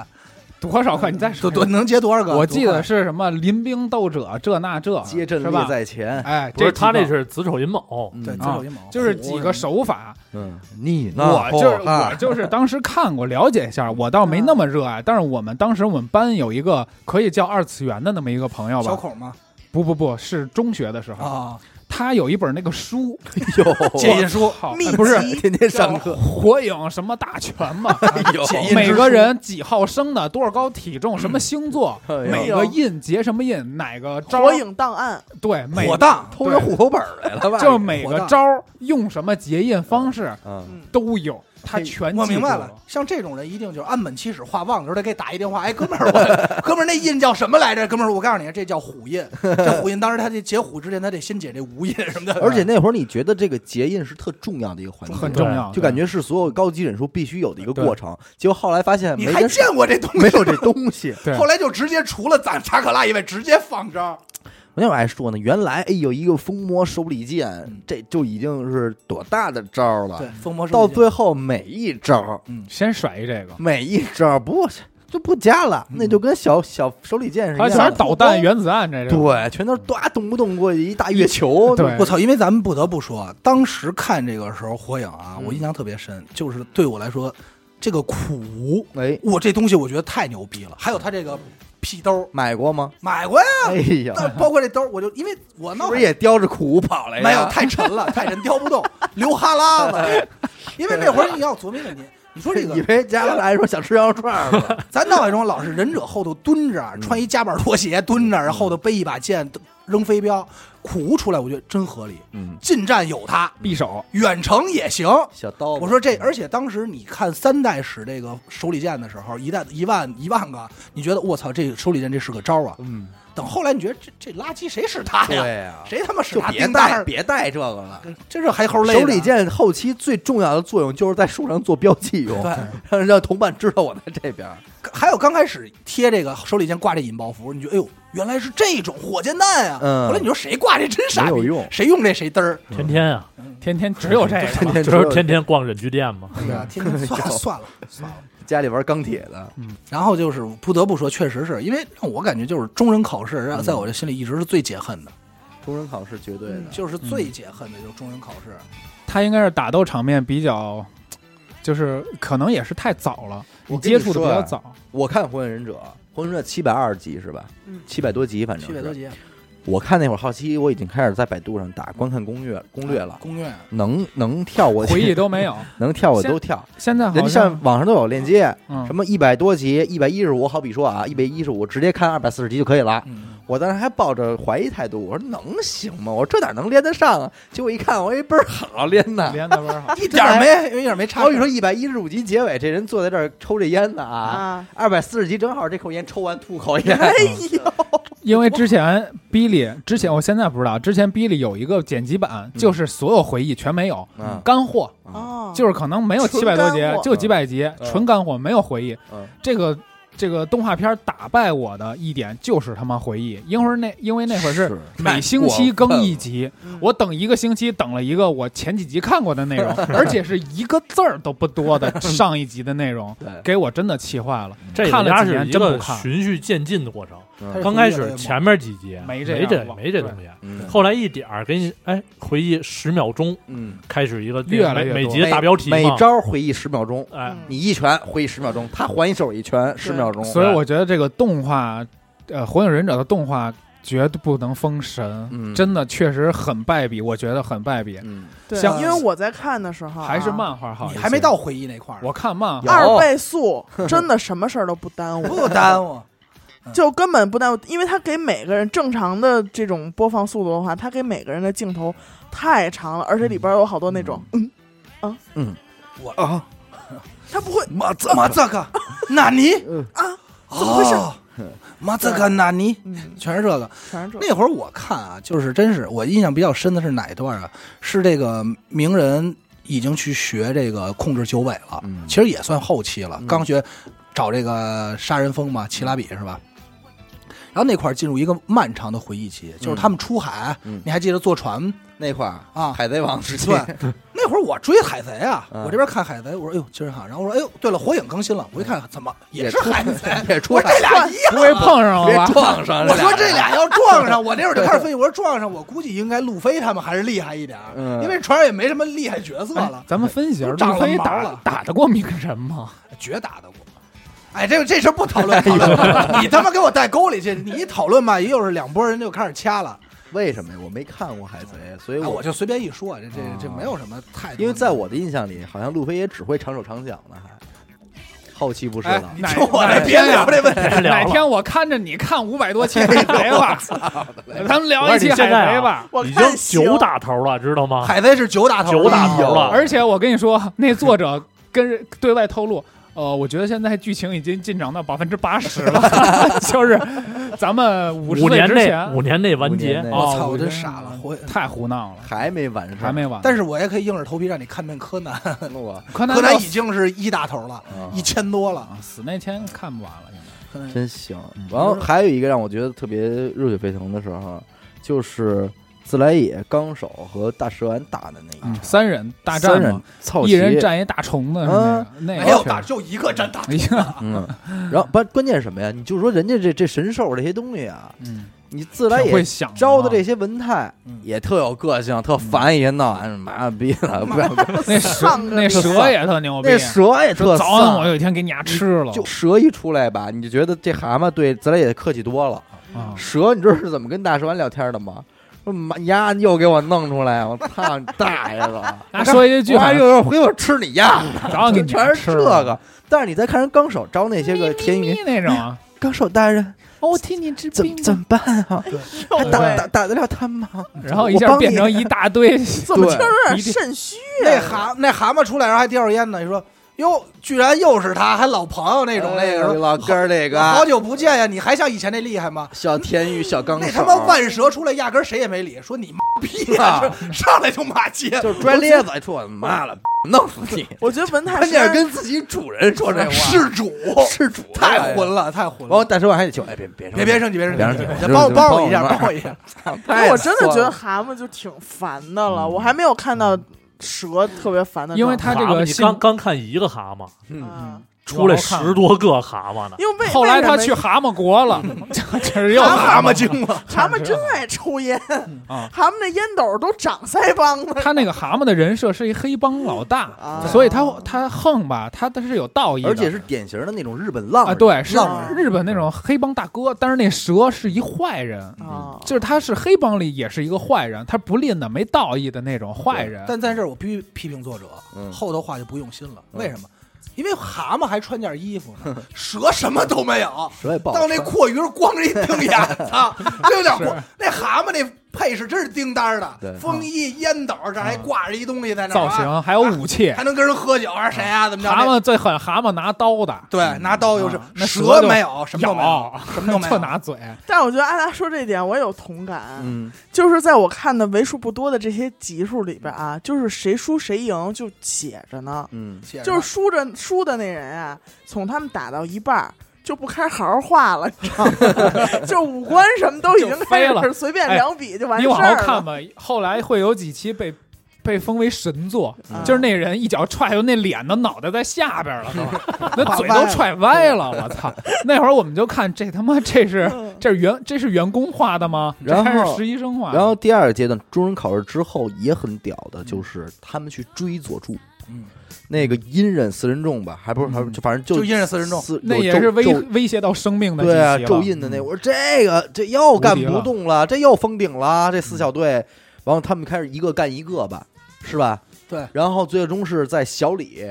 Speaker 6: 多少块？你再说
Speaker 4: 多。多能结多少个？
Speaker 6: 我记得
Speaker 4: 多
Speaker 6: 是什么临兵斗者这那这，
Speaker 2: 接阵
Speaker 6: 是
Speaker 2: 力
Speaker 6: 吧？
Speaker 2: 在前，
Speaker 6: 哎，
Speaker 3: 不是他
Speaker 6: 这
Speaker 3: 那
Speaker 6: 几个
Speaker 3: 是子丑寅卯，
Speaker 4: 块对，
Speaker 2: 嗯
Speaker 4: 自有一毛。
Speaker 6: 就是几个手法，
Speaker 2: 嗯，你呢？
Speaker 4: 哦
Speaker 6: 我就是
Speaker 2: 后
Speaker 6: 我
Speaker 2: 啊
Speaker 6: 就是当时看过了解一下，我倒没那么热爱，但是我们当时我们班有一个可以叫二次元的那么一个朋友
Speaker 4: 小
Speaker 6: 吧，
Speaker 4: 孔嘛
Speaker 6: 不不不是中学的时候，
Speaker 4: 啊，哦
Speaker 6: 他有一本那个书，
Speaker 2: 哟，
Speaker 6: 解印书，好
Speaker 5: 秘
Speaker 6: 哎不是
Speaker 5: 籍
Speaker 2: 天天上 课，哎
Speaker 6: 火影什么大全嘛，
Speaker 2: 有
Speaker 4: 解 印
Speaker 6: 每
Speaker 4: 之
Speaker 6: 个
Speaker 4: 书嗯
Speaker 6: 人几号生的，多少高体重，什么星座，
Speaker 2: 哎呦
Speaker 6: 每个印结什么印，哪个招，
Speaker 5: 火影档案，
Speaker 6: 对，每
Speaker 4: 火当
Speaker 2: 偷着户口本儿来了吧？
Speaker 6: 就每
Speaker 4: 火
Speaker 6: 个
Speaker 4: 大
Speaker 6: 招儿用什么结印方式
Speaker 2: 嗯，
Speaker 6: 都有，他全
Speaker 4: 我
Speaker 6: 记
Speaker 4: 明
Speaker 6: 住
Speaker 4: 白了，像这种人一定就是按本起始画忘的时候，他给打一电话，哎，哥们儿，我哥们儿那印叫什么来着？哥们儿，我告诉你，这叫虎印。这虎印当时他这解虎之前，他得先解这无印什 么的。
Speaker 2: 而且那会儿你觉得这个结印是特重要的一个环节，
Speaker 6: 很重要，
Speaker 2: 就感觉是所有高级忍术必须有的一个
Speaker 6: 对
Speaker 2: 过程。结果后来发现
Speaker 4: 你
Speaker 2: 没
Speaker 4: 还
Speaker 2: 这
Speaker 4: 见过这东西？
Speaker 2: 没 有这东西。
Speaker 6: 对
Speaker 4: 后来就直接除了咱查可拉以外，直接放招。
Speaker 2: 我那会儿还说呢，原来哎有一个风魔手里
Speaker 4: 嗯
Speaker 2: 剑，这就已经是多大的招儿了。，
Speaker 4: 疯魔
Speaker 2: 到最后每一招，
Speaker 6: 先甩一这个。
Speaker 2: 每一招不就不加了，
Speaker 4: 嗯
Speaker 2: 那就跟小小手里剑似
Speaker 6: 它
Speaker 2: 的，
Speaker 6: 全是导弹、原子弹，这是
Speaker 2: 对，全都是哒，动不动过去一大月球，
Speaker 6: 对
Speaker 4: 我操！因为咱们不得不说，当时看这个时候《火影》啊，我印象特别深，就是对我来说，这个苦无，
Speaker 2: 哎，
Speaker 4: 我这东西我觉得太牛逼了。还有他这个屁兜，
Speaker 2: 买过吗？
Speaker 4: 买 过呀，
Speaker 2: 哎呀，
Speaker 4: 但包括这兜，我就因为我
Speaker 2: 是
Speaker 4: 闹
Speaker 2: 不是也叼着苦跑来呀？哎
Speaker 4: 没有太沉了，太沉叼 不动，流哈喇子。因为那会儿你要琢磨一个你，你说 这
Speaker 2: 以
Speaker 4: 个，
Speaker 2: 为家里来说想吃羊肉串儿了，
Speaker 4: 咱脑海中老是忍者后头蹲着，啊穿一夹板拖鞋蹲着，然后头背一把剑扔飞镖，苦无出来，我觉得真合理。
Speaker 2: 嗯，
Speaker 4: 近战有他，
Speaker 6: 匕首，
Speaker 4: 远程也行。
Speaker 2: 小刀，
Speaker 4: 我说这，而且当时你看三代使这个手里剑的时候，一代一万一万个，你觉得我操，这手里剑这是个招啊！
Speaker 2: 嗯，
Speaker 4: 等后来你觉得这这垃圾谁使他
Speaker 2: 对
Speaker 4: 哎呀？
Speaker 2: 呀，
Speaker 4: 谁他妈使
Speaker 2: 就
Speaker 4: 他
Speaker 2: 别
Speaker 4: 钉带
Speaker 2: 带
Speaker 4: 儿？
Speaker 2: 别带这个 了。
Speaker 4: 这是黑猴勒的
Speaker 2: 手里剑后期最重要的作用就是在手上做标记用，
Speaker 4: 对。
Speaker 2: 让让同伴知道我在这边儿。
Speaker 4: 还有刚开始贴这个手里先挂这引爆符，你觉得哎呦，原来是这种火箭弹啊！
Speaker 2: 嗯
Speaker 4: 后来你说谁挂这真傻逼
Speaker 2: 没有用
Speaker 4: 谁用这谁嘚儿，
Speaker 3: 天天啊，
Speaker 6: 天天只有这个
Speaker 2: 天
Speaker 6: 吧，
Speaker 2: 天
Speaker 3: 就
Speaker 2: 只
Speaker 3: 是
Speaker 2: 有
Speaker 3: 天天逛忍具店嘛。
Speaker 4: 对
Speaker 2: 嗯
Speaker 4: 吧？天天 算了算了算了。
Speaker 2: 家里玩钢铁的，
Speaker 4: 然后就是不得不说，确实是因为让我感觉就是中忍考试，让在我这心里一直是最解恨的，
Speaker 2: 中忍考是绝对的。
Speaker 4: 就是最解恨的就是中忍考试。
Speaker 6: 他应该是打斗场面比较，就是可能也是太早了，
Speaker 2: 我
Speaker 6: 你
Speaker 2: 跟你啊
Speaker 6: 接触的比较早，
Speaker 2: 我看《火影忍者》，《火影忍者》七百二十集是吧？
Speaker 5: 嗯
Speaker 2: 七百多集，反正
Speaker 4: 七百多
Speaker 2: 是。
Speaker 4: 集，
Speaker 2: 我看那会儿好奇，我已经开始在百度上打观看攻略攻略了，
Speaker 4: 啊攻略
Speaker 2: 能能跳我
Speaker 6: 回忆都没 有。
Speaker 2: 能跳我都跳，
Speaker 6: 现在
Speaker 2: 人
Speaker 6: 好
Speaker 2: 家像
Speaker 6: 像
Speaker 2: 网上都有链接，
Speaker 6: 嗯
Speaker 2: 什么一百多集，一百一十五，好比说啊，一百一十五直接看二百四十集就可以了。
Speaker 4: 嗯，，
Speaker 2: 我当时还抱着怀疑态度，我说能行吗？我说这哪能连得上啊？结果一看，我一倍儿好连的。
Speaker 6: 连的不是好
Speaker 4: 一点儿没，一点儿没差。
Speaker 2: 好比说一百一十五集结尾，这人坐在这儿抽着烟呢啊，
Speaker 5: 啊，
Speaker 2: 二百四十集正好这口烟抽完吐口 烟，
Speaker 5: 哎呦，
Speaker 6: 因为之前 Billy 之前我现在不知道，之前 Billy 有一个剪辑版，就是所有回忆全没有，
Speaker 2: 嗯
Speaker 6: 干货，
Speaker 5: 哦，
Speaker 6: 就是可能没有七百多集
Speaker 5: 纯干，货
Speaker 6: 就几百集，纯干货，没有回忆
Speaker 2: 嗯。
Speaker 6: 这个这个动画片打败我的一点就是他妈回忆，因为那因为那会儿是每星期更一集
Speaker 5: 分了，
Speaker 6: 我等一个星期等了一个我前几集看过的内容，而且是一个字儿都不多的上一集的内容
Speaker 2: 对，
Speaker 6: 给我真的气坏了。
Speaker 3: 这
Speaker 6: 看了
Speaker 3: 家
Speaker 6: 几
Speaker 3: 是
Speaker 6: 年
Speaker 3: 一
Speaker 6: 真不
Speaker 3: 个
Speaker 6: 看，
Speaker 3: 循序渐进的过程。
Speaker 4: 他是
Speaker 3: 刚开始前面几集
Speaker 6: 没这
Speaker 3: 这
Speaker 6: 样
Speaker 3: 没
Speaker 6: 了
Speaker 3: 没这东西，
Speaker 2: 嗯
Speaker 3: 后来一点儿给你哎回忆十秒钟，
Speaker 2: 嗯，
Speaker 3: 开始一个
Speaker 6: 越来越多
Speaker 3: 每每集
Speaker 2: 每
Speaker 3: 的大标题嘛
Speaker 2: 每招回忆十秒钟，
Speaker 3: 哎
Speaker 5: 嗯
Speaker 2: 你一拳回忆十秒钟，他还一手一拳十秒钟，
Speaker 6: 所以我觉得这个动画，呃，《火影忍者》的动画绝对不能封神，
Speaker 2: 嗯
Speaker 6: 真的确实很败笔，我觉得很败笔，
Speaker 2: 嗯，
Speaker 5: 对
Speaker 6: 像，
Speaker 5: 因为我在看的时候啊
Speaker 6: 还是漫画好。
Speaker 4: 你还没，到回忆那块儿，
Speaker 6: 我看漫
Speaker 2: 有
Speaker 6: 画，
Speaker 5: 二倍速，真的什么事儿都不耽误，
Speaker 4: 不耽误。
Speaker 5: 就根本不耽误，因为他给每个人正常的这种播放速度的话，他给每个人的镜头太长了，而且里边有好多那种，嗯，啊，
Speaker 2: 嗯，
Speaker 4: 我
Speaker 5: 啊，他不会，
Speaker 4: 马这马这个纳尼啊？
Speaker 5: 么回事
Speaker 4: 哦，马这个纳尼，
Speaker 5: 嗯，
Speaker 4: 全是这个。
Speaker 5: 全是这
Speaker 4: 那会儿我看啊，就是真是我印象比较深的是哪一段啊？是这个鸣人已经去学这个控制九尾了，
Speaker 2: 嗯
Speaker 4: 其实也算后期了，
Speaker 2: 嗯
Speaker 4: 刚学找这个杀人蜂嘛，奇拉比是吧？然后那块儿进入一个漫长的回忆期，就是他们出海，
Speaker 2: 嗯
Speaker 4: 你还记得坐船
Speaker 2: 那块儿
Speaker 4: 啊？
Speaker 2: 海贼王时期，
Speaker 4: 对，那会儿我追海贼啊，
Speaker 2: 嗯
Speaker 4: 我这边看海贼，我说哎呦今儿看，然后我说哎呦，对了，火影更新了，我一看怎么也是
Speaker 2: 出
Speaker 4: 海贼，
Speaker 2: 也 出
Speaker 4: 我说这俩一样。啊
Speaker 6: 不会碰上了
Speaker 2: 别
Speaker 6: 吧？
Speaker 2: 撞上了，
Speaker 4: 我说这俩要撞上，我那会儿就开始分析，我说撞上，我估计应该路飞他们还是厉害一点儿，
Speaker 2: 嗯
Speaker 4: 因为船上也没什么厉害角色
Speaker 6: 哎
Speaker 4: 了，
Speaker 6: 咱们分析一下，
Speaker 4: 都长
Speaker 6: 路飞
Speaker 4: 了毛
Speaker 6: 打
Speaker 4: 了
Speaker 6: 打得过鸣人吗？
Speaker 4: 绝打得过。哎，这个这事儿不讨论，讨论你他妈给我带沟里去！你一讨论吧，又是两拨人就开始掐了。
Speaker 2: 为什么呀？我没看过海贼，所以
Speaker 6: 啊
Speaker 4: 哎
Speaker 2: 我
Speaker 4: 我就随便一说，这这这没有什么太多的。
Speaker 2: 因为在我的印象里，好像路飞也只会长手长脚呢，还后期不是
Speaker 6: 哎
Speaker 2: 了。
Speaker 6: 哪
Speaker 4: 就我
Speaker 6: 哪
Speaker 4: 来别
Speaker 6: 天呀
Speaker 4: 聊这问题，
Speaker 3: 别聊了
Speaker 6: 哪天我看着你看五百多期海贼吧，咱们聊一期海
Speaker 3: 我告诉你现在
Speaker 6: 贼
Speaker 3: 啊
Speaker 6: 吧。
Speaker 5: 我
Speaker 3: 已经
Speaker 5: 看
Speaker 3: 九
Speaker 5: 行
Speaker 3: 打头了，知道吗？
Speaker 4: 海贼是九打头，啊
Speaker 3: 九打头了
Speaker 6: 而且我跟你说，那作者跟人对外透露，呃，我觉得现在剧情已经进展到百分之八十了， 就是咱们五十
Speaker 3: 五
Speaker 6: 岁
Speaker 3: 年
Speaker 6: 之
Speaker 3: 内
Speaker 6: 前，哦
Speaker 3: 五年内完结
Speaker 2: 五年内
Speaker 4: 我
Speaker 3: 啊！
Speaker 4: 操，我真傻了，我
Speaker 6: 太胡闹了，
Speaker 2: 还没完事儿，
Speaker 6: 还没完。
Speaker 4: 但
Speaker 6: 是
Speaker 4: 是我也可以硬着头皮让你看遍柯南，
Speaker 2: 我
Speaker 6: 柯南
Speaker 4: 柯南
Speaker 6: 要
Speaker 4: 已经是一打头了，一千多了。
Speaker 6: 啊死那天看不完了，应该
Speaker 4: 柯南
Speaker 2: 哦真行
Speaker 6: 嗯。
Speaker 2: 然后还有一个让我觉得特别热血沸腾的时候，就是自来也纲手和大蛇丸打的那一场
Speaker 6: 嗯，三人大
Speaker 2: 三
Speaker 6: 战
Speaker 2: 人
Speaker 6: 嘛，
Speaker 2: 凑齐
Speaker 6: 一人占一大虫子，是那
Speaker 2: 啊
Speaker 6: 个那个
Speaker 4: 没有
Speaker 6: 确实
Speaker 4: 哎打，就一个真打。
Speaker 6: 哎呀，
Speaker 2: 嗯，然后不关键是什么呀？你就说人家这这神兽这些东西啊，
Speaker 6: 嗯，
Speaker 2: 你自来
Speaker 6: 挺会
Speaker 2: 也
Speaker 6: 想
Speaker 2: 招的这
Speaker 6: 啊
Speaker 2: 些文太
Speaker 4: 嗯
Speaker 2: 也特有个性，特
Speaker 6: 嗯
Speaker 2: 烦，一天到晚妈逼的，不要
Speaker 6: 那蛇
Speaker 5: 上个
Speaker 6: 那蛇也特牛逼
Speaker 2: 那，蛇也
Speaker 6: 说
Speaker 2: 特
Speaker 6: 早晚
Speaker 2: 丧
Speaker 6: 我。有一天给你家吃了，
Speaker 2: 就蛇一出来吧，你就觉得这蛤蟆对咱俩也客气多了。
Speaker 6: 啊
Speaker 2: 蛇，你知道是怎么跟大蛇丸聊天的吗？说妈呀，你又给我弄出来，我操你大 爷了！
Speaker 6: 他说一句
Speaker 2: 我还又回我吃你呀，
Speaker 6: 早晚给
Speaker 2: 就
Speaker 6: 你
Speaker 2: 全
Speaker 6: 家
Speaker 2: 是
Speaker 6: 吃
Speaker 2: 这
Speaker 6: 了。
Speaker 2: 个。但是你再看人纲手招那些个天
Speaker 6: 咪
Speaker 2: 云，
Speaker 6: 咪那种 啊，
Speaker 2: 纲手大人
Speaker 6: 哦，我替你治
Speaker 2: 怎
Speaker 6: 病
Speaker 2: 么怎么办啊？还
Speaker 5: 种
Speaker 2: 打
Speaker 5: 哎
Speaker 2: 打打得了他吗？
Speaker 6: 啊然后一
Speaker 2: 我
Speaker 6: 下
Speaker 2: 帮你
Speaker 6: 变成一大 堆，
Speaker 5: 怎么听着有
Speaker 6: 一
Speaker 5: 点
Speaker 6: 定
Speaker 5: 肾虚啊
Speaker 4: 那蛤那蛤蟆出来，然后还叼着烟呢。你说哟，居然又是他，还老朋友那种那
Speaker 2: 哎
Speaker 4: 个，说
Speaker 2: 老根儿那
Speaker 4: 好
Speaker 2: 个
Speaker 4: 久不见呀，你还像以前那厉害吗？
Speaker 2: 小天宇小纲手，
Speaker 4: 那他妈万蛇出来，压根儿谁也没理，说你妈逼呀，这上 来就骂街，
Speaker 2: 啊就是拽咧子，说我妈了，弄死 你！
Speaker 5: 我觉得 文太
Speaker 2: 关键
Speaker 5: 师
Speaker 2: 是跟自己主人说这话，
Speaker 4: 事主
Speaker 2: 是主
Speaker 4: 太混了，太混
Speaker 2: 完我
Speaker 4: 了。
Speaker 2: 大蛇丸还得求，哎别别
Speaker 4: 别别生气，别生
Speaker 2: 别生
Speaker 4: 气，
Speaker 2: 气
Speaker 4: 帮我帮我一下，
Speaker 2: 帮我
Speaker 4: 帮我一下。
Speaker 2: 太
Speaker 5: 我真的觉
Speaker 2: 酸
Speaker 5: 得
Speaker 2: 了
Speaker 5: 蛤蟆就挺烦的了，我还没有看到蛇特别烦的状态，
Speaker 6: 嗯因为它这
Speaker 3: 蛤蟆
Speaker 6: 个
Speaker 3: 你
Speaker 6: 性
Speaker 3: 刚刚看一个蛤蟆，
Speaker 5: 啊
Speaker 3: 出来十多个蛤蟆呢。
Speaker 5: 因为为
Speaker 6: 后来他
Speaker 5: 为
Speaker 6: 去
Speaker 5: 什么
Speaker 6: 蛤蟆国 了，这是又
Speaker 4: 蛤蟆
Speaker 6: 精
Speaker 4: 精了，
Speaker 5: 蛤蟆真爱抽烟，
Speaker 6: 啊！
Speaker 5: 蛤蟆那烟斗都长腮帮子。
Speaker 6: 他那个蛤蟆的人设是一黑帮老大
Speaker 5: 啊，
Speaker 6: 所以他他横吧，他他是有道义的，
Speaker 2: 而且是典型的那种日本浪
Speaker 6: 啊，
Speaker 2: 人，
Speaker 6: 对，是
Speaker 5: 浪人
Speaker 6: 日本那种黑帮大哥，但是那蛇是一坏人，
Speaker 5: 啊，
Speaker 6: 就是他是黑帮里也是一个坏人，他不吝的没道义的那种坏人。
Speaker 4: 但在这儿我必须批评作者，
Speaker 2: 嗯
Speaker 4: 后头话就不用心了。
Speaker 2: 嗯
Speaker 4: 为什么？因为蛤蟆还穿件衣服 呢，蛇什么都没有。
Speaker 2: 实在不好
Speaker 4: 到那
Speaker 2: 看
Speaker 4: 阔鱼儿光 着一腚眼，操，这有点过。那蛤蟆那配饰真是叮当
Speaker 2: 对嗯
Speaker 4: 的，风衣、烟斗，这还
Speaker 6: 嗯
Speaker 4: 挂着一东西在那儿
Speaker 6: 造
Speaker 4: 啊，
Speaker 6: 型还有武器，
Speaker 4: 还能跟人喝酒，还是谁啊？怎么着？
Speaker 6: 蛤蟆最狠，蛤蟆拿刀的，
Speaker 2: 嗯
Speaker 4: 对，拿刀又是
Speaker 6: 啊那蛇
Speaker 4: 蛇
Speaker 6: 就
Speaker 4: 没有，什么都没有，
Speaker 6: 咬
Speaker 4: 什么都没
Speaker 6: 就
Speaker 4: 有。
Speaker 6: 拿嘴，
Speaker 5: 但我觉得阿达说这点我也有同感，
Speaker 2: 嗯
Speaker 5: 就是在我看的为数不多的这些集数里边啊，就是谁输谁赢就写着呢，
Speaker 2: 嗯
Speaker 4: 写着
Speaker 5: 就是输着输的那人啊，从他们打到一半儿就不开好好话了，你知道吗？ 就五官什么都已经
Speaker 6: 就
Speaker 5: 开
Speaker 6: 飞了哎
Speaker 5: 始随便两笔就完
Speaker 6: 你
Speaker 5: 事
Speaker 6: 往后
Speaker 5: 儿
Speaker 6: 看
Speaker 5: 了。
Speaker 6: 吧，后来会有几期被被封为神作，
Speaker 5: 嗯
Speaker 6: 就是那人一脚踹就那脸都脑袋在下边了，都那嘴
Speaker 4: 画歪
Speaker 6: 都
Speaker 4: 了
Speaker 6: 踹歪了，我操！那会儿我们就看这他妈这是
Speaker 5: 嗯
Speaker 6: 这是员这是员工画的吗？这
Speaker 2: 然
Speaker 6: 还是
Speaker 2: 后
Speaker 6: 实习生画的？
Speaker 2: 然后第二个阶段，中忍考试之后也很屌的，就是他们去追佐助。
Speaker 4: 嗯，
Speaker 2: 那个阴忍四人众吧，还不是还不是就反正就
Speaker 4: 就阴忍四人众
Speaker 2: 四
Speaker 6: 那
Speaker 2: 有
Speaker 6: 也
Speaker 2: 咒
Speaker 6: 是威
Speaker 2: 咒
Speaker 6: 威胁到生命的
Speaker 2: 对啊，
Speaker 6: 几期了嗯
Speaker 2: 咒印
Speaker 4: 嗯
Speaker 2: 的那，我说这个这又干不动了，这又封顶了，这四小
Speaker 4: 嗯
Speaker 2: 队，然后他们开始一个干一个吧，是吧？
Speaker 4: 对，
Speaker 2: 然后最终是在小李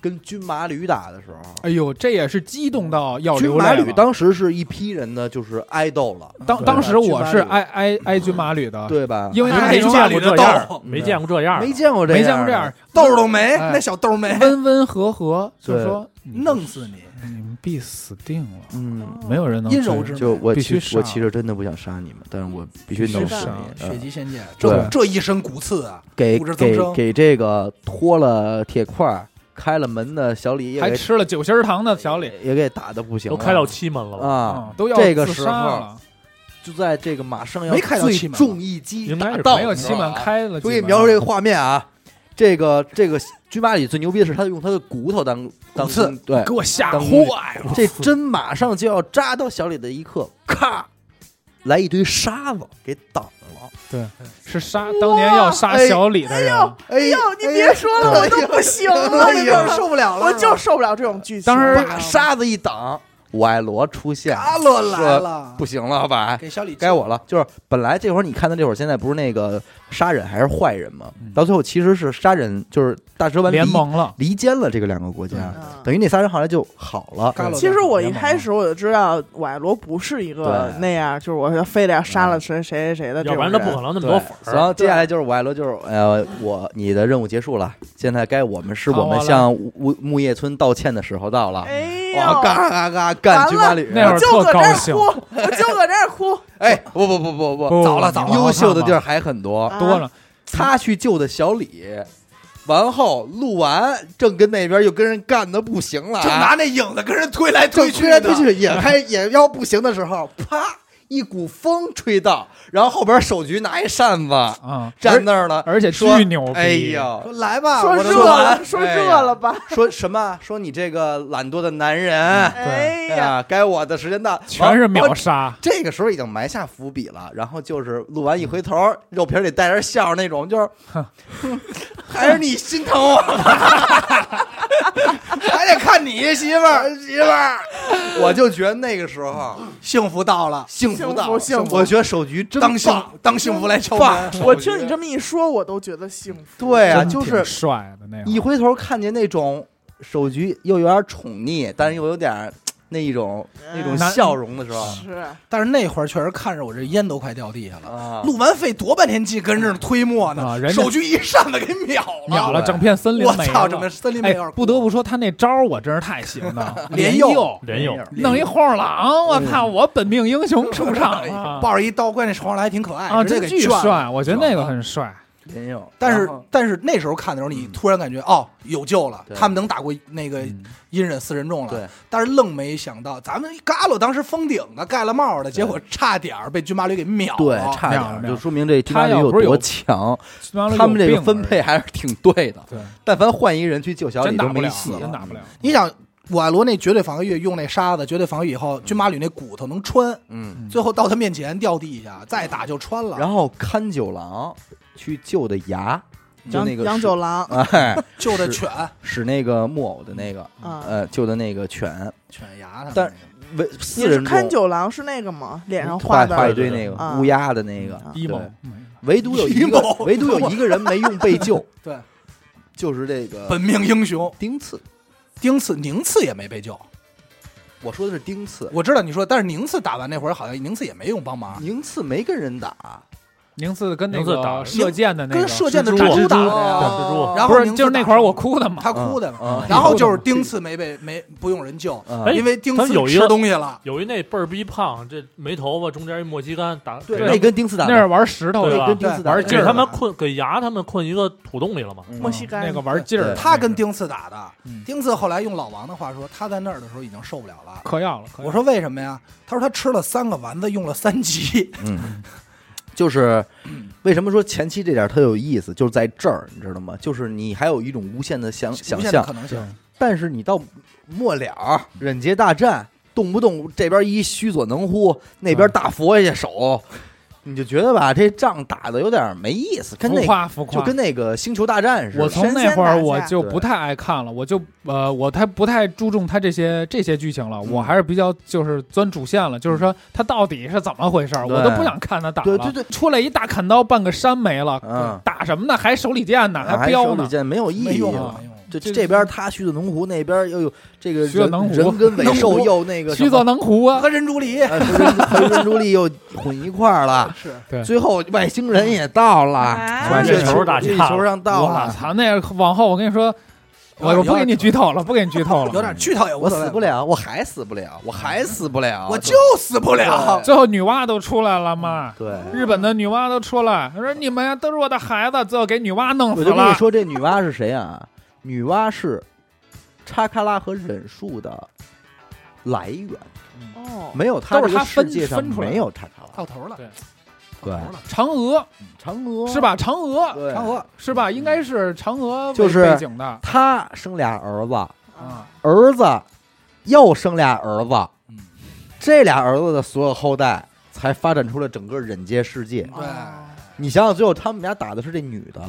Speaker 2: 跟军马吕打的时候，
Speaker 6: 哎呦，这也是激动到要
Speaker 2: 军
Speaker 6: 流
Speaker 2: 马
Speaker 6: 泪
Speaker 2: 吕
Speaker 6: 哦了。
Speaker 2: 当时是一批人的就是爱豆了，
Speaker 6: 当
Speaker 2: 对啊
Speaker 6: 当时我是
Speaker 2: 军马吕
Speaker 6: 挨挨挨军马吕的，
Speaker 2: 对啊吧？
Speaker 6: 因为
Speaker 4: 哎
Speaker 6: 没见
Speaker 3: 没
Speaker 4: 军
Speaker 6: 过
Speaker 4: 马
Speaker 3: 见
Speaker 4: 吕的
Speaker 3: 过这
Speaker 4: 豆
Speaker 3: 样
Speaker 4: 儿
Speaker 3: 儿，没见过这样儿，
Speaker 2: 没见过这样，
Speaker 6: 没见过这样，，
Speaker 4: 豆儿都没，
Speaker 6: 哎
Speaker 4: 那小豆儿没，
Speaker 6: 温温和和，就
Speaker 2: 对
Speaker 6: 说你
Speaker 4: 弄死你。
Speaker 6: 你们必死定了，
Speaker 2: 嗯。
Speaker 6: 没有人能
Speaker 4: 阴柔
Speaker 6: 追
Speaker 4: 之
Speaker 2: 就我
Speaker 6: 必
Speaker 2: 其
Speaker 6: 须
Speaker 2: 实我
Speaker 6: 杀
Speaker 2: 其实真的不想杀你们，但是我必须
Speaker 6: 必须
Speaker 2: 弄
Speaker 5: 杀
Speaker 2: 死你。
Speaker 4: 血
Speaker 2: 嗯
Speaker 4: 极仙界，
Speaker 2: 对
Speaker 4: 这这一身骨刺啊，
Speaker 2: 给
Speaker 4: 骨质增
Speaker 2: 给
Speaker 4: 生
Speaker 2: 给这个脱了铁块儿开了门的小李也
Speaker 6: 还
Speaker 2: 给
Speaker 6: 吃了酒心儿糖的小李，
Speaker 2: 也给打的不行
Speaker 3: 都
Speaker 2: 了，
Speaker 3: 开到七门了吧，
Speaker 2: 啊
Speaker 6: 嗯，都要
Speaker 2: 这个
Speaker 6: 自
Speaker 2: 时
Speaker 6: 杀
Speaker 2: 候
Speaker 6: 了，
Speaker 2: 就在这个马上要
Speaker 4: 没开到
Speaker 2: 最
Speaker 4: 气门吧
Speaker 2: 重一击
Speaker 3: 应该
Speaker 2: 打
Speaker 3: 是
Speaker 2: 到
Speaker 6: 嗯没有
Speaker 2: 的时
Speaker 6: 七
Speaker 2: 候
Speaker 6: 门
Speaker 2: 啊。
Speaker 6: 开了几门，
Speaker 2: 我给你描述这个画面啊，这个这个军马里最牛逼的是他用他的骨头当当
Speaker 4: 刺
Speaker 2: 弓对
Speaker 6: 给，我吓
Speaker 2: 当
Speaker 6: 坏了，
Speaker 2: 这针马上就要扎到小李的一刻，咔，来一堆沙子给挡了。
Speaker 6: 是杀当年要杀小李的人，
Speaker 2: 哎
Speaker 5: 哎呦，你别说了，我都不 行了，
Speaker 4: 哎
Speaker 5: 你知
Speaker 4: 呀，
Speaker 5: 道吗
Speaker 4: 受不了了，
Speaker 5: 我就受不了这种剧情。
Speaker 6: 当时
Speaker 5: 你知道
Speaker 2: 把
Speaker 5: 吗
Speaker 2: 沙子一挡，我爱罗出现，
Speaker 4: 阿乐来
Speaker 2: 说
Speaker 4: 了，
Speaker 2: 不行了吧？
Speaker 4: 给小李
Speaker 2: 该我了，就是本来这会儿你看的这会儿，现在不是那个杀人还是坏人吗？
Speaker 6: 嗯
Speaker 2: 到最后其实是杀人，就是大蛇丸
Speaker 6: 联
Speaker 2: 离
Speaker 6: 盟了，
Speaker 2: 离间了这个两个国家，
Speaker 5: 嗯
Speaker 2: 等于那仨人后来就好了。嗯
Speaker 4: 嘎了
Speaker 5: 其实我一开始我就知道我爱罗不是一个
Speaker 2: 对
Speaker 5: 那样，就是我非得要杀
Speaker 6: 嗯
Speaker 5: 了谁谁谁谁的这
Speaker 3: 要不
Speaker 5: 种
Speaker 3: 然
Speaker 5: 人，
Speaker 3: 他不可能那么多粉
Speaker 2: 然
Speaker 3: 儿。
Speaker 2: 后接下来就是我爱罗，就是呃，我你的任务结束了，现在该我们是我
Speaker 6: 好我
Speaker 2: 们
Speaker 6: 来
Speaker 2: 向木木叶村道歉的时候到了。
Speaker 5: 哎
Speaker 2: 哇，
Speaker 5: 呦，
Speaker 2: 嘎嘎嘎干
Speaker 5: 完
Speaker 2: 军马
Speaker 5: 了
Speaker 2: 旅，
Speaker 6: 那会儿
Speaker 5: 我就搁这
Speaker 6: 特高
Speaker 5: 儿
Speaker 6: 兴
Speaker 5: 哭，我就搁这儿哭，
Speaker 2: 哎，不不不不不，
Speaker 6: 不
Speaker 4: 早了早了
Speaker 2: 优秀的地儿
Speaker 6: 儿
Speaker 2: 还很多
Speaker 5: 啊。
Speaker 6: 多了，
Speaker 2: 他去救的小李，完后录完正跟那边又跟人干的不行 了，啊
Speaker 4: 就拿那影子跟人推来
Speaker 2: 正
Speaker 4: 推去
Speaker 2: 推来
Speaker 4: 的，
Speaker 2: 推去，也开也要不行的时候，啪，一股风吹到，然后后边手局拿一扇子
Speaker 6: 啊，
Speaker 2: 站那儿了，
Speaker 6: 而且
Speaker 2: 说
Speaker 6: 巨牛逼，
Speaker 2: 哎呦，
Speaker 4: 说来
Speaker 2: 啊
Speaker 4: 吧，
Speaker 5: 说
Speaker 4: 我
Speaker 5: 热
Speaker 4: 的
Speaker 5: 了，说
Speaker 2: 哎呀
Speaker 5: 热了吧，
Speaker 2: 说什么？说你这个懒惰的男人，
Speaker 5: 哎
Speaker 2: 哎
Speaker 5: 呀，
Speaker 2: 呀，该我的时间到，哦
Speaker 6: 全是秒
Speaker 2: 完。
Speaker 6: 杀，
Speaker 2: 这个时候已经埋下伏笔了，然后就是录完一回头，肉皮儿里带着笑那种，就是， 还是你心疼我吧，
Speaker 4: 还得看你媳妇儿，
Speaker 2: 媳妇儿。我就觉得那个时候
Speaker 4: 幸福到了，
Speaker 2: 幸福到，
Speaker 5: 幸福幸福
Speaker 2: 我觉得手局真
Speaker 4: 当幸
Speaker 2: 棒，
Speaker 4: 当幸福来敲
Speaker 2: 棒
Speaker 4: 门，
Speaker 5: 我听你这么一说，我都觉得幸福。
Speaker 2: 对啊，
Speaker 6: 真
Speaker 2: 就
Speaker 6: 挺
Speaker 2: 是
Speaker 6: 帅的那
Speaker 2: 一
Speaker 6: 个，
Speaker 2: 回头看见那种手局又有点宠溺，但是又有点儿那一种那种
Speaker 6: 男
Speaker 2: 笑容的时候
Speaker 5: 是，
Speaker 4: 但是那会儿确实看着我这烟都快掉地下了。
Speaker 2: 啊，
Speaker 4: 录完费多半天劲，跟这儿推磨
Speaker 6: 啊
Speaker 4: 呢，
Speaker 6: 人家
Speaker 4: 手锯一扇子给秒了，
Speaker 6: 秒了
Speaker 2: 对
Speaker 6: 整片森林
Speaker 4: 我
Speaker 6: 没
Speaker 4: 操，
Speaker 6: 了
Speaker 4: 整个森林没
Speaker 6: 哎
Speaker 4: 有点，
Speaker 6: 不得不说他那招儿我真是太喜欢了，
Speaker 4: 连
Speaker 6: 佑
Speaker 4: 佑
Speaker 3: 人有，
Speaker 6: 弄一黄鼠狼，我操！我本命英雄出
Speaker 4: 哎
Speaker 6: 场了
Speaker 4: 抱着一刀，关键是黄鼠狼还挺可爱
Speaker 6: 啊，
Speaker 4: 直接
Speaker 6: 这
Speaker 4: 给
Speaker 6: 巨
Speaker 4: 卷了
Speaker 6: 帅，我觉得那个很帅。
Speaker 2: 真有，
Speaker 4: 但是
Speaker 2: 然后
Speaker 4: 但是那时候看的时候，你
Speaker 2: 嗯
Speaker 4: 突然感觉哦有救了，
Speaker 2: 对
Speaker 4: 他们能打过那个
Speaker 6: 嗯
Speaker 4: 隐忍四人众了。
Speaker 2: 对，
Speaker 4: 但是愣没想到，咱们嘎罗当时封顶的，盖了帽的，结果差点儿被军马吕给秒了。
Speaker 2: 对，差点
Speaker 6: 亮了
Speaker 2: 儿
Speaker 6: 亮
Speaker 2: 就说明这军
Speaker 6: 他
Speaker 2: 马旅
Speaker 6: 要
Speaker 2: 有
Speaker 6: 不是有
Speaker 2: 多强，
Speaker 6: 他
Speaker 2: 他们这个分配还是挺对的。
Speaker 6: 啊对，
Speaker 2: 但凡换一人去救小李
Speaker 6: 真
Speaker 2: 都
Speaker 6: 打不
Speaker 2: 没
Speaker 6: 了，
Speaker 2: 戏，啊
Speaker 6: 真打不了。
Speaker 4: 你想古艾罗那绝对防御用那沙子绝对防御以后，军马吕那骨头能穿，
Speaker 2: 嗯，
Speaker 4: 最后到他面前掉地下，再打就穿了。
Speaker 2: 然后看九郎去救的牙，就
Speaker 5: 杨
Speaker 2: 那个
Speaker 5: 嗯杨
Speaker 2: 使
Speaker 5: 九郎
Speaker 2: 哎，
Speaker 4: 救的
Speaker 2: 是
Speaker 4: 犬
Speaker 2: 使那个木偶的那个，
Speaker 5: 啊，
Speaker 2: 呃，救的那个犬，
Speaker 4: 犬牙他们那个，
Speaker 2: 但为
Speaker 5: 你
Speaker 2: 四
Speaker 5: 是
Speaker 2: 人
Speaker 5: 看
Speaker 2: 中
Speaker 5: 九郎是那个吗？脸上
Speaker 2: 画
Speaker 5: 的
Speaker 2: 画一
Speaker 3: 对
Speaker 2: 堆
Speaker 3: 对
Speaker 2: 那个
Speaker 5: 啊
Speaker 2: 乌鸦的那个，
Speaker 5: 嗯
Speaker 2: 对
Speaker 6: emo，
Speaker 2: 唯独有一个
Speaker 4: emo
Speaker 2: 唯独有一个人没 用被救，
Speaker 4: 对，
Speaker 2: 就是这个
Speaker 4: 本命英雄
Speaker 2: 丁次。
Speaker 4: 丁次宁次也没被救。
Speaker 2: 我说的是丁次，
Speaker 4: 我知道你说，但是宁次打完那会儿，好像宁次也没用帮忙，
Speaker 2: 宁次没跟人打，
Speaker 6: 宁次跟那
Speaker 3: 宁次
Speaker 6: 个
Speaker 3: 打
Speaker 6: 射箭的那个
Speaker 4: 跟射箭的
Speaker 3: 蜘蛛
Speaker 4: 蛛打的
Speaker 3: 大
Speaker 4: 呀。
Speaker 3: 蜘蛛
Speaker 4: 然后
Speaker 6: 不是
Speaker 4: 宁次
Speaker 6: 就是那
Speaker 4: 打
Speaker 6: 块儿
Speaker 4: 输
Speaker 6: 我
Speaker 4: 了
Speaker 6: 哭的嘛，
Speaker 4: 哦他哭的嘛。
Speaker 2: 嗯嗯
Speaker 4: 然后就是丁次没被没不用人救，
Speaker 2: 嗯
Speaker 3: 哎
Speaker 4: 因为丁
Speaker 3: 他
Speaker 4: 次
Speaker 3: 有一
Speaker 4: 吃
Speaker 3: 个
Speaker 4: 东西
Speaker 6: 嗯
Speaker 4: 了。
Speaker 3: 有一那倍儿逼胖，这没头发，中间一莫西干打，
Speaker 2: 对，
Speaker 3: 给
Speaker 2: 那跟丁次打
Speaker 6: 那是玩石头
Speaker 3: 对
Speaker 6: 的
Speaker 3: 吧，
Speaker 2: 跟丁次打
Speaker 6: 玩
Speaker 3: 给
Speaker 6: 劲儿嗯
Speaker 3: 他
Speaker 6: 的
Speaker 3: 们困，给牙他们困一个土洞里了嘛。
Speaker 5: 墨西哥
Speaker 6: 那个玩劲儿的那个。
Speaker 4: 他跟丁次打的
Speaker 6: 嗯，
Speaker 4: 丁次后来用老王的话说，他在那儿的时候已经受不了了。
Speaker 6: 嗑药了，嗑药
Speaker 4: 我说为什么呀？他说他吃了三个丸子，用了三级。
Speaker 2: 嗯， 就是为什么说前期这点儿特有意思，就是在这儿，你知道吗？就是你还有一种无限的
Speaker 6: 嗯
Speaker 2: 想想
Speaker 4: 无限的
Speaker 2: 象
Speaker 4: 可，能性，
Speaker 2: 但是你到末了儿忍界大战，动不动这边一须佐能乎，那
Speaker 6: 嗯
Speaker 2: 边大佛爷手，你就觉得吧，这仗打的有点没意思，跟
Speaker 6: 浮
Speaker 2: 那
Speaker 6: 夸浮
Speaker 2: 就
Speaker 6: 夸。
Speaker 2: 跟那个星球大战似的。
Speaker 6: 我从那会
Speaker 5: 神仙打
Speaker 6: 儿
Speaker 5: 架
Speaker 6: 我就不太爱看了，我就呃，我太不太注重他这些这些剧情了，
Speaker 2: 嗯
Speaker 6: 我还是比较就是钻主线了，就是说他到底是怎么回事儿，
Speaker 2: 对
Speaker 6: 我都不想看他打
Speaker 2: 对
Speaker 6: 了。
Speaker 2: 对对
Speaker 6: 出来一大砍刀，半个山没了，
Speaker 2: 嗯啊
Speaker 6: 打什么呢？还手里剑呢，
Speaker 2: 还
Speaker 6: 标
Speaker 2: 手里
Speaker 6: 呢，
Speaker 2: 哎剑没有意
Speaker 4: 没
Speaker 2: 义
Speaker 6: 哎
Speaker 4: 用
Speaker 2: 了
Speaker 4: 啊。没用啊。
Speaker 2: 这
Speaker 6: 这
Speaker 2: 这边他须佐能乎，那边又有这个
Speaker 6: 须佐
Speaker 2: 人
Speaker 6: 能乎
Speaker 2: 人跟尾兽又那个什
Speaker 6: 须
Speaker 2: 么
Speaker 6: 佐能胡啊，
Speaker 4: 和人竹里
Speaker 2: 呃和人和人朱力又混一块儿了。
Speaker 4: 是
Speaker 6: 对
Speaker 2: 最后外星人也到了，
Speaker 5: 啊
Speaker 2: 月
Speaker 3: 月球大
Speaker 2: 月
Speaker 3: 战
Speaker 2: 球上到
Speaker 6: 我
Speaker 2: 了，
Speaker 6: 操！那往后我跟你说，我我不给你嗯剧透了，不给你剧透
Speaker 4: 有
Speaker 6: 了。
Speaker 4: 点剧透也无
Speaker 2: 我
Speaker 4: 所谓
Speaker 2: 死不，了，我还死不了，我还死不了，
Speaker 4: 我就死不了。
Speaker 6: 最后女娲都出来了嘛，
Speaker 2: 对。
Speaker 6: 日本的女娲都出来，说你们呀都是我的孩子，最后给女娲弄
Speaker 2: 我
Speaker 6: 死
Speaker 2: 就跟你
Speaker 6: 了。
Speaker 2: 说，这女娲是谁啊？女娲是查喀拉和忍术的来源，
Speaker 5: 哦，
Speaker 2: 没有她
Speaker 6: 都
Speaker 2: 这
Speaker 6: 是
Speaker 2: 个
Speaker 6: 她
Speaker 2: 世
Speaker 6: 分
Speaker 2: 界上
Speaker 6: 分出来的
Speaker 2: 没有查喀拉。
Speaker 4: 到头了，
Speaker 6: 对
Speaker 2: 对，
Speaker 6: 嫦娥
Speaker 2: 嫦娥
Speaker 6: 是？吧？嫦娥
Speaker 2: 对，
Speaker 4: 嫦娥
Speaker 6: 是吧？应该是嫦娥为
Speaker 2: 就是
Speaker 6: 背景的
Speaker 2: 她生俩儿子，
Speaker 6: 啊，
Speaker 2: 儿子又生俩儿子
Speaker 4: 嗯，
Speaker 2: 这俩儿子的所有后代才发展出了整个忍界世界。
Speaker 4: 对
Speaker 6: 啊
Speaker 5: 哦
Speaker 2: 你想想，最后他们家打的是这女的，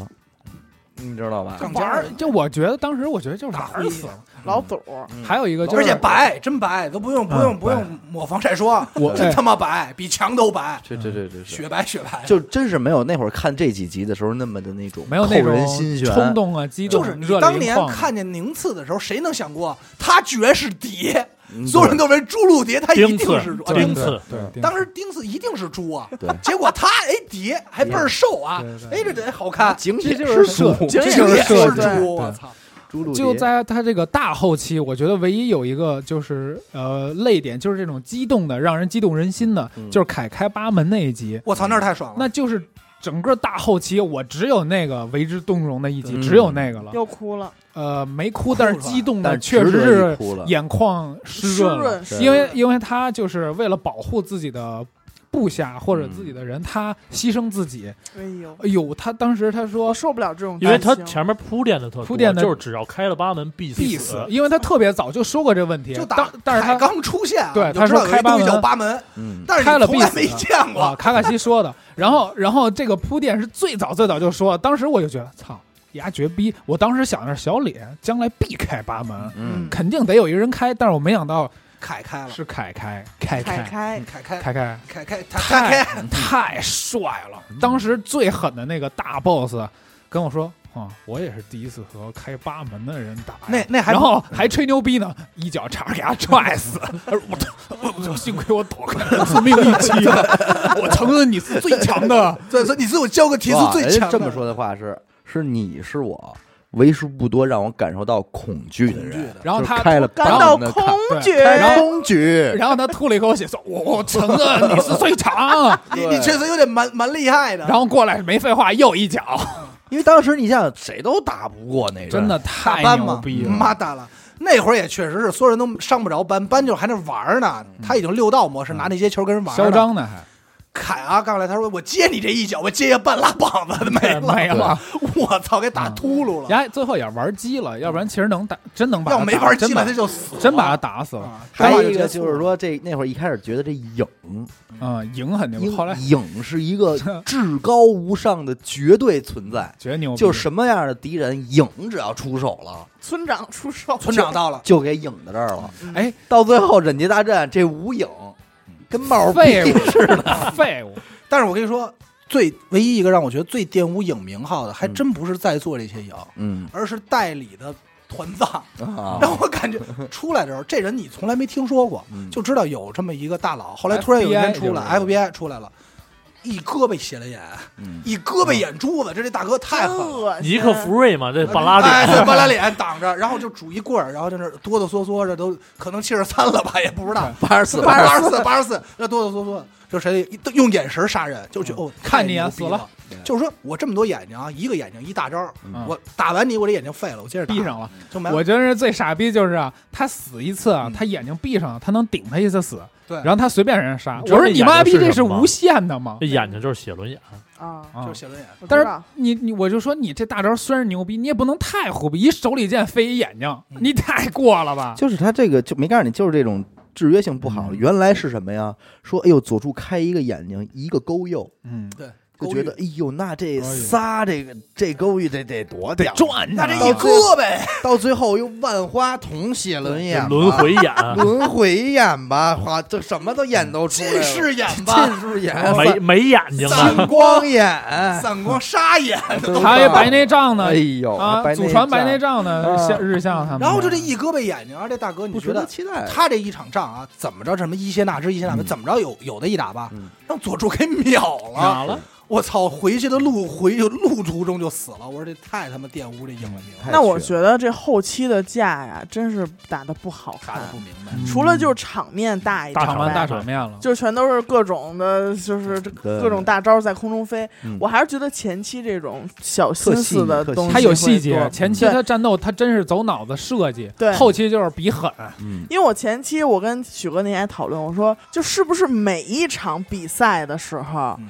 Speaker 2: 你知道吧？
Speaker 4: 杠尖
Speaker 6: 玩
Speaker 4: 儿
Speaker 6: 儿。就我觉得当时我觉得就是玩儿死了。
Speaker 5: 老祖，
Speaker 6: 还有一个就是
Speaker 4: 嗯
Speaker 6: 嗯
Speaker 4: 而且白，真白，都不用不用不用抹防晒霜，
Speaker 6: 我
Speaker 4: 真
Speaker 6: 哎
Speaker 4: 他妈白，比墙都白，
Speaker 2: 这这这这
Speaker 4: 雪白雪白。
Speaker 2: 就真是没有那会儿看这几集的时候那么的那种
Speaker 6: 没有
Speaker 2: 扣
Speaker 6: 那种
Speaker 2: 人心弦，
Speaker 6: 冲动啊，激动，
Speaker 4: 就是你
Speaker 6: 热泪
Speaker 4: 当
Speaker 6: 盈
Speaker 4: 年
Speaker 6: 眶啊
Speaker 4: 看见宁次的时候，谁能想过他居然是蝶？
Speaker 2: 嗯
Speaker 4: 所有人都认为侏儒蝶，他一定
Speaker 3: 丁次
Speaker 4: 是，
Speaker 6: 对
Speaker 3: 丁
Speaker 4: 猪。
Speaker 3: 次，
Speaker 6: 对对
Speaker 4: 当时丁次一定是猪啊
Speaker 2: 对，
Speaker 4: 结果他哎蝶还倍儿瘦啊
Speaker 6: 对，对
Speaker 4: 哎这得好看，
Speaker 2: 景
Speaker 6: 这
Speaker 2: 也
Speaker 6: 就是
Speaker 2: 树
Speaker 6: 设，
Speaker 4: 这
Speaker 6: 这就是
Speaker 4: 也
Speaker 6: 设计
Speaker 4: 是
Speaker 5: 对
Speaker 4: 猪，啊
Speaker 6: 对
Speaker 4: 我操！
Speaker 2: 猪鹿
Speaker 6: 就
Speaker 2: 蝶
Speaker 6: 在他这个大后期，我觉得唯一有一个就是呃泪点，就是这种激动的，让人激动人心的，
Speaker 2: 嗯
Speaker 6: 就是凯开八门那一集，
Speaker 4: 我操，那儿太爽了
Speaker 6: 那。就是整个大后期，我只有那个为之动容的一集，
Speaker 2: 嗯
Speaker 6: 只有那个了。
Speaker 5: 又哭了，
Speaker 6: 呃，没哭，
Speaker 4: 哭
Speaker 6: 但是
Speaker 4: 出来
Speaker 6: 激动
Speaker 2: 但
Speaker 6: 的
Speaker 2: 是
Speaker 6: 确实
Speaker 2: 值得一
Speaker 6: 是
Speaker 2: 哭了，
Speaker 6: 眼眶湿润了，
Speaker 5: 湿
Speaker 2: 对
Speaker 5: 润，
Speaker 6: 因为因为他就是为了保护自己的部下或者自己的人，他牺牲自己。
Speaker 5: 哎呦，
Speaker 6: 哎呦，他当时他说
Speaker 5: 我受不了这种剧
Speaker 3: 因
Speaker 5: 情，
Speaker 3: 为他前面铺垫的特
Speaker 6: 嗯
Speaker 3: 多
Speaker 6: 铺垫的
Speaker 3: 就是只要开了八门必
Speaker 6: 必
Speaker 3: 死
Speaker 6: 死，，因为他特别早就说过这问题，
Speaker 4: 就
Speaker 6: 当
Speaker 4: 打，
Speaker 6: 但是
Speaker 4: 凯
Speaker 6: 他
Speaker 4: 刚出现啊，
Speaker 6: 对
Speaker 4: 你
Speaker 6: 他
Speaker 4: 就知
Speaker 6: 说
Speaker 4: 道有
Speaker 6: 开
Speaker 4: 一
Speaker 6: 八
Speaker 4: 东西
Speaker 6: 门
Speaker 4: 叫八门，
Speaker 2: 嗯，
Speaker 4: 但
Speaker 6: 开
Speaker 4: 是
Speaker 6: 了
Speaker 4: 你从来
Speaker 6: 必
Speaker 4: 没
Speaker 6: 死
Speaker 4: 见
Speaker 6: 啊，
Speaker 4: 过，
Speaker 6: 卡卡西说的。然后，然后这个铺垫是最早最早就说，当时我就觉得，操，牙绝逼！我当时想着小李将来必开八门，
Speaker 2: 嗯
Speaker 6: 肯定得有一个人开，但是我没想到
Speaker 4: 凯开了，
Speaker 6: 是凯开，凯
Speaker 5: 凯
Speaker 6: 开，
Speaker 5: 开，
Speaker 4: 凯开
Speaker 6: 凯开，
Speaker 4: 凯开凯
Speaker 6: 太
Speaker 4: 开，
Speaker 6: 太帅了！当时最狠的那个大 boss 跟我说。啊、我也是第一次和开八门的人打呀，
Speaker 4: 那那还
Speaker 6: 然后还吹牛逼呢，一脚差点给他踹死。他说：“我操，我我幸亏我躲开了致命一击，啊我承认你是最强的。
Speaker 4: 对，所以你是我教个题是
Speaker 2: 哇
Speaker 4: 最
Speaker 2: 人家
Speaker 4: 强的。
Speaker 2: 哎这么说的话是是你是我为数不多让我感受到恐惧的
Speaker 4: 恐惧
Speaker 2: 人
Speaker 4: 的，”
Speaker 6: 然后
Speaker 2: 就是
Speaker 6: 他
Speaker 2: 开了
Speaker 5: 感
Speaker 2: 八
Speaker 5: 到
Speaker 2: 门的
Speaker 5: 恐
Speaker 6: 看
Speaker 5: 惧，
Speaker 2: 开开工具，
Speaker 6: 然后他吐了一口血，说：“我我承认你是最强。
Speaker 4: 你啊你确实有点蛮蛮厉害”的。
Speaker 6: 然后过来没废话，又一脚，
Speaker 2: 因为当时你想想谁都打不过那人，
Speaker 6: 真的
Speaker 4: 大
Speaker 6: 太
Speaker 4: 班
Speaker 6: 牛
Speaker 4: 嘛
Speaker 6: 逼，了！
Speaker 4: 妈大了。那会儿也确实是，所有人都上不着班，班就还那玩儿呢。他已经六道模式，拿那些球跟人玩儿呢
Speaker 6: 嗯嚣。张呢还
Speaker 4: 凯啊，刚来，他说我接你这一脚，我接一半拉膀子没了，
Speaker 6: 没嗯了。
Speaker 4: 我操，给打秃噜了。
Speaker 6: 呀，最后也玩鸡了，要不然其实能打，真能把
Speaker 4: 要
Speaker 6: 他
Speaker 4: 没
Speaker 6: 打
Speaker 4: 玩鸡
Speaker 6: 真
Speaker 4: 了，
Speaker 6: 把
Speaker 4: 他就死
Speaker 6: 嗯
Speaker 4: 了，
Speaker 6: 真把他打死了。
Speaker 4: 啊。
Speaker 2: 还有
Speaker 4: 真把
Speaker 2: 一
Speaker 4: 他结
Speaker 2: 个
Speaker 4: 束
Speaker 2: 就是
Speaker 4: 了，
Speaker 2: 说，这那会儿一开始觉得这影
Speaker 6: 嗯，赢很牛，
Speaker 2: 影
Speaker 6: 后来
Speaker 2: 影是一个至高无上的绝对存在，
Speaker 6: 绝牛逼，
Speaker 2: 就什么样的敌人，影只要出手了，
Speaker 5: 村长出手，
Speaker 4: 村长到了，
Speaker 2: 就给影到这儿了。
Speaker 6: 哎，
Speaker 2: 到最后忍界大战，这无影跟冒
Speaker 6: 废
Speaker 2: 逼
Speaker 6: 物
Speaker 2: 似的，
Speaker 6: 废物。
Speaker 4: 但是我跟你说，最唯一一个让我觉得最玷污影名号的，还真不是在座这些影，
Speaker 2: 嗯
Speaker 4: 而是代理的团藏，
Speaker 6: 哦
Speaker 2: 啊，
Speaker 4: 让我感觉出来的时候，这人你从来没听说过，
Speaker 2: 嗯
Speaker 4: 就知道有这么一个大佬。后来突然有一天
Speaker 6: FBI
Speaker 4: 出
Speaker 6: 就
Speaker 4: 来
Speaker 6: 是
Speaker 4: ，FBI 出来了，一胳膊斜了眼，
Speaker 2: 嗯
Speaker 4: 一胳膊眼珠子，这这大哥太狠
Speaker 5: 真
Speaker 4: 了。
Speaker 5: 恶心。
Speaker 3: 尼克弗瑞嘛，这半拉
Speaker 4: 哎，
Speaker 3: 脸，
Speaker 4: 对，半拉脸挡着，然后就拄一棍儿，然后在那儿哆哆嗦嗦的，都可能七十三了吧，也不知道，
Speaker 2: 八十四，
Speaker 4: 八十四，八十四，那哆哆嗦嗦，就谁一瞪用眼神杀人，就觉得哦，
Speaker 6: 看
Speaker 4: 太
Speaker 6: 你啊
Speaker 4: 牛逼
Speaker 6: 死
Speaker 4: 了
Speaker 6: 了，
Speaker 4: 就是说我这么多眼睛啊，一个眼睛一大招儿，
Speaker 6: 嗯
Speaker 4: 我打完你，我这眼睛废了，我接着打
Speaker 6: 闭上了，
Speaker 4: 就没
Speaker 6: 我
Speaker 4: 了。
Speaker 6: 觉得是最傻逼就是啊，他死一次啊
Speaker 4: 嗯，
Speaker 6: 他眼睛闭上，他能顶他一次死，
Speaker 4: 对
Speaker 6: 然后他随便让人杀。
Speaker 3: 你
Speaker 6: 我
Speaker 3: 知道
Speaker 6: 说
Speaker 3: 这
Speaker 6: 你
Speaker 3: 眼
Speaker 6: 妈逼，
Speaker 3: 睛是
Speaker 6: 这
Speaker 3: 什
Speaker 6: 是
Speaker 3: 么吗哎
Speaker 6: 无限的吗
Speaker 3: 这？眼睛就是血轮眼，
Speaker 5: 啊，
Speaker 6: 啊
Speaker 4: 就是写轮眼，
Speaker 5: 我
Speaker 6: 但
Speaker 5: 知
Speaker 6: 是
Speaker 5: 道。
Speaker 6: 你你我就说你这大招虽然牛逼，你也不能太虎逼，一手里剑飞一眼睛，
Speaker 4: 嗯
Speaker 6: 你太过了吧？
Speaker 2: 就是他这个就没告诉你，就是这种制约性不好。
Speaker 6: 嗯
Speaker 2: 原来是什么呀？说哎呦，左柱开一个眼睛，一个勾右，
Speaker 6: 嗯，
Speaker 4: 对，
Speaker 2: 就
Speaker 4: 勾
Speaker 2: 觉
Speaker 4: 玉
Speaker 2: 得哎呦，那这
Speaker 6: 哎呦
Speaker 2: 仨这个这勾玉这得多屌！
Speaker 6: 转
Speaker 4: 那这
Speaker 6: 他
Speaker 4: 一胳膊，
Speaker 2: 到最后又万花筒写
Speaker 6: 哎
Speaker 2: 轮眼吧，
Speaker 3: 轮回啊眼，
Speaker 2: 轮回演吧，花这什么都演都出来
Speaker 4: 近
Speaker 2: 了，
Speaker 4: 视眼吧，
Speaker 2: 近视眼，
Speaker 6: 哎
Speaker 3: 没没眼睛啊
Speaker 4: 三
Speaker 3: 的，
Speaker 2: 散光眼，
Speaker 4: 散光沙眼，
Speaker 6: 还有一白内障呢
Speaker 2: 哎呦
Speaker 6: 啊，祖传白内，障呢，
Speaker 3: 嗯
Speaker 2: 啊
Speaker 6: 像日向他们。
Speaker 4: 然后就这一胳膊眼睛啊，这大哥你
Speaker 2: 不值
Speaker 4: 觉
Speaker 2: 得
Speaker 4: 得？
Speaker 2: 期待。
Speaker 4: 他这一场仗啊，怎么着什么伊邪那之、伊邪那美，
Speaker 2: 嗯
Speaker 4: 怎么着有有的一打吧
Speaker 2: 嗯，
Speaker 4: 让佐助给秒了。
Speaker 6: 咋了？
Speaker 4: 我操！回去的路回路途中就死了，我说这太他妈玷污这英文名了，
Speaker 5: 那我觉得这后期的架呀，真是打的不好
Speaker 4: 打
Speaker 5: 看
Speaker 4: 的，不明白。
Speaker 5: 除了就是场面大一点
Speaker 3: 大
Speaker 6: 场完
Speaker 5: 呗
Speaker 6: 大场面了，
Speaker 5: 就全都是各种的，就是这
Speaker 2: 对
Speaker 5: 各种大招在空中飞
Speaker 2: 嗯。
Speaker 5: 我还是觉得前期这种小心思的
Speaker 2: 特细特细
Speaker 5: 东西，
Speaker 6: 他有细节，
Speaker 5: 多。
Speaker 6: 前期他战斗他真是走脑子设计，
Speaker 5: 对
Speaker 6: 后期就是比狠，
Speaker 2: 嗯，
Speaker 5: 因为我前期我跟许哥那天还讨论，我说就是不是每一场比赛的时候
Speaker 4: 嗯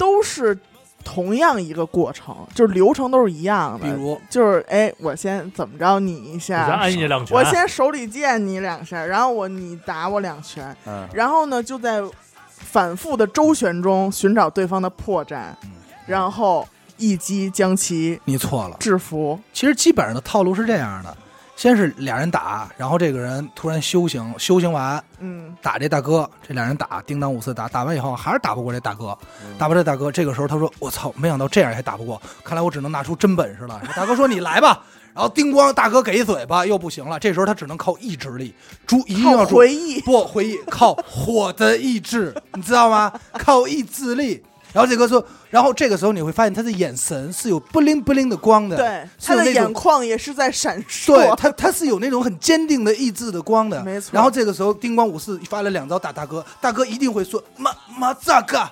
Speaker 5: 都是同样一个过程，就是流程都是一样
Speaker 4: 比
Speaker 5: 的，
Speaker 4: 如
Speaker 5: 就是哎，我先怎么着你一
Speaker 3: 咱
Speaker 5: 下，
Speaker 3: 按你两拳
Speaker 5: 我，先手里剑你两下，然后我你打我两拳，
Speaker 2: 嗯
Speaker 5: 然后呢就在反复的周旋中寻找对方的破绽，
Speaker 4: 嗯
Speaker 5: 然后一击将其
Speaker 4: 你错了，
Speaker 5: 制服。
Speaker 4: 其实基本上的套路是这样的：先是俩人打，然后这个人突然修行，修行完
Speaker 5: 嗯，
Speaker 4: 打这大哥，这俩人打叮当五四打，打完以后还是打不过这大哥，
Speaker 5: 嗯
Speaker 4: 打不过这大哥，这个时候他说：“我操，没想到这样还打不过，看来我只能拿出真本事了。” 大哥说：“你来吧。”然后叮咣，大哥给一嘴巴，又不行了。这时候他只能靠意志力，注一定要
Speaker 5: 靠
Speaker 4: 注
Speaker 5: 回忆，
Speaker 4: 不回忆，靠火的意志，你知道吗？ 靠意志力。然后这哥说，然后这个时候你会发现他的眼神是有不灵不灵的光的，
Speaker 5: 对，
Speaker 4: 是
Speaker 5: 他
Speaker 4: 有
Speaker 5: 的
Speaker 4: 那
Speaker 5: 眼
Speaker 4: 种，
Speaker 5: 眶也是在闪
Speaker 4: 对
Speaker 5: 烁。
Speaker 4: 他他是有那种很坚定的意志的光的，
Speaker 5: 没错
Speaker 4: 然后这个时候叮咣武士发了两招打大哥，大哥一定会说马马扎嘎，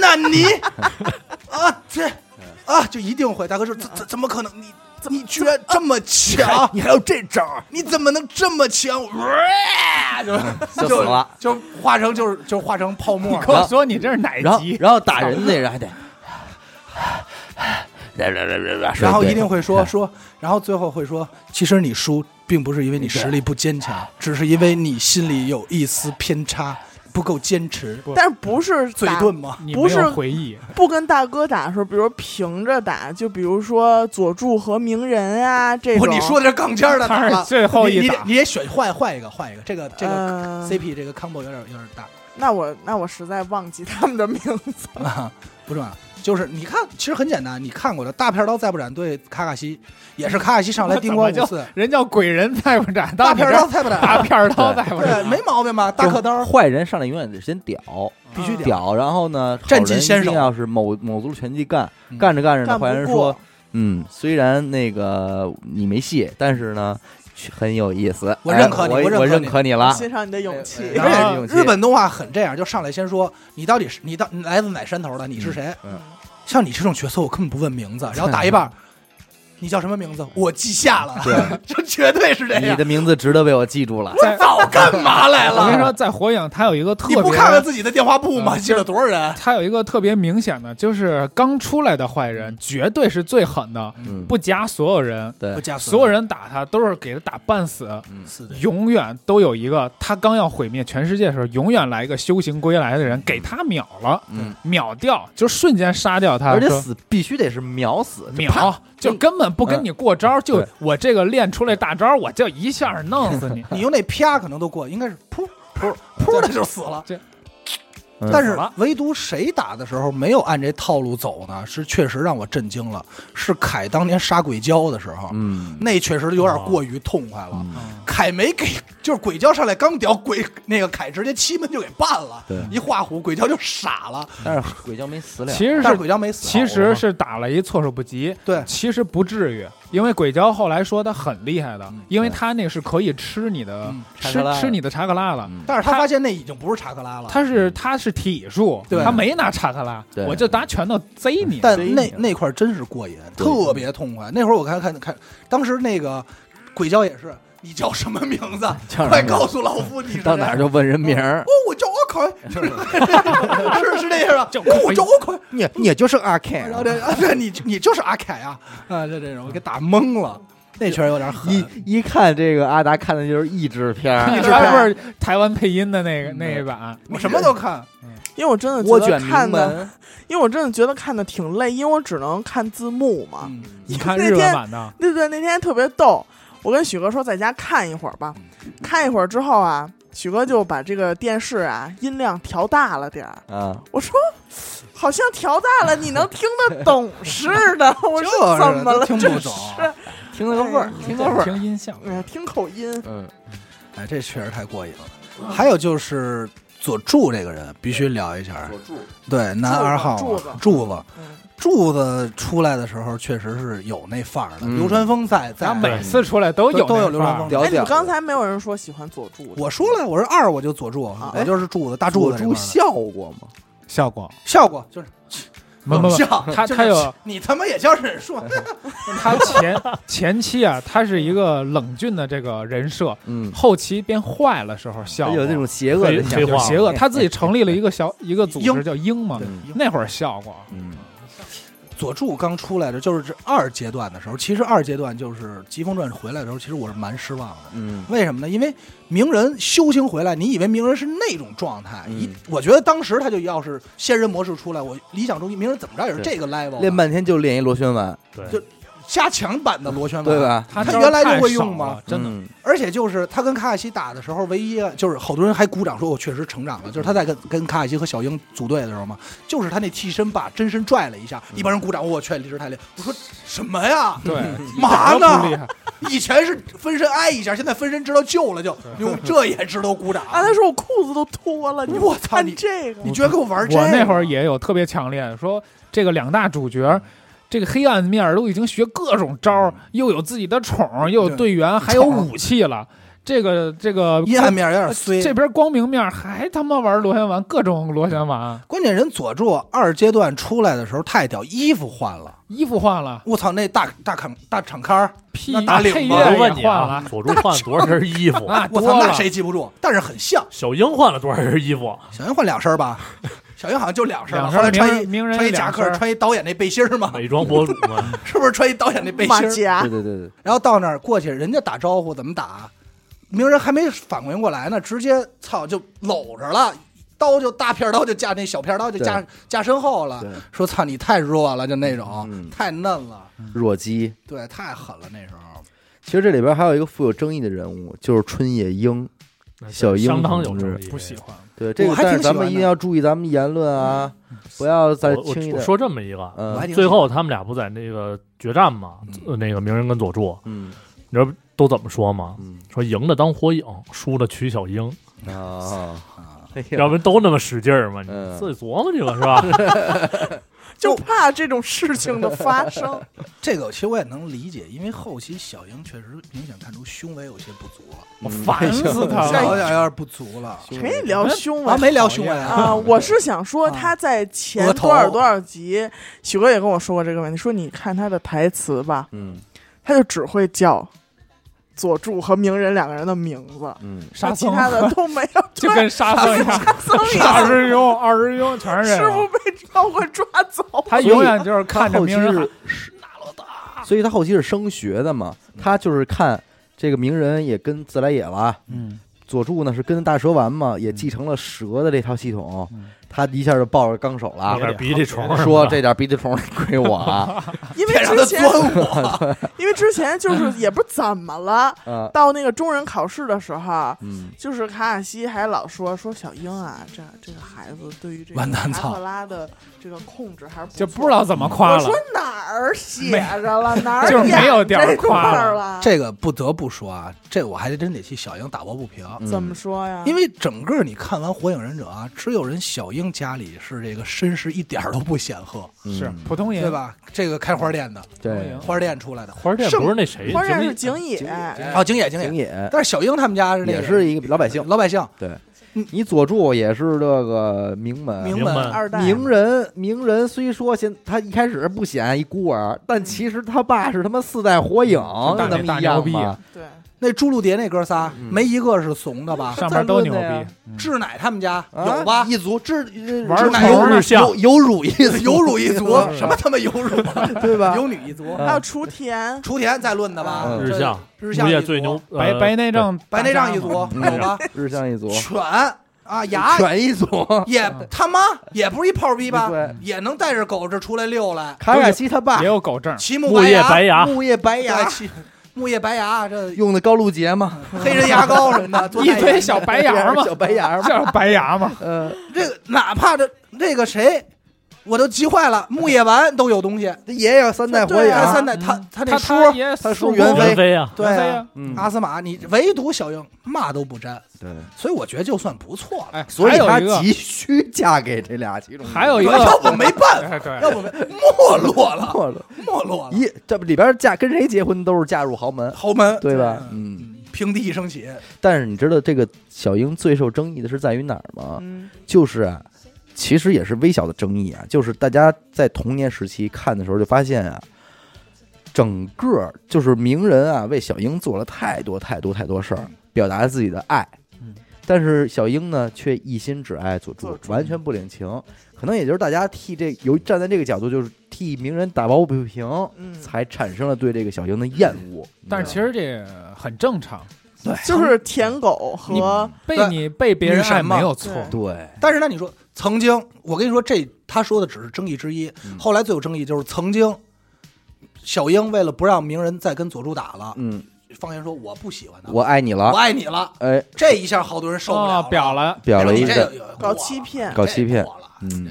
Speaker 4: 那你啊这啊就一定会，大哥说怎怎怎么可能你？你居然这么强！
Speaker 2: 你还有这招儿，
Speaker 4: 你怎么能这么强？哇就
Speaker 2: 就死了，
Speaker 4: 就化成就是就化成泡 沫
Speaker 6: 跟我说你这是哪
Speaker 2: 然后
Speaker 6: 集？
Speaker 2: 然后打人那人还得，然
Speaker 4: 然后一定会说说，然后最后会说，其实你输并不是因为你实力不坚强，只是因为你心里有一丝偏差，不够坚持，
Speaker 5: 但是不是
Speaker 4: 嘴
Speaker 5: 打
Speaker 4: 遁嘛。
Speaker 6: 你
Speaker 5: 不
Speaker 6: 没
Speaker 5: 是
Speaker 6: 有回 忆，
Speaker 5: 不跟大哥打的时候，比如平着打，就比如说佐助和鸣人啊这
Speaker 4: 不，
Speaker 5: 种。
Speaker 4: 哦你说的是杠尖儿的打
Speaker 6: 他是
Speaker 4: 了，
Speaker 6: 最后
Speaker 4: 你
Speaker 6: 一
Speaker 4: 你
Speaker 6: 打
Speaker 4: 你，也选换换一个换一个，这个这个
Speaker 5: 呃
Speaker 4: CP 这个 combo 有点有点大
Speaker 5: 那我那我实在忘记他们的名字。
Speaker 4: 啊，不重要。就是你看，其实很简单，你看过的《大片刀再不斩》对卡卡西，也是卡卡西上来叮咣五次，
Speaker 6: 人叫鬼人再不斩，到
Speaker 4: 大
Speaker 6: 你这
Speaker 4: 片
Speaker 6: 儿
Speaker 4: 刀再不斩，
Speaker 6: 大片刀再不
Speaker 4: 对，
Speaker 6: 斩，
Speaker 4: 没毛病吧？大刻刀
Speaker 2: 坏人上来永远得先屌，嗯
Speaker 4: 必须屌，
Speaker 2: 屌，然后呢，
Speaker 4: 占
Speaker 2: 好人
Speaker 4: 尽先
Speaker 2: 一定
Speaker 4: 手
Speaker 2: 要是某某族拳击干
Speaker 4: 嗯，
Speaker 2: 干着干着呢，
Speaker 5: 干不
Speaker 2: 坏人说，嗯，虽然那个你没戏，但是呢，很有意思，
Speaker 4: 我
Speaker 2: 哎
Speaker 4: 认可你
Speaker 2: 我
Speaker 4: 我认可
Speaker 2: 我
Speaker 4: 你
Speaker 2: 认可你了，
Speaker 5: 欣赏你的勇气。
Speaker 4: 而
Speaker 6: 然
Speaker 4: 且
Speaker 6: 后
Speaker 2: 勇气
Speaker 4: 日本动画很这样，就上来先说你到底是你到你来自哪山头的，你是谁？
Speaker 2: 嗯
Speaker 4: 像你这种角色，我根本不问名字，然后打一半，你叫什么名字？我记下了，
Speaker 2: 对，
Speaker 4: 这绝对是这
Speaker 2: 你
Speaker 4: 样。
Speaker 2: 的名字值得被我记住了。
Speaker 6: 在
Speaker 4: 早干嘛来
Speaker 6: 我跟你
Speaker 4: 了？
Speaker 6: 说，在火影它有一个 特
Speaker 4: 你
Speaker 6: 别，
Speaker 4: 不看看自己的电话簿吗？
Speaker 6: 嗯
Speaker 4: 记了多少人？
Speaker 6: 它有一个特别明显的，就是刚出来的坏人绝对是最狠的，
Speaker 2: 嗯，
Speaker 6: 不夹所有人，
Speaker 2: 对
Speaker 4: 不，加
Speaker 6: 所有人打他都是给他打半死，
Speaker 4: 是的，。
Speaker 6: 永远都有一个他刚要毁灭全世界的时候，永远来一个修行归来的人给他秒了，
Speaker 2: 嗯，
Speaker 6: 秒掉就瞬间杀掉他，
Speaker 2: 而且
Speaker 6: 说
Speaker 2: 死必须得是秒死，就啪
Speaker 6: 秒就根本不跟你过招，就
Speaker 2: 对
Speaker 6: 我这个练出来大招，我就一下弄死你
Speaker 4: 你用那啪可能都过，应该是噗噗噗的就死了。
Speaker 2: 嗯
Speaker 4: 但是
Speaker 6: 了
Speaker 4: 唯独谁打的时候没有按这套路走呢？是确实让我震惊了。是凯当年杀鬼鲛的时候，
Speaker 2: 嗯，
Speaker 4: 那确实有点过于痛快了。
Speaker 2: 嗯
Speaker 4: 凯没给，就是鬼鲛上来刚屌鬼，那个凯直接七门就给办了
Speaker 2: 对，
Speaker 4: 一画虎鬼鲛就傻了，
Speaker 2: 但是鬼叫没死了，
Speaker 6: 其实
Speaker 4: 但是
Speaker 6: 是
Speaker 4: 鬼鲛没死。
Speaker 6: 其实是打了一措手不及，
Speaker 4: 对
Speaker 6: 其实不至于，因为鬼鲛后来说他很厉害的
Speaker 4: 嗯，
Speaker 6: 因为
Speaker 2: 对
Speaker 6: 他那是可以吃你的
Speaker 4: 嗯
Speaker 2: 查克
Speaker 6: 吃
Speaker 2: 拉的
Speaker 6: 吃你的查克拉了。
Speaker 2: 嗯
Speaker 4: 但是他发现那已经不是查克拉了。
Speaker 6: 他是他是体术，
Speaker 4: 对
Speaker 6: 他没拿查克拉
Speaker 2: 对，
Speaker 6: 我就拿拳头贼 你。
Speaker 4: 但
Speaker 2: 所以
Speaker 4: 那
Speaker 2: 你
Speaker 4: 那块儿真是过瘾，
Speaker 2: 对
Speaker 4: 特别痛快。那会儿我看看看，当时那个鬼鲛也是，你叫什么名字？
Speaker 2: 叫什么
Speaker 4: 快
Speaker 2: 名字
Speaker 4: 告诉老夫你是
Speaker 2: 到哪
Speaker 4: 谁
Speaker 2: 儿就问人名儿
Speaker 4: 哦，，我叫 阿凯，是是这样啊，
Speaker 6: 叫
Speaker 4: 哦我叫阿凯。
Speaker 2: 你你就是阿
Speaker 4: 然
Speaker 2: Ken，
Speaker 4: 后这啊， 对你你就是阿凯啊，啊，就这种给打懵了，那确实有点 狠。
Speaker 2: 一一看这个阿达看的就是嗯益智片儿，
Speaker 6: 你知道是台湾配音的那个那一版，
Speaker 4: 我什么都看，
Speaker 5: 因为我真的
Speaker 2: 涡
Speaker 5: 觉得
Speaker 2: 卷
Speaker 5: 看
Speaker 2: 名
Speaker 5: 的，
Speaker 2: 门，
Speaker 5: 因为我真的觉得看的挺累，因为我只能看字幕嘛。
Speaker 4: 嗯
Speaker 6: 你看日文版 的，
Speaker 5: 对对，那天特别逗，我跟许哥说在家看一会儿吧，
Speaker 4: 嗯
Speaker 5: 看一会儿之后啊，许哥就把这个电视啊音量调大了点儿。
Speaker 2: 啊，
Speaker 5: 我说好像调大了，你能听得懂似的。我
Speaker 4: 就
Speaker 5: 说
Speaker 4: 是
Speaker 5: 怎么了？
Speaker 4: 都听不懂。
Speaker 2: 听了个味儿，听个味儿，
Speaker 6: 听音效，
Speaker 5: 哎呀，听口音，
Speaker 2: 嗯，
Speaker 4: 哎，这确实太过瘾了。还有就是佐助这个人必须聊一下，
Speaker 2: 住，
Speaker 4: 对，男二号
Speaker 5: 柱子
Speaker 4: 啊柱子，
Speaker 5: 嗯，
Speaker 4: 柱子出来的时候确实是有那范儿的。
Speaker 2: 嗯
Speaker 4: 流川枫在在
Speaker 6: 咱，每次出来都有
Speaker 4: 哎都都有
Speaker 6: 那
Speaker 4: 流川
Speaker 6: 范儿
Speaker 4: 枫
Speaker 2: 屌
Speaker 5: 哎，你
Speaker 2: 屌，
Speaker 5: 刚才没有人说喜欢佐助的，
Speaker 4: 我说了，我是二，我就佐助，我就是柱子，大柱
Speaker 2: 佐
Speaker 4: 子这
Speaker 2: 助
Speaker 4: 块儿的
Speaker 2: 笑过吗？
Speaker 6: 效果，
Speaker 4: 效果就是
Speaker 6: 没没没
Speaker 4: 笑，
Speaker 6: 他
Speaker 4: 就是
Speaker 6: 他有
Speaker 4: 你他妈也叫忍 术，
Speaker 6: 他前前期啊，他是一个冷峻的这个人设，
Speaker 2: 嗯，哎
Speaker 6: 后期变坏了时候笑，
Speaker 2: 有那种邪恶的
Speaker 3: 黑
Speaker 2: 想啊
Speaker 3: 黑
Speaker 6: 有
Speaker 3: 化
Speaker 6: 邪恶，他 自己成立了一个小一个组织
Speaker 4: 鹰
Speaker 6: 叫鹰嘛，
Speaker 4: 嗯
Speaker 6: 那会儿笑过，
Speaker 2: 嗯，
Speaker 4: 佐助刚出来的就是这二阶段的时候，其实二阶段就是《疾风传》回来的时候，其实我是蛮失望的。
Speaker 2: 嗯
Speaker 4: 为什么呢？因为鸣人修行回来，你以为鸣人是那种状态？
Speaker 2: 嗯
Speaker 4: 一，我觉得当时他就要是仙人模式出来，我理想中鸣人怎么着也是
Speaker 2: 对
Speaker 4: 这个 level，
Speaker 2: 练
Speaker 4: 的
Speaker 2: 半天就练一螺旋丸，
Speaker 3: 对
Speaker 4: 就，加强版的螺旋丸，
Speaker 2: 对？吧？
Speaker 6: 他
Speaker 4: 他
Speaker 6: 招儿
Speaker 4: 原来就
Speaker 6: 太
Speaker 4: 会
Speaker 6: 少
Speaker 4: 用吗
Speaker 6: 了真的，
Speaker 2: 嗯
Speaker 4: 而且就是他跟卡卡西打的时候，唯一就是好多人还鼓掌说我确实成长了，就是他在跟跟卡卡西和小樱组队的时候嘛，就是他那替身把真身拽了一下，
Speaker 2: 嗯
Speaker 4: 一帮人鼓掌，我去，离职太厉害！我说什么呀？
Speaker 6: 对，
Speaker 4: 嘛
Speaker 6: 一点都不厉
Speaker 4: 嗯呢？
Speaker 6: 害，
Speaker 4: 以前是分身挨一下，现在分身知道救了 就，哟，这也值得鼓掌。
Speaker 5: 啊，他说我裤子都脱了，你
Speaker 4: 我操
Speaker 5: 看
Speaker 4: 你
Speaker 5: 这个
Speaker 4: 你居然跟我玩这个？
Speaker 6: 我那会儿也有特别强烈的说，这个两大主角。这个黑暗面儿都已经学各种招儿，又有自己的宠儿，又有队员，还有武器了。这个这个
Speaker 4: 阴暗面有点衰。
Speaker 6: 这边光明面儿还他妈玩螺旋丸，各种螺旋丸，
Speaker 4: 关键人佐助二阶段出来的时候太屌，衣服换了，
Speaker 6: 衣服换了，
Speaker 4: 我操，那大大坎大敞开儿，
Speaker 6: 屁
Speaker 4: 那打领
Speaker 6: 配
Speaker 4: 吧
Speaker 3: 我
Speaker 6: 乐
Speaker 3: 就问
Speaker 6: 也
Speaker 3: 你
Speaker 6: 换
Speaker 3: 啊
Speaker 6: 了，，
Speaker 3: 佐助换了多少身衣 服？
Speaker 6: 那
Speaker 4: 哎我
Speaker 6: 多
Speaker 4: 操，那
Speaker 6: 了。
Speaker 4: 谁记不住？啊但是很像。
Speaker 3: 小樱换了多少身衣服？
Speaker 4: 小樱换两身儿 吧，小樱好像就两身儿吧，
Speaker 6: 两
Speaker 4: 后来
Speaker 6: 身名
Speaker 4: 穿一
Speaker 6: 人名人
Speaker 4: 穿一
Speaker 6: 有
Speaker 4: 夹
Speaker 6: 两
Speaker 4: 克，
Speaker 6: 身，
Speaker 4: 穿一导演那背心儿嘛，
Speaker 3: 美妆博主嘛，
Speaker 4: 是不是穿一导演那背心
Speaker 5: 马
Speaker 4: 儿？
Speaker 5: 甲
Speaker 2: 对，对对对，
Speaker 4: 然后到那儿过去，人家打招呼怎么打？鸣人还没反应过来呢，直接操就搂着了，刀就大片刀就架那小片刀就架架身后了
Speaker 2: 对，
Speaker 4: 说操你太弱了，就那种、
Speaker 2: 嗯
Speaker 4: 太嫩了，
Speaker 2: 弱鸡。
Speaker 4: 对，太狠了那时候。
Speaker 2: 其实这里边还有一个富有争议的人物，就是春野樱。 小樱
Speaker 3: 相当有争议，
Speaker 6: 不喜欢。
Speaker 2: 对这
Speaker 4: 我
Speaker 2: 个，
Speaker 4: 还挺
Speaker 2: 但是咱
Speaker 4: 喜欢
Speaker 2: 们一定
Speaker 4: 的
Speaker 2: 要注意咱们言论啊，不要再
Speaker 3: 我
Speaker 2: 轻易
Speaker 3: 我
Speaker 2: 的。
Speaker 3: 说这么一个，
Speaker 4: 我还
Speaker 2: 嗯
Speaker 4: 挺
Speaker 3: 最后他们俩不在那个决战嘛，
Speaker 6: 嗯
Speaker 3: 呃那个鸣人跟佐助，
Speaker 2: 嗯
Speaker 3: 你知道都怎么说吗？
Speaker 2: 嗯
Speaker 3: 说赢的当火影，输的娶小樱，
Speaker 2: 啊，哎呀
Speaker 3: 要不然都那么使劲儿吗？你
Speaker 2: 嗯
Speaker 3: 自己琢磨去吧，是吧？
Speaker 5: 就怕这种事情的发 生。
Speaker 4: 这个其实我也能理解，因为后期小樱确实明显看出胸围有些不足了，
Speaker 2: 嗯
Speaker 6: 我
Speaker 4: 哎
Speaker 6: 烦 死他
Speaker 4: 小
Speaker 6: 了。
Speaker 4: 有点不足了。
Speaker 5: 谁聊胸围
Speaker 4: 啊，？没聊胸围
Speaker 5: 啊，我是想说
Speaker 4: 啊
Speaker 5: 他在前
Speaker 4: 额头
Speaker 5: 多少多少集，许哥也跟我说过这个问题，说你看他的台词吧，
Speaker 2: 嗯
Speaker 5: 他就只会叫佐助和鸣人两个人的名字，
Speaker 2: 嗯，
Speaker 6: 沙
Speaker 5: 其
Speaker 6: 僧
Speaker 5: 他 的都没有。
Speaker 6: 就跟沙僧一样，
Speaker 5: 僧一样
Speaker 6: 大师兄、 二师兄全是这
Speaker 5: 师傅
Speaker 6: 样。
Speaker 5: 被召唤抓走，
Speaker 6: 他永远就是看着
Speaker 2: 后期
Speaker 6: 鸣人喊
Speaker 2: 是，所以他后期是升学的嘛，他就是看这个鸣人也跟自来也了。
Speaker 6: 嗯，
Speaker 2: 佐助呢是跟大蛇丸嘛，也继承了蛇的这套系统
Speaker 6: 嗯，
Speaker 2: 他一下就抱着纲手了
Speaker 3: 有，点鼻涕虫什么的
Speaker 2: 说这点鼻涕虫归 我啊，
Speaker 5: 因为
Speaker 4: 别让他
Speaker 5: 之前
Speaker 4: 钻我，
Speaker 5: 因为之前就是也不怎么了，
Speaker 2: 啊
Speaker 5: 到那个中忍考试的时候，
Speaker 2: 嗯，
Speaker 5: 就是卡卡西还老说说小樱啊，这这个孩子对于这个
Speaker 4: 完蛋
Speaker 5: 达
Speaker 4: 操
Speaker 5: 克拉的这个控制还是不
Speaker 6: 就
Speaker 5: 错
Speaker 6: 不知道怎么夸
Speaker 5: 我
Speaker 6: 了
Speaker 5: 说。哪儿写 着了，哪儿
Speaker 6: 就是没有地儿
Speaker 5: 演这块
Speaker 6: 夸
Speaker 5: 儿
Speaker 6: 了
Speaker 5: 了。
Speaker 4: 这个不得不说啊，这我还真得替小樱打抱不平。
Speaker 2: 嗯
Speaker 5: 怎么说呀？
Speaker 4: 因为整个你看完《火影忍者》啊，只有人小樱家里是这个身世一点儿都不显赫，
Speaker 6: 是
Speaker 2: 嗯
Speaker 6: 普通人
Speaker 4: 对？吧？这个开花店的，
Speaker 2: 对，
Speaker 4: 花店出来的，
Speaker 3: 花儿店不是那谁，
Speaker 5: 花儿
Speaker 3: 井
Speaker 5: 是
Speaker 3: 里
Speaker 5: 景野，
Speaker 4: 哦，景野景
Speaker 2: 景
Speaker 4: 野，
Speaker 2: 嗯
Speaker 5: 哎
Speaker 2: 野
Speaker 4: 但是小樱他们家是那
Speaker 2: 也
Speaker 4: 个
Speaker 2: 是一个老百姓，
Speaker 4: 老百姓，
Speaker 2: 你佐助也是这个名门，
Speaker 4: 名
Speaker 3: 明白
Speaker 4: 门
Speaker 5: 二代
Speaker 2: 名人，名人虽说现他一开始不显一孤儿，但其实他爸是他妈四代火影，
Speaker 6: 嗯大
Speaker 2: 那
Speaker 6: 牛大
Speaker 2: 么一
Speaker 6: 牛
Speaker 2: 样
Speaker 6: 逼啊
Speaker 2: 吗？
Speaker 5: 对，
Speaker 4: 那侏儒蝶那哥仨
Speaker 2: 嗯
Speaker 4: 没一个是怂的吧？
Speaker 6: 上面都牛
Speaker 2: 三轮的
Speaker 6: 逼
Speaker 2: 呀，
Speaker 6: 嗯
Speaker 4: 志乃他们家
Speaker 2: 啊
Speaker 4: 有吧？
Speaker 2: 一族这这
Speaker 6: 玩儿
Speaker 2: 这
Speaker 6: 虫儿呢
Speaker 2: 有有有辱一族，，
Speaker 4: 有辱一族什么他妈有辱啊？
Speaker 2: 对吧？
Speaker 4: 有女一族，
Speaker 5: 还有雏田，
Speaker 4: 雏田再论的吧？
Speaker 2: 嗯
Speaker 3: 日向，
Speaker 4: 日
Speaker 3: 木
Speaker 4: 向
Speaker 3: 叶
Speaker 4: 一
Speaker 3: 最牛
Speaker 4: 族，，
Speaker 3: 呃
Speaker 6: 白嗯白内障
Speaker 4: 白内障一族
Speaker 6: 族，
Speaker 2: 嗯
Speaker 4: 有吧？
Speaker 2: 日向一族，
Speaker 4: 犬啊 牙
Speaker 2: 犬一族，
Speaker 4: 也
Speaker 6: 嗯
Speaker 4: 他妈也不是一炮逼吧？
Speaker 2: 对，
Speaker 4: 也能带着狗这出来溜来，
Speaker 2: 卡卡西他爸
Speaker 6: 也，有狗证，
Speaker 4: 骑木
Speaker 3: 木叶
Speaker 4: 牙
Speaker 3: 白
Speaker 6: 啊
Speaker 3: 牙，
Speaker 2: 木叶白牙
Speaker 4: 对，骑木叶白 牙这
Speaker 2: 用的高露洁嘛，
Speaker 4: 黑人牙膏什么的，做
Speaker 6: 一
Speaker 4: 代
Speaker 6: 堆
Speaker 4: 言
Speaker 6: 小白 牙 嘛，
Speaker 2: 小白 牙嘛，
Speaker 6: 叫白牙嘛，
Speaker 2: 呃，
Speaker 4: 这个哪怕这这个谁，我都急坏了，木叶丸都有东西。
Speaker 2: 也有三代火
Speaker 5: 对
Speaker 2: 影，
Speaker 5: 啊
Speaker 4: 这三代他他那
Speaker 6: 他
Speaker 4: 叔
Speaker 6: 他也
Speaker 2: 他
Speaker 6: 孙悟
Speaker 2: 叔
Speaker 6: 空
Speaker 2: 袁
Speaker 3: 袁
Speaker 2: 飞
Speaker 3: 飞啊，
Speaker 4: 对
Speaker 6: 袁飞
Speaker 4: 啊
Speaker 6: 呀，
Speaker 2: 嗯，
Speaker 4: 阿斯玛，你唯独小樱嘛都不沾，
Speaker 2: 对，
Speaker 4: 所以我觉得就算不错了。
Speaker 6: 哎，
Speaker 2: 所以
Speaker 6: 还
Speaker 2: 他
Speaker 6: 有一个，
Speaker 2: 急需嫁给这俩其中一个，
Speaker 6: 还有一个
Speaker 4: 要不没办
Speaker 6: 哎
Speaker 4: 法，要
Speaker 6: 对，
Speaker 4: 不没没落 了，
Speaker 2: 错了。
Speaker 4: 没落了。
Speaker 2: 一这不里边嫁跟谁结婚都是嫁入豪门，
Speaker 4: 豪门
Speaker 2: 对吧？
Speaker 4: 嗯
Speaker 2: 嗯，
Speaker 4: 平地一声起，
Speaker 2: 但是你知道这个小樱最受争议的是在于哪儿吗？
Speaker 5: 嗯，
Speaker 2: 就是啊，其实也是微小的争议啊，就是大家在童年时期看的时候就发现啊，整个就是名人啊为小樱做了太多太多太多事儿，表达自己的爱
Speaker 6: 嗯。
Speaker 2: 但是小樱呢，却一心只爱佐助
Speaker 5: 佐，
Speaker 2: 完全不领情。可能也就是大家替这由站在这个角度，就是替名人打抱不平，
Speaker 5: 嗯
Speaker 2: 才产生了对这个小樱的厌恶。
Speaker 6: 但是其实这个很正常，
Speaker 5: 就是舔狗和
Speaker 6: 被你被别人爱没有错，
Speaker 5: 对
Speaker 2: 对，
Speaker 4: 但是呢，你说曾经，我跟你说这他说的只是争议之一，
Speaker 2: 嗯
Speaker 4: 后来最有争议就是曾经，小樱为了不让鸣人再跟佐助打了，
Speaker 2: 嗯，
Speaker 4: 方言说我不喜欢他，
Speaker 2: 我爱你
Speaker 4: 我
Speaker 2: 了，
Speaker 4: 爱你了，
Speaker 2: 哎，
Speaker 4: 这一下好多人受不了
Speaker 6: 哦，表了，
Speaker 2: 表了一
Speaker 4: 这
Speaker 2: 个
Speaker 4: 个
Speaker 5: 搞欺，骗，
Speaker 2: 搞欺骗
Speaker 4: 这过了
Speaker 2: 嗯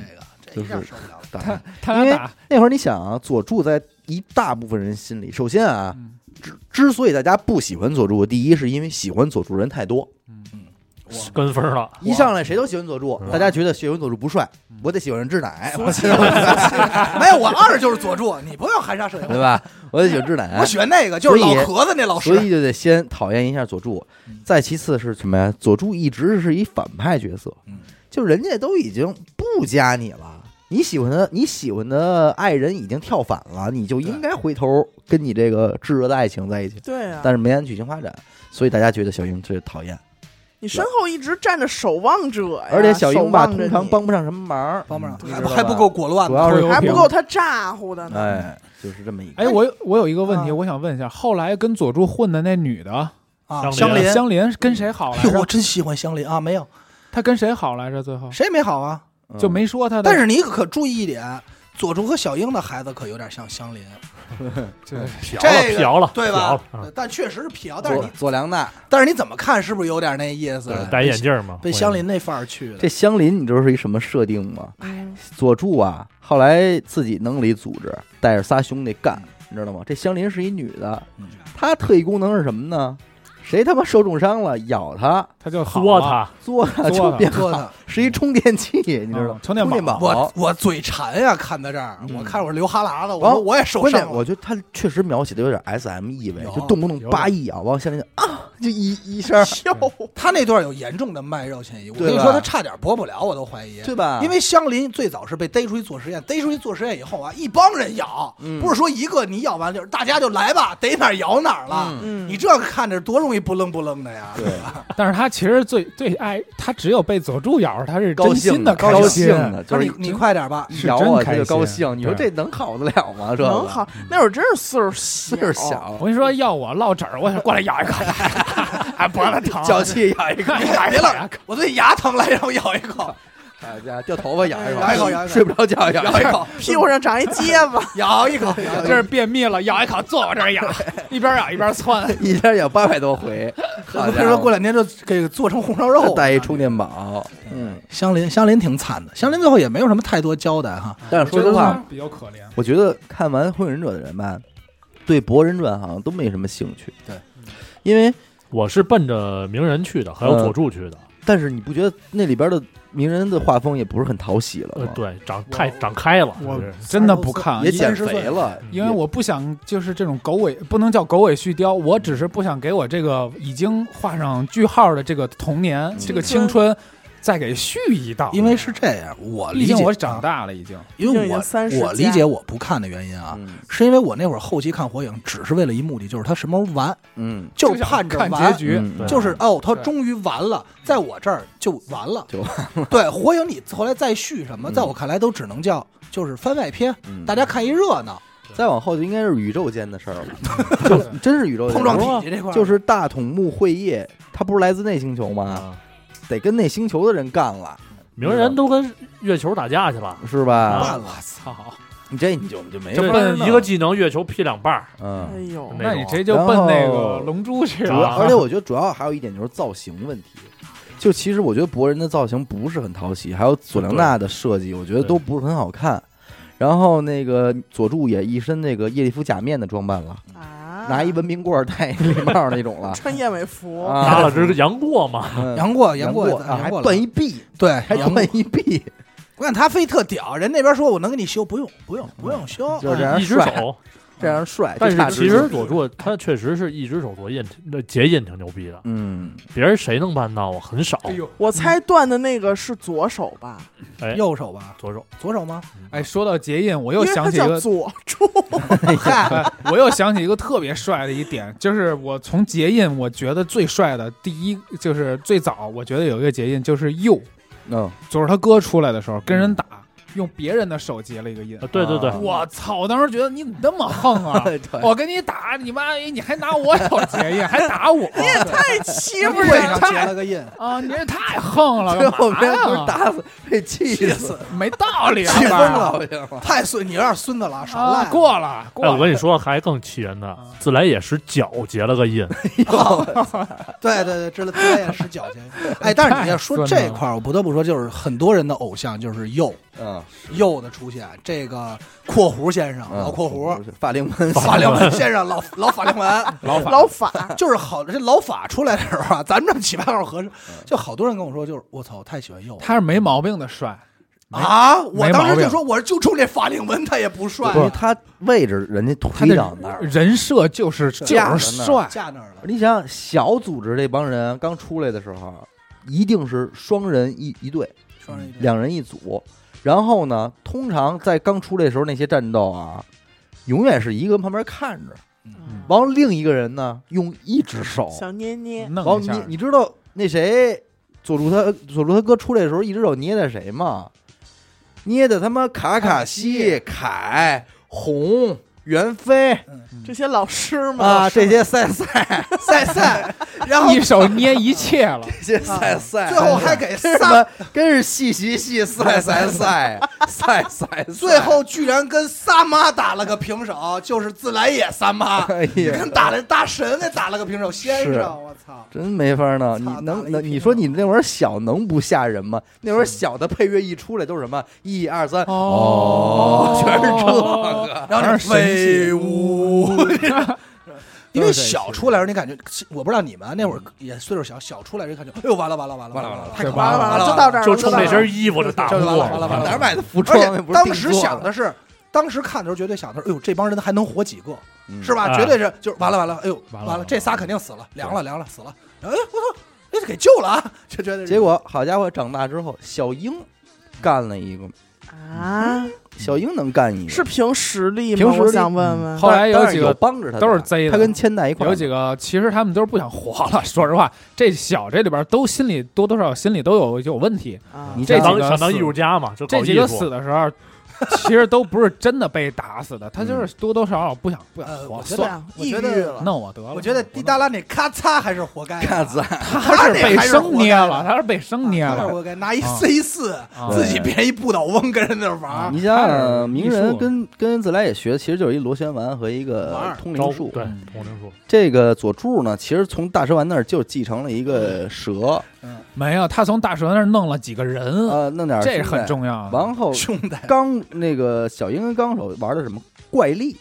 Speaker 4: 这个这一下受不了了。
Speaker 2: 打
Speaker 6: 他他俩打，
Speaker 2: 那会儿你想啊，佐助在一大部分人心里，首先啊，
Speaker 6: 嗯
Speaker 2: 之之所以大家不喜欢佐助，第一是因为喜欢佐助人太多，
Speaker 4: 我
Speaker 3: 跟风了，
Speaker 2: 一上来谁都喜欢佐助，大家觉得喜欢佐助不帅
Speaker 6: 嗯，
Speaker 2: 我得喜欢志乃，
Speaker 4: 苏
Speaker 2: 我
Speaker 4: 西没 有，我二就是佐助，你不要含沙射影。
Speaker 2: 对吧？我得喜欢志乃
Speaker 4: 我，选那个就是老
Speaker 2: 所以
Speaker 4: 壳子那老
Speaker 2: 哎所
Speaker 4: 师，嗯
Speaker 2: 以就得先讨厌一下佐助。再其次是什么呀？佐助一直是一反派角色
Speaker 4: 嗯，
Speaker 2: 就人家都已经不加你了。你喜欢的，你喜欢的爱人已经跳反了，你就应该回头跟你这个炙热的爱情在一起。
Speaker 5: 对啊，
Speaker 2: 但是没按剧情发展，所以大家觉得小樱最讨厌。
Speaker 5: 你身后一直站着守望者
Speaker 4: 哎
Speaker 5: 呀，
Speaker 2: 而且小樱吧，
Speaker 5: 守望着
Speaker 2: 通
Speaker 5: 你
Speaker 2: 常帮不上什么忙，嗯
Speaker 4: 帮不上，
Speaker 2: 你
Speaker 4: 还
Speaker 2: 知
Speaker 4: 不
Speaker 2: 道吧
Speaker 4: 还不够果断
Speaker 2: 主
Speaker 4: 呢。
Speaker 2: 要是
Speaker 6: 不
Speaker 5: 还不
Speaker 6: 平
Speaker 5: 够他咋呼的呢。
Speaker 2: 哎，就是这么一个。
Speaker 6: 哎，我有我有一个问题，
Speaker 5: 啊
Speaker 6: 我想问一下，后来跟佐助混的那女的
Speaker 4: 啊，
Speaker 3: 香
Speaker 4: 香
Speaker 3: 莲
Speaker 4: 莲，哎
Speaker 6: 香莲跟谁好来
Speaker 4: 哟，
Speaker 6: 着？
Speaker 4: 我真喜欢香莲啊！没有，
Speaker 6: 她跟谁好来着？最后
Speaker 4: 谁没好啊？
Speaker 2: 嗯
Speaker 6: 就没说她的，
Speaker 4: 但是你可注意一点，佐助和小樱的孩子可有点像香莲，
Speaker 6: 就是
Speaker 3: 嫖了
Speaker 4: 这个
Speaker 3: 嫖哦了，
Speaker 4: 对
Speaker 3: 嫖
Speaker 4: 吧
Speaker 3: 了？
Speaker 2: 啊
Speaker 3: 嗯，
Speaker 4: 但确实是痞，但是
Speaker 2: 佐
Speaker 4: 你
Speaker 2: 佐良娜
Speaker 4: 但是你怎么看，是不是有点那意思？
Speaker 3: 对戴眼镜嘛，
Speaker 4: 被香林那范儿去的
Speaker 2: 这。香林，你知道是一什么设定吗？
Speaker 5: 嗯
Speaker 2: 佐助啊，后来自己弄了一组织，带着仨兄弟干，你知道吗？这香林是一女的
Speaker 4: 嗯，
Speaker 2: 她特异功能是什么呢？谁他妈受重伤了咬他，
Speaker 6: 他就好
Speaker 3: 作
Speaker 6: 了，
Speaker 2: 嘬他
Speaker 3: 他，
Speaker 6: 嘬
Speaker 2: 就
Speaker 6: 他
Speaker 2: 变
Speaker 4: 说
Speaker 2: 好，
Speaker 4: 的，
Speaker 2: 是一充电器，你知道
Speaker 6: 嗯？
Speaker 2: 吗
Speaker 6: 充电宝
Speaker 2: 电
Speaker 4: 我
Speaker 2: 宝。
Speaker 4: 我嘴馋呀，看到这儿，
Speaker 2: 嗯
Speaker 4: 我看我流哈喇子，我
Speaker 2: 然
Speaker 4: 说
Speaker 2: 后
Speaker 4: 我也受
Speaker 2: 关
Speaker 4: 伤
Speaker 2: 键
Speaker 4: 了
Speaker 2: 我觉得他确实描写的有点 S M 意味，
Speaker 4: 有
Speaker 2: 就动不动
Speaker 6: 有
Speaker 2: 叭
Speaker 6: 点
Speaker 2: 一咬，往下面就啊，就一一声，
Speaker 5: 哎笑，
Speaker 4: 他那段有严重的卖肉嫌疑，我
Speaker 2: 对
Speaker 4: 跟你
Speaker 2: 吧
Speaker 4: 说，他差点播不了，我都怀疑。
Speaker 2: 对吧？
Speaker 4: 因为香林最早是被逮出去做实验，逮出去做实验以后啊，一帮人咬，
Speaker 2: 嗯
Speaker 4: 不是说一个你咬完就是大家就来吧，逮哪儿咬哪儿了。
Speaker 2: 嗯
Speaker 5: 嗯，
Speaker 4: 你这看着多容易不愣不愣的呀！啊
Speaker 2: 对
Speaker 6: 但是他其实最最爱他只有被佐助咬着，他是
Speaker 2: 高
Speaker 6: 真
Speaker 2: 兴
Speaker 6: 心的
Speaker 2: 高
Speaker 6: 开
Speaker 2: 兴
Speaker 6: 心
Speaker 2: 的，就
Speaker 4: 说
Speaker 2: 是
Speaker 4: 你你快点吧，
Speaker 2: 一咬我
Speaker 6: 是真
Speaker 2: 他
Speaker 6: 开
Speaker 2: 就
Speaker 6: 心
Speaker 2: 高兴。你说这
Speaker 6: 对
Speaker 2: 能好得了吗？这个
Speaker 5: 能好？那会儿真是岁数
Speaker 2: 岁数，小
Speaker 6: 我，跟你说，要我落枕儿，我想过来咬一口，还脖子疼，哎
Speaker 2: 脚气咬一个，
Speaker 6: 咬一
Speaker 4: 别
Speaker 6: 口
Speaker 4: 了，我对牙疼来，让我咬一口，
Speaker 2: 大家掉头发咬一口，
Speaker 4: 咬一口咬一口
Speaker 2: 睡不着觉咬一口，
Speaker 5: 屁股上长一结巴，
Speaker 4: 咬一口，咬一
Speaker 6: 这
Speaker 4: 口
Speaker 6: 是便秘了，咬一口，坐我这儿咬，一边咬一边窜。
Speaker 2: 一天咬八百多回。好
Speaker 4: 我
Speaker 2: 家
Speaker 4: 跟你说，过
Speaker 2: 伙，
Speaker 4: 两天就给做成红烧肉了。
Speaker 2: 带一充电宝，嗯。
Speaker 4: 香林，香林挺惨的，香林最后也没有什么太多交代哈。
Speaker 2: 但是说实话，
Speaker 6: 比较可怜。
Speaker 2: 我觉得看完《火影忍者》的人吧，对《博人传》好像都没什么兴趣。
Speaker 4: 对，
Speaker 2: 因为
Speaker 3: 我是奔着鸣人去的，还
Speaker 2: 嗯
Speaker 3: 有佐助去的。
Speaker 2: 但是你不觉得那里边的鸣人的画风也不是很讨喜了
Speaker 3: 呃
Speaker 2: 吗，？，
Speaker 3: 对，长太长开了，
Speaker 6: 我
Speaker 3: 就是
Speaker 6: 真的不看，
Speaker 2: 也
Speaker 6: 因
Speaker 2: 减
Speaker 4: 30岁
Speaker 2: 肥了，
Speaker 3: 嗯
Speaker 6: 因为我不想就是这种狗尾，不能叫狗尾续貂，我只是不想给我这个已经画上句号的这个童年、这个青春再给续一道。
Speaker 4: 因为是这样，我
Speaker 6: 毕
Speaker 4: 理
Speaker 6: 竟
Speaker 4: 解
Speaker 6: 我长，大了，已经
Speaker 4: 因为
Speaker 5: 毕竟
Speaker 4: 我
Speaker 5: 已经30
Speaker 4: 我理解我不看的原因啊，
Speaker 2: 嗯
Speaker 4: 是因为我那会儿后期看火影只是为了一目的，就是他什么时候完，
Speaker 2: 嗯，
Speaker 4: 就是
Speaker 6: 想
Speaker 4: 盼着
Speaker 6: 看结
Speaker 4: 完。
Speaker 6: 局。
Speaker 2: 嗯
Speaker 3: 对
Speaker 4: 就是哦，他
Speaker 6: 对
Speaker 4: 终于完了，在我这儿就完了。
Speaker 2: 就
Speaker 4: 对火影，你后来再续什么，
Speaker 2: 嗯
Speaker 4: 在我看来都只能叫就是番外篇，
Speaker 2: 嗯
Speaker 4: 大家看一热闹，
Speaker 2: 再往后就应该是宇宙间的事儿了，
Speaker 6: 就
Speaker 2: 真是宇宙间
Speaker 4: 碰
Speaker 2: 的事儿
Speaker 4: 撞体系这块儿
Speaker 2: 就是大筒木会叶，他不是来自那星球吗？
Speaker 3: 啊，
Speaker 2: 得跟那星球的人干了，
Speaker 3: 鸣人都跟月球打架去了，
Speaker 2: 是吧？
Speaker 4: 办了。
Speaker 6: 操，
Speaker 2: 你这你就就没
Speaker 3: 就
Speaker 2: 法
Speaker 3: 奔
Speaker 2: 弄
Speaker 3: 一个技能月球劈两半儿。
Speaker 5: 哎
Speaker 2: 嗯。
Speaker 5: 呦，
Speaker 3: 那
Speaker 6: 那你直接就奔那个龙珠去
Speaker 2: 主
Speaker 6: 了
Speaker 2: 要，
Speaker 6: 啊。
Speaker 2: 而且我觉得主要还有一点就是造型问题，就其实我觉得博人的造型不是很讨喜，还有佐良娜的设计，我觉得都不是很好看。然后那个佐助也一身那个叶利夫假面的装扮了，
Speaker 5: 啊，
Speaker 2: 拿一文明棍儿戴一礼帽那种了
Speaker 5: 穿燕尾服，
Speaker 3: 拉
Speaker 2: 啊
Speaker 3: 了，只杨过嘛，
Speaker 2: 嗯
Speaker 4: 杨过，
Speaker 2: 杨
Speaker 4: 过，
Speaker 2: 啊
Speaker 4: 杨
Speaker 2: 还
Speaker 4: 过了
Speaker 2: 笨一臂，
Speaker 4: 对，
Speaker 2: 还
Speaker 4: 杨过
Speaker 2: 笨一臂，
Speaker 4: 我看他非特屌，人那边说我能给你修，不用不用不用修，
Speaker 2: 就是这样
Speaker 3: 一只
Speaker 2: 帅
Speaker 3: 手。
Speaker 2: 这样帅。
Speaker 3: 但
Speaker 2: 哎就差
Speaker 3: 是其
Speaker 2: 只手
Speaker 3: 实佐助他确实是一只手做印，那结印挺牛逼的，
Speaker 2: 嗯，
Speaker 3: 别人谁能办到啊？很少。
Speaker 6: 哎呦，
Speaker 5: 我猜断的那个是左手吧，
Speaker 3: 哎，
Speaker 4: 右手吧，
Speaker 3: 左手，
Speaker 4: 左手吗？
Speaker 6: 哎，说到结印，我
Speaker 5: 因
Speaker 6: 又
Speaker 5: 为
Speaker 6: 想
Speaker 5: 他
Speaker 6: 起一个
Speaker 5: 叫佐助，
Speaker 4: 嗨，
Speaker 6: 哎， 我又想起一个特别帅的一点，就是我从结印，我觉得最帅的第一就是最早，我觉得有一个结印就是右，
Speaker 2: 嗯，
Speaker 6: 就是他哥出来的时候跟人打，用别人的手结了一个印
Speaker 4: 嗯
Speaker 3: 啊。对对对
Speaker 2: 啊，！
Speaker 6: 我操！我当时觉得你怎么那么横啊
Speaker 2: 对
Speaker 3: 哦
Speaker 6: 我跟你打，你妈你还拿我手结印，还打我
Speaker 5: 太欺负
Speaker 4: 背
Speaker 5: 人
Speaker 4: 上
Speaker 5: 了。
Speaker 4: 结了个印，
Speaker 6: 啊！你这太横了，
Speaker 2: 最后别人
Speaker 6: 干
Speaker 2: 不是
Speaker 6: 嘛
Speaker 3: 啊
Speaker 6: 呀？
Speaker 2: 打死被气死，
Speaker 6: 没道理
Speaker 4: 气
Speaker 6: 了
Speaker 4: 疯
Speaker 6: 吧？
Speaker 4: 了，
Speaker 2: 好像吧
Speaker 4: 太孙，你有点孙子了，少
Speaker 6: 啊，
Speaker 4: 赖。
Speaker 6: 过了，过
Speaker 3: 哎，我
Speaker 6: 了。
Speaker 3: 跟你说，还更气人的，自来也是脚结了个印，
Speaker 4: 哦对对对，知道自来也是矫情。哎，但是你要说这块儿，我不得不说，就是很多人的偶像就是右
Speaker 2: 嗯，
Speaker 4: 右的出现，这个括弧先生，
Speaker 2: 嗯
Speaker 4: 老括弧，，
Speaker 2: 法令纹，
Speaker 4: 法令纹先生，老老法令纹。
Speaker 6: 老法
Speaker 5: 老法，
Speaker 4: 就是好，这老法出来的时候啊，咱们这起八号合适，就好多人跟我说，就是我操，太喜欢右了。
Speaker 6: 他是没毛病的帅，
Speaker 4: 啊！我
Speaker 6: 没
Speaker 4: 当时
Speaker 6: 毛病
Speaker 4: 就说，我就冲这法令纹，他也不帅，
Speaker 2: 因为他位置人家
Speaker 6: 他
Speaker 2: 推到那
Speaker 6: 的
Speaker 2: 儿。
Speaker 6: 人设就是就
Speaker 2: 架
Speaker 6: 是
Speaker 2: 着那儿
Speaker 6: 帅，
Speaker 4: 架那儿了。
Speaker 2: 你想想，小组织这帮人刚出来的时候，一定是双人一一队，
Speaker 4: 双人一队
Speaker 2: 两人一组。然后呢，通常在刚出来的时候，那些战斗啊，永远是一个人旁边看着，完了另一个人呢用一只手，
Speaker 5: 小捏捏，
Speaker 2: 然
Speaker 6: 弄一
Speaker 2: 后哦你
Speaker 6: 下。
Speaker 2: 你知道那谁佐助他佐助他哥出来的时候，一只手捏的谁吗？捏的他妈卡卡西、凯、红、袁飞
Speaker 5: 这些老师们
Speaker 2: 啊，
Speaker 5: 老师
Speaker 2: 这
Speaker 5: 们
Speaker 2: 些赛赛
Speaker 4: 赛赛， 然后啊
Speaker 6: 一手捏一切了，
Speaker 2: 这些赛赛，
Speaker 4: 最后 还
Speaker 2: 这
Speaker 4: 给
Speaker 2: 什
Speaker 4: 仨，
Speaker 2: 么？真是戏戏戏赛赛 赛赛赛，
Speaker 4: 最后居然跟仨妈打了个平手，就是自来也三妈，
Speaker 2: 哎呀
Speaker 4: 跟，打了大神给打了个平手，先
Speaker 2: 是
Speaker 4: 生，我操！
Speaker 2: 真没法弄。
Speaker 4: 操
Speaker 2: 你
Speaker 4: 打了
Speaker 2: 能
Speaker 4: 一
Speaker 2: 能？
Speaker 4: 瓶啊
Speaker 2: 你说你那会儿小能不吓人吗？那会儿小的配乐一出来都是什么？一二三，
Speaker 6: 哦
Speaker 2: 全是这
Speaker 6: 哦
Speaker 2: 个。
Speaker 4: 然后
Speaker 6: 全是神
Speaker 4: 飞舞， 因
Speaker 2: 都
Speaker 4: 为
Speaker 2: 是这
Speaker 4: 小
Speaker 2: 意思
Speaker 4: 出来时候你感觉，我不知道你们啊那会儿也岁数小，小出来就感觉，哎呦完了完了完了完了，
Speaker 2: 完了
Speaker 4: 太
Speaker 6: 对
Speaker 4: 可
Speaker 6: 吧
Speaker 5: 完
Speaker 4: 怕
Speaker 5: 了完
Speaker 4: 了了，
Speaker 5: 了，就到这儿了，
Speaker 3: 就冲这
Speaker 5: 到这儿了
Speaker 3: 身衣服就大
Speaker 4: 这就完了
Speaker 3: 锅
Speaker 4: 完了完了
Speaker 2: 哪儿买的服
Speaker 4: 而
Speaker 2: 装？那
Speaker 4: 且
Speaker 2: 不是
Speaker 4: 当
Speaker 2: 定
Speaker 4: 时
Speaker 2: 做
Speaker 4: 想
Speaker 2: 的
Speaker 4: 的是，当时看的时候绝对想的是，哎呦，这帮人还能活几个，
Speaker 2: 嗯
Speaker 4: 是吧？
Speaker 3: 哎
Speaker 4: 绝对是，就是完了完了，哎呦，
Speaker 3: 完
Speaker 4: 完
Speaker 3: 了
Speaker 4: 这仨肯定死了，凉了凉了，死了。哎，我操，这给救了啊！ 就觉得
Speaker 2: 结果好家伙，长大之后，小英干了一个，
Speaker 5: 啊，
Speaker 2: 小英能干一个，
Speaker 5: 是凭实力吗？
Speaker 2: 凭实力
Speaker 5: 我想问问，
Speaker 2: 当
Speaker 6: 后
Speaker 2: 然
Speaker 6: 来有
Speaker 2: 当然
Speaker 6: 几
Speaker 2: 有
Speaker 6: 个
Speaker 2: 帮着他的，
Speaker 6: 都是贼的
Speaker 2: 他跟千代一块儿
Speaker 6: 有几个其实他们都是不想活了。说实话，这小这里边都心里多多少少心里都有有问题。
Speaker 5: 啊
Speaker 2: 你
Speaker 6: 这
Speaker 2: 想
Speaker 6: 几
Speaker 3: 当
Speaker 6: 个
Speaker 3: 想当
Speaker 6: 死
Speaker 3: 艺术家嘛，就搞
Speaker 6: 这几
Speaker 3: 艺
Speaker 6: 个死
Speaker 3: 术。
Speaker 6: 的时候，其实都不是真的被打死的，他
Speaker 3: 嗯
Speaker 6: 就是多多少少不想不想
Speaker 4: 呃，
Speaker 6: 活
Speaker 4: 我
Speaker 6: 了，
Speaker 4: 觉
Speaker 6: 算
Speaker 4: 得
Speaker 6: 了，
Speaker 4: 啊，我
Speaker 5: 抑
Speaker 4: 觉
Speaker 5: 郁
Speaker 4: 得，
Speaker 5: 了，
Speaker 6: 弄我得了。
Speaker 4: 我觉得滴答拉那咔嚓还是活该啊的，
Speaker 2: 干子，
Speaker 6: 他是被生捏了，
Speaker 4: 他
Speaker 6: 他是被生捏
Speaker 4: 还是
Speaker 6: 了。
Speaker 4: 活该，拿一
Speaker 6: 啊
Speaker 4: C 四，
Speaker 6: 啊
Speaker 4: 自己编一不倒翁跟人那玩儿
Speaker 2: 你想
Speaker 6: 他
Speaker 2: 想，
Speaker 6: 是
Speaker 2: 鸣
Speaker 6: 艺术
Speaker 2: 人跟跟自来也学，其实就是一螺旋丸和一
Speaker 4: 玩
Speaker 2: 个
Speaker 4: 儿
Speaker 2: 通
Speaker 3: 招
Speaker 2: 灵术。
Speaker 3: 对
Speaker 6: 嗯
Speaker 3: 通灵术，
Speaker 2: 这个佐助呢，其实从大蛇丸那儿就继承了一个蛇，
Speaker 6: 没有，他从大蛇那儿弄了几个人，
Speaker 2: 呃，弄点儿
Speaker 6: 这
Speaker 2: 兄
Speaker 6: 很
Speaker 2: 弟。
Speaker 6: 重要。
Speaker 2: 然后
Speaker 4: 兄弟，
Speaker 2: 刚那个小樱跟纲手玩的什么怪力？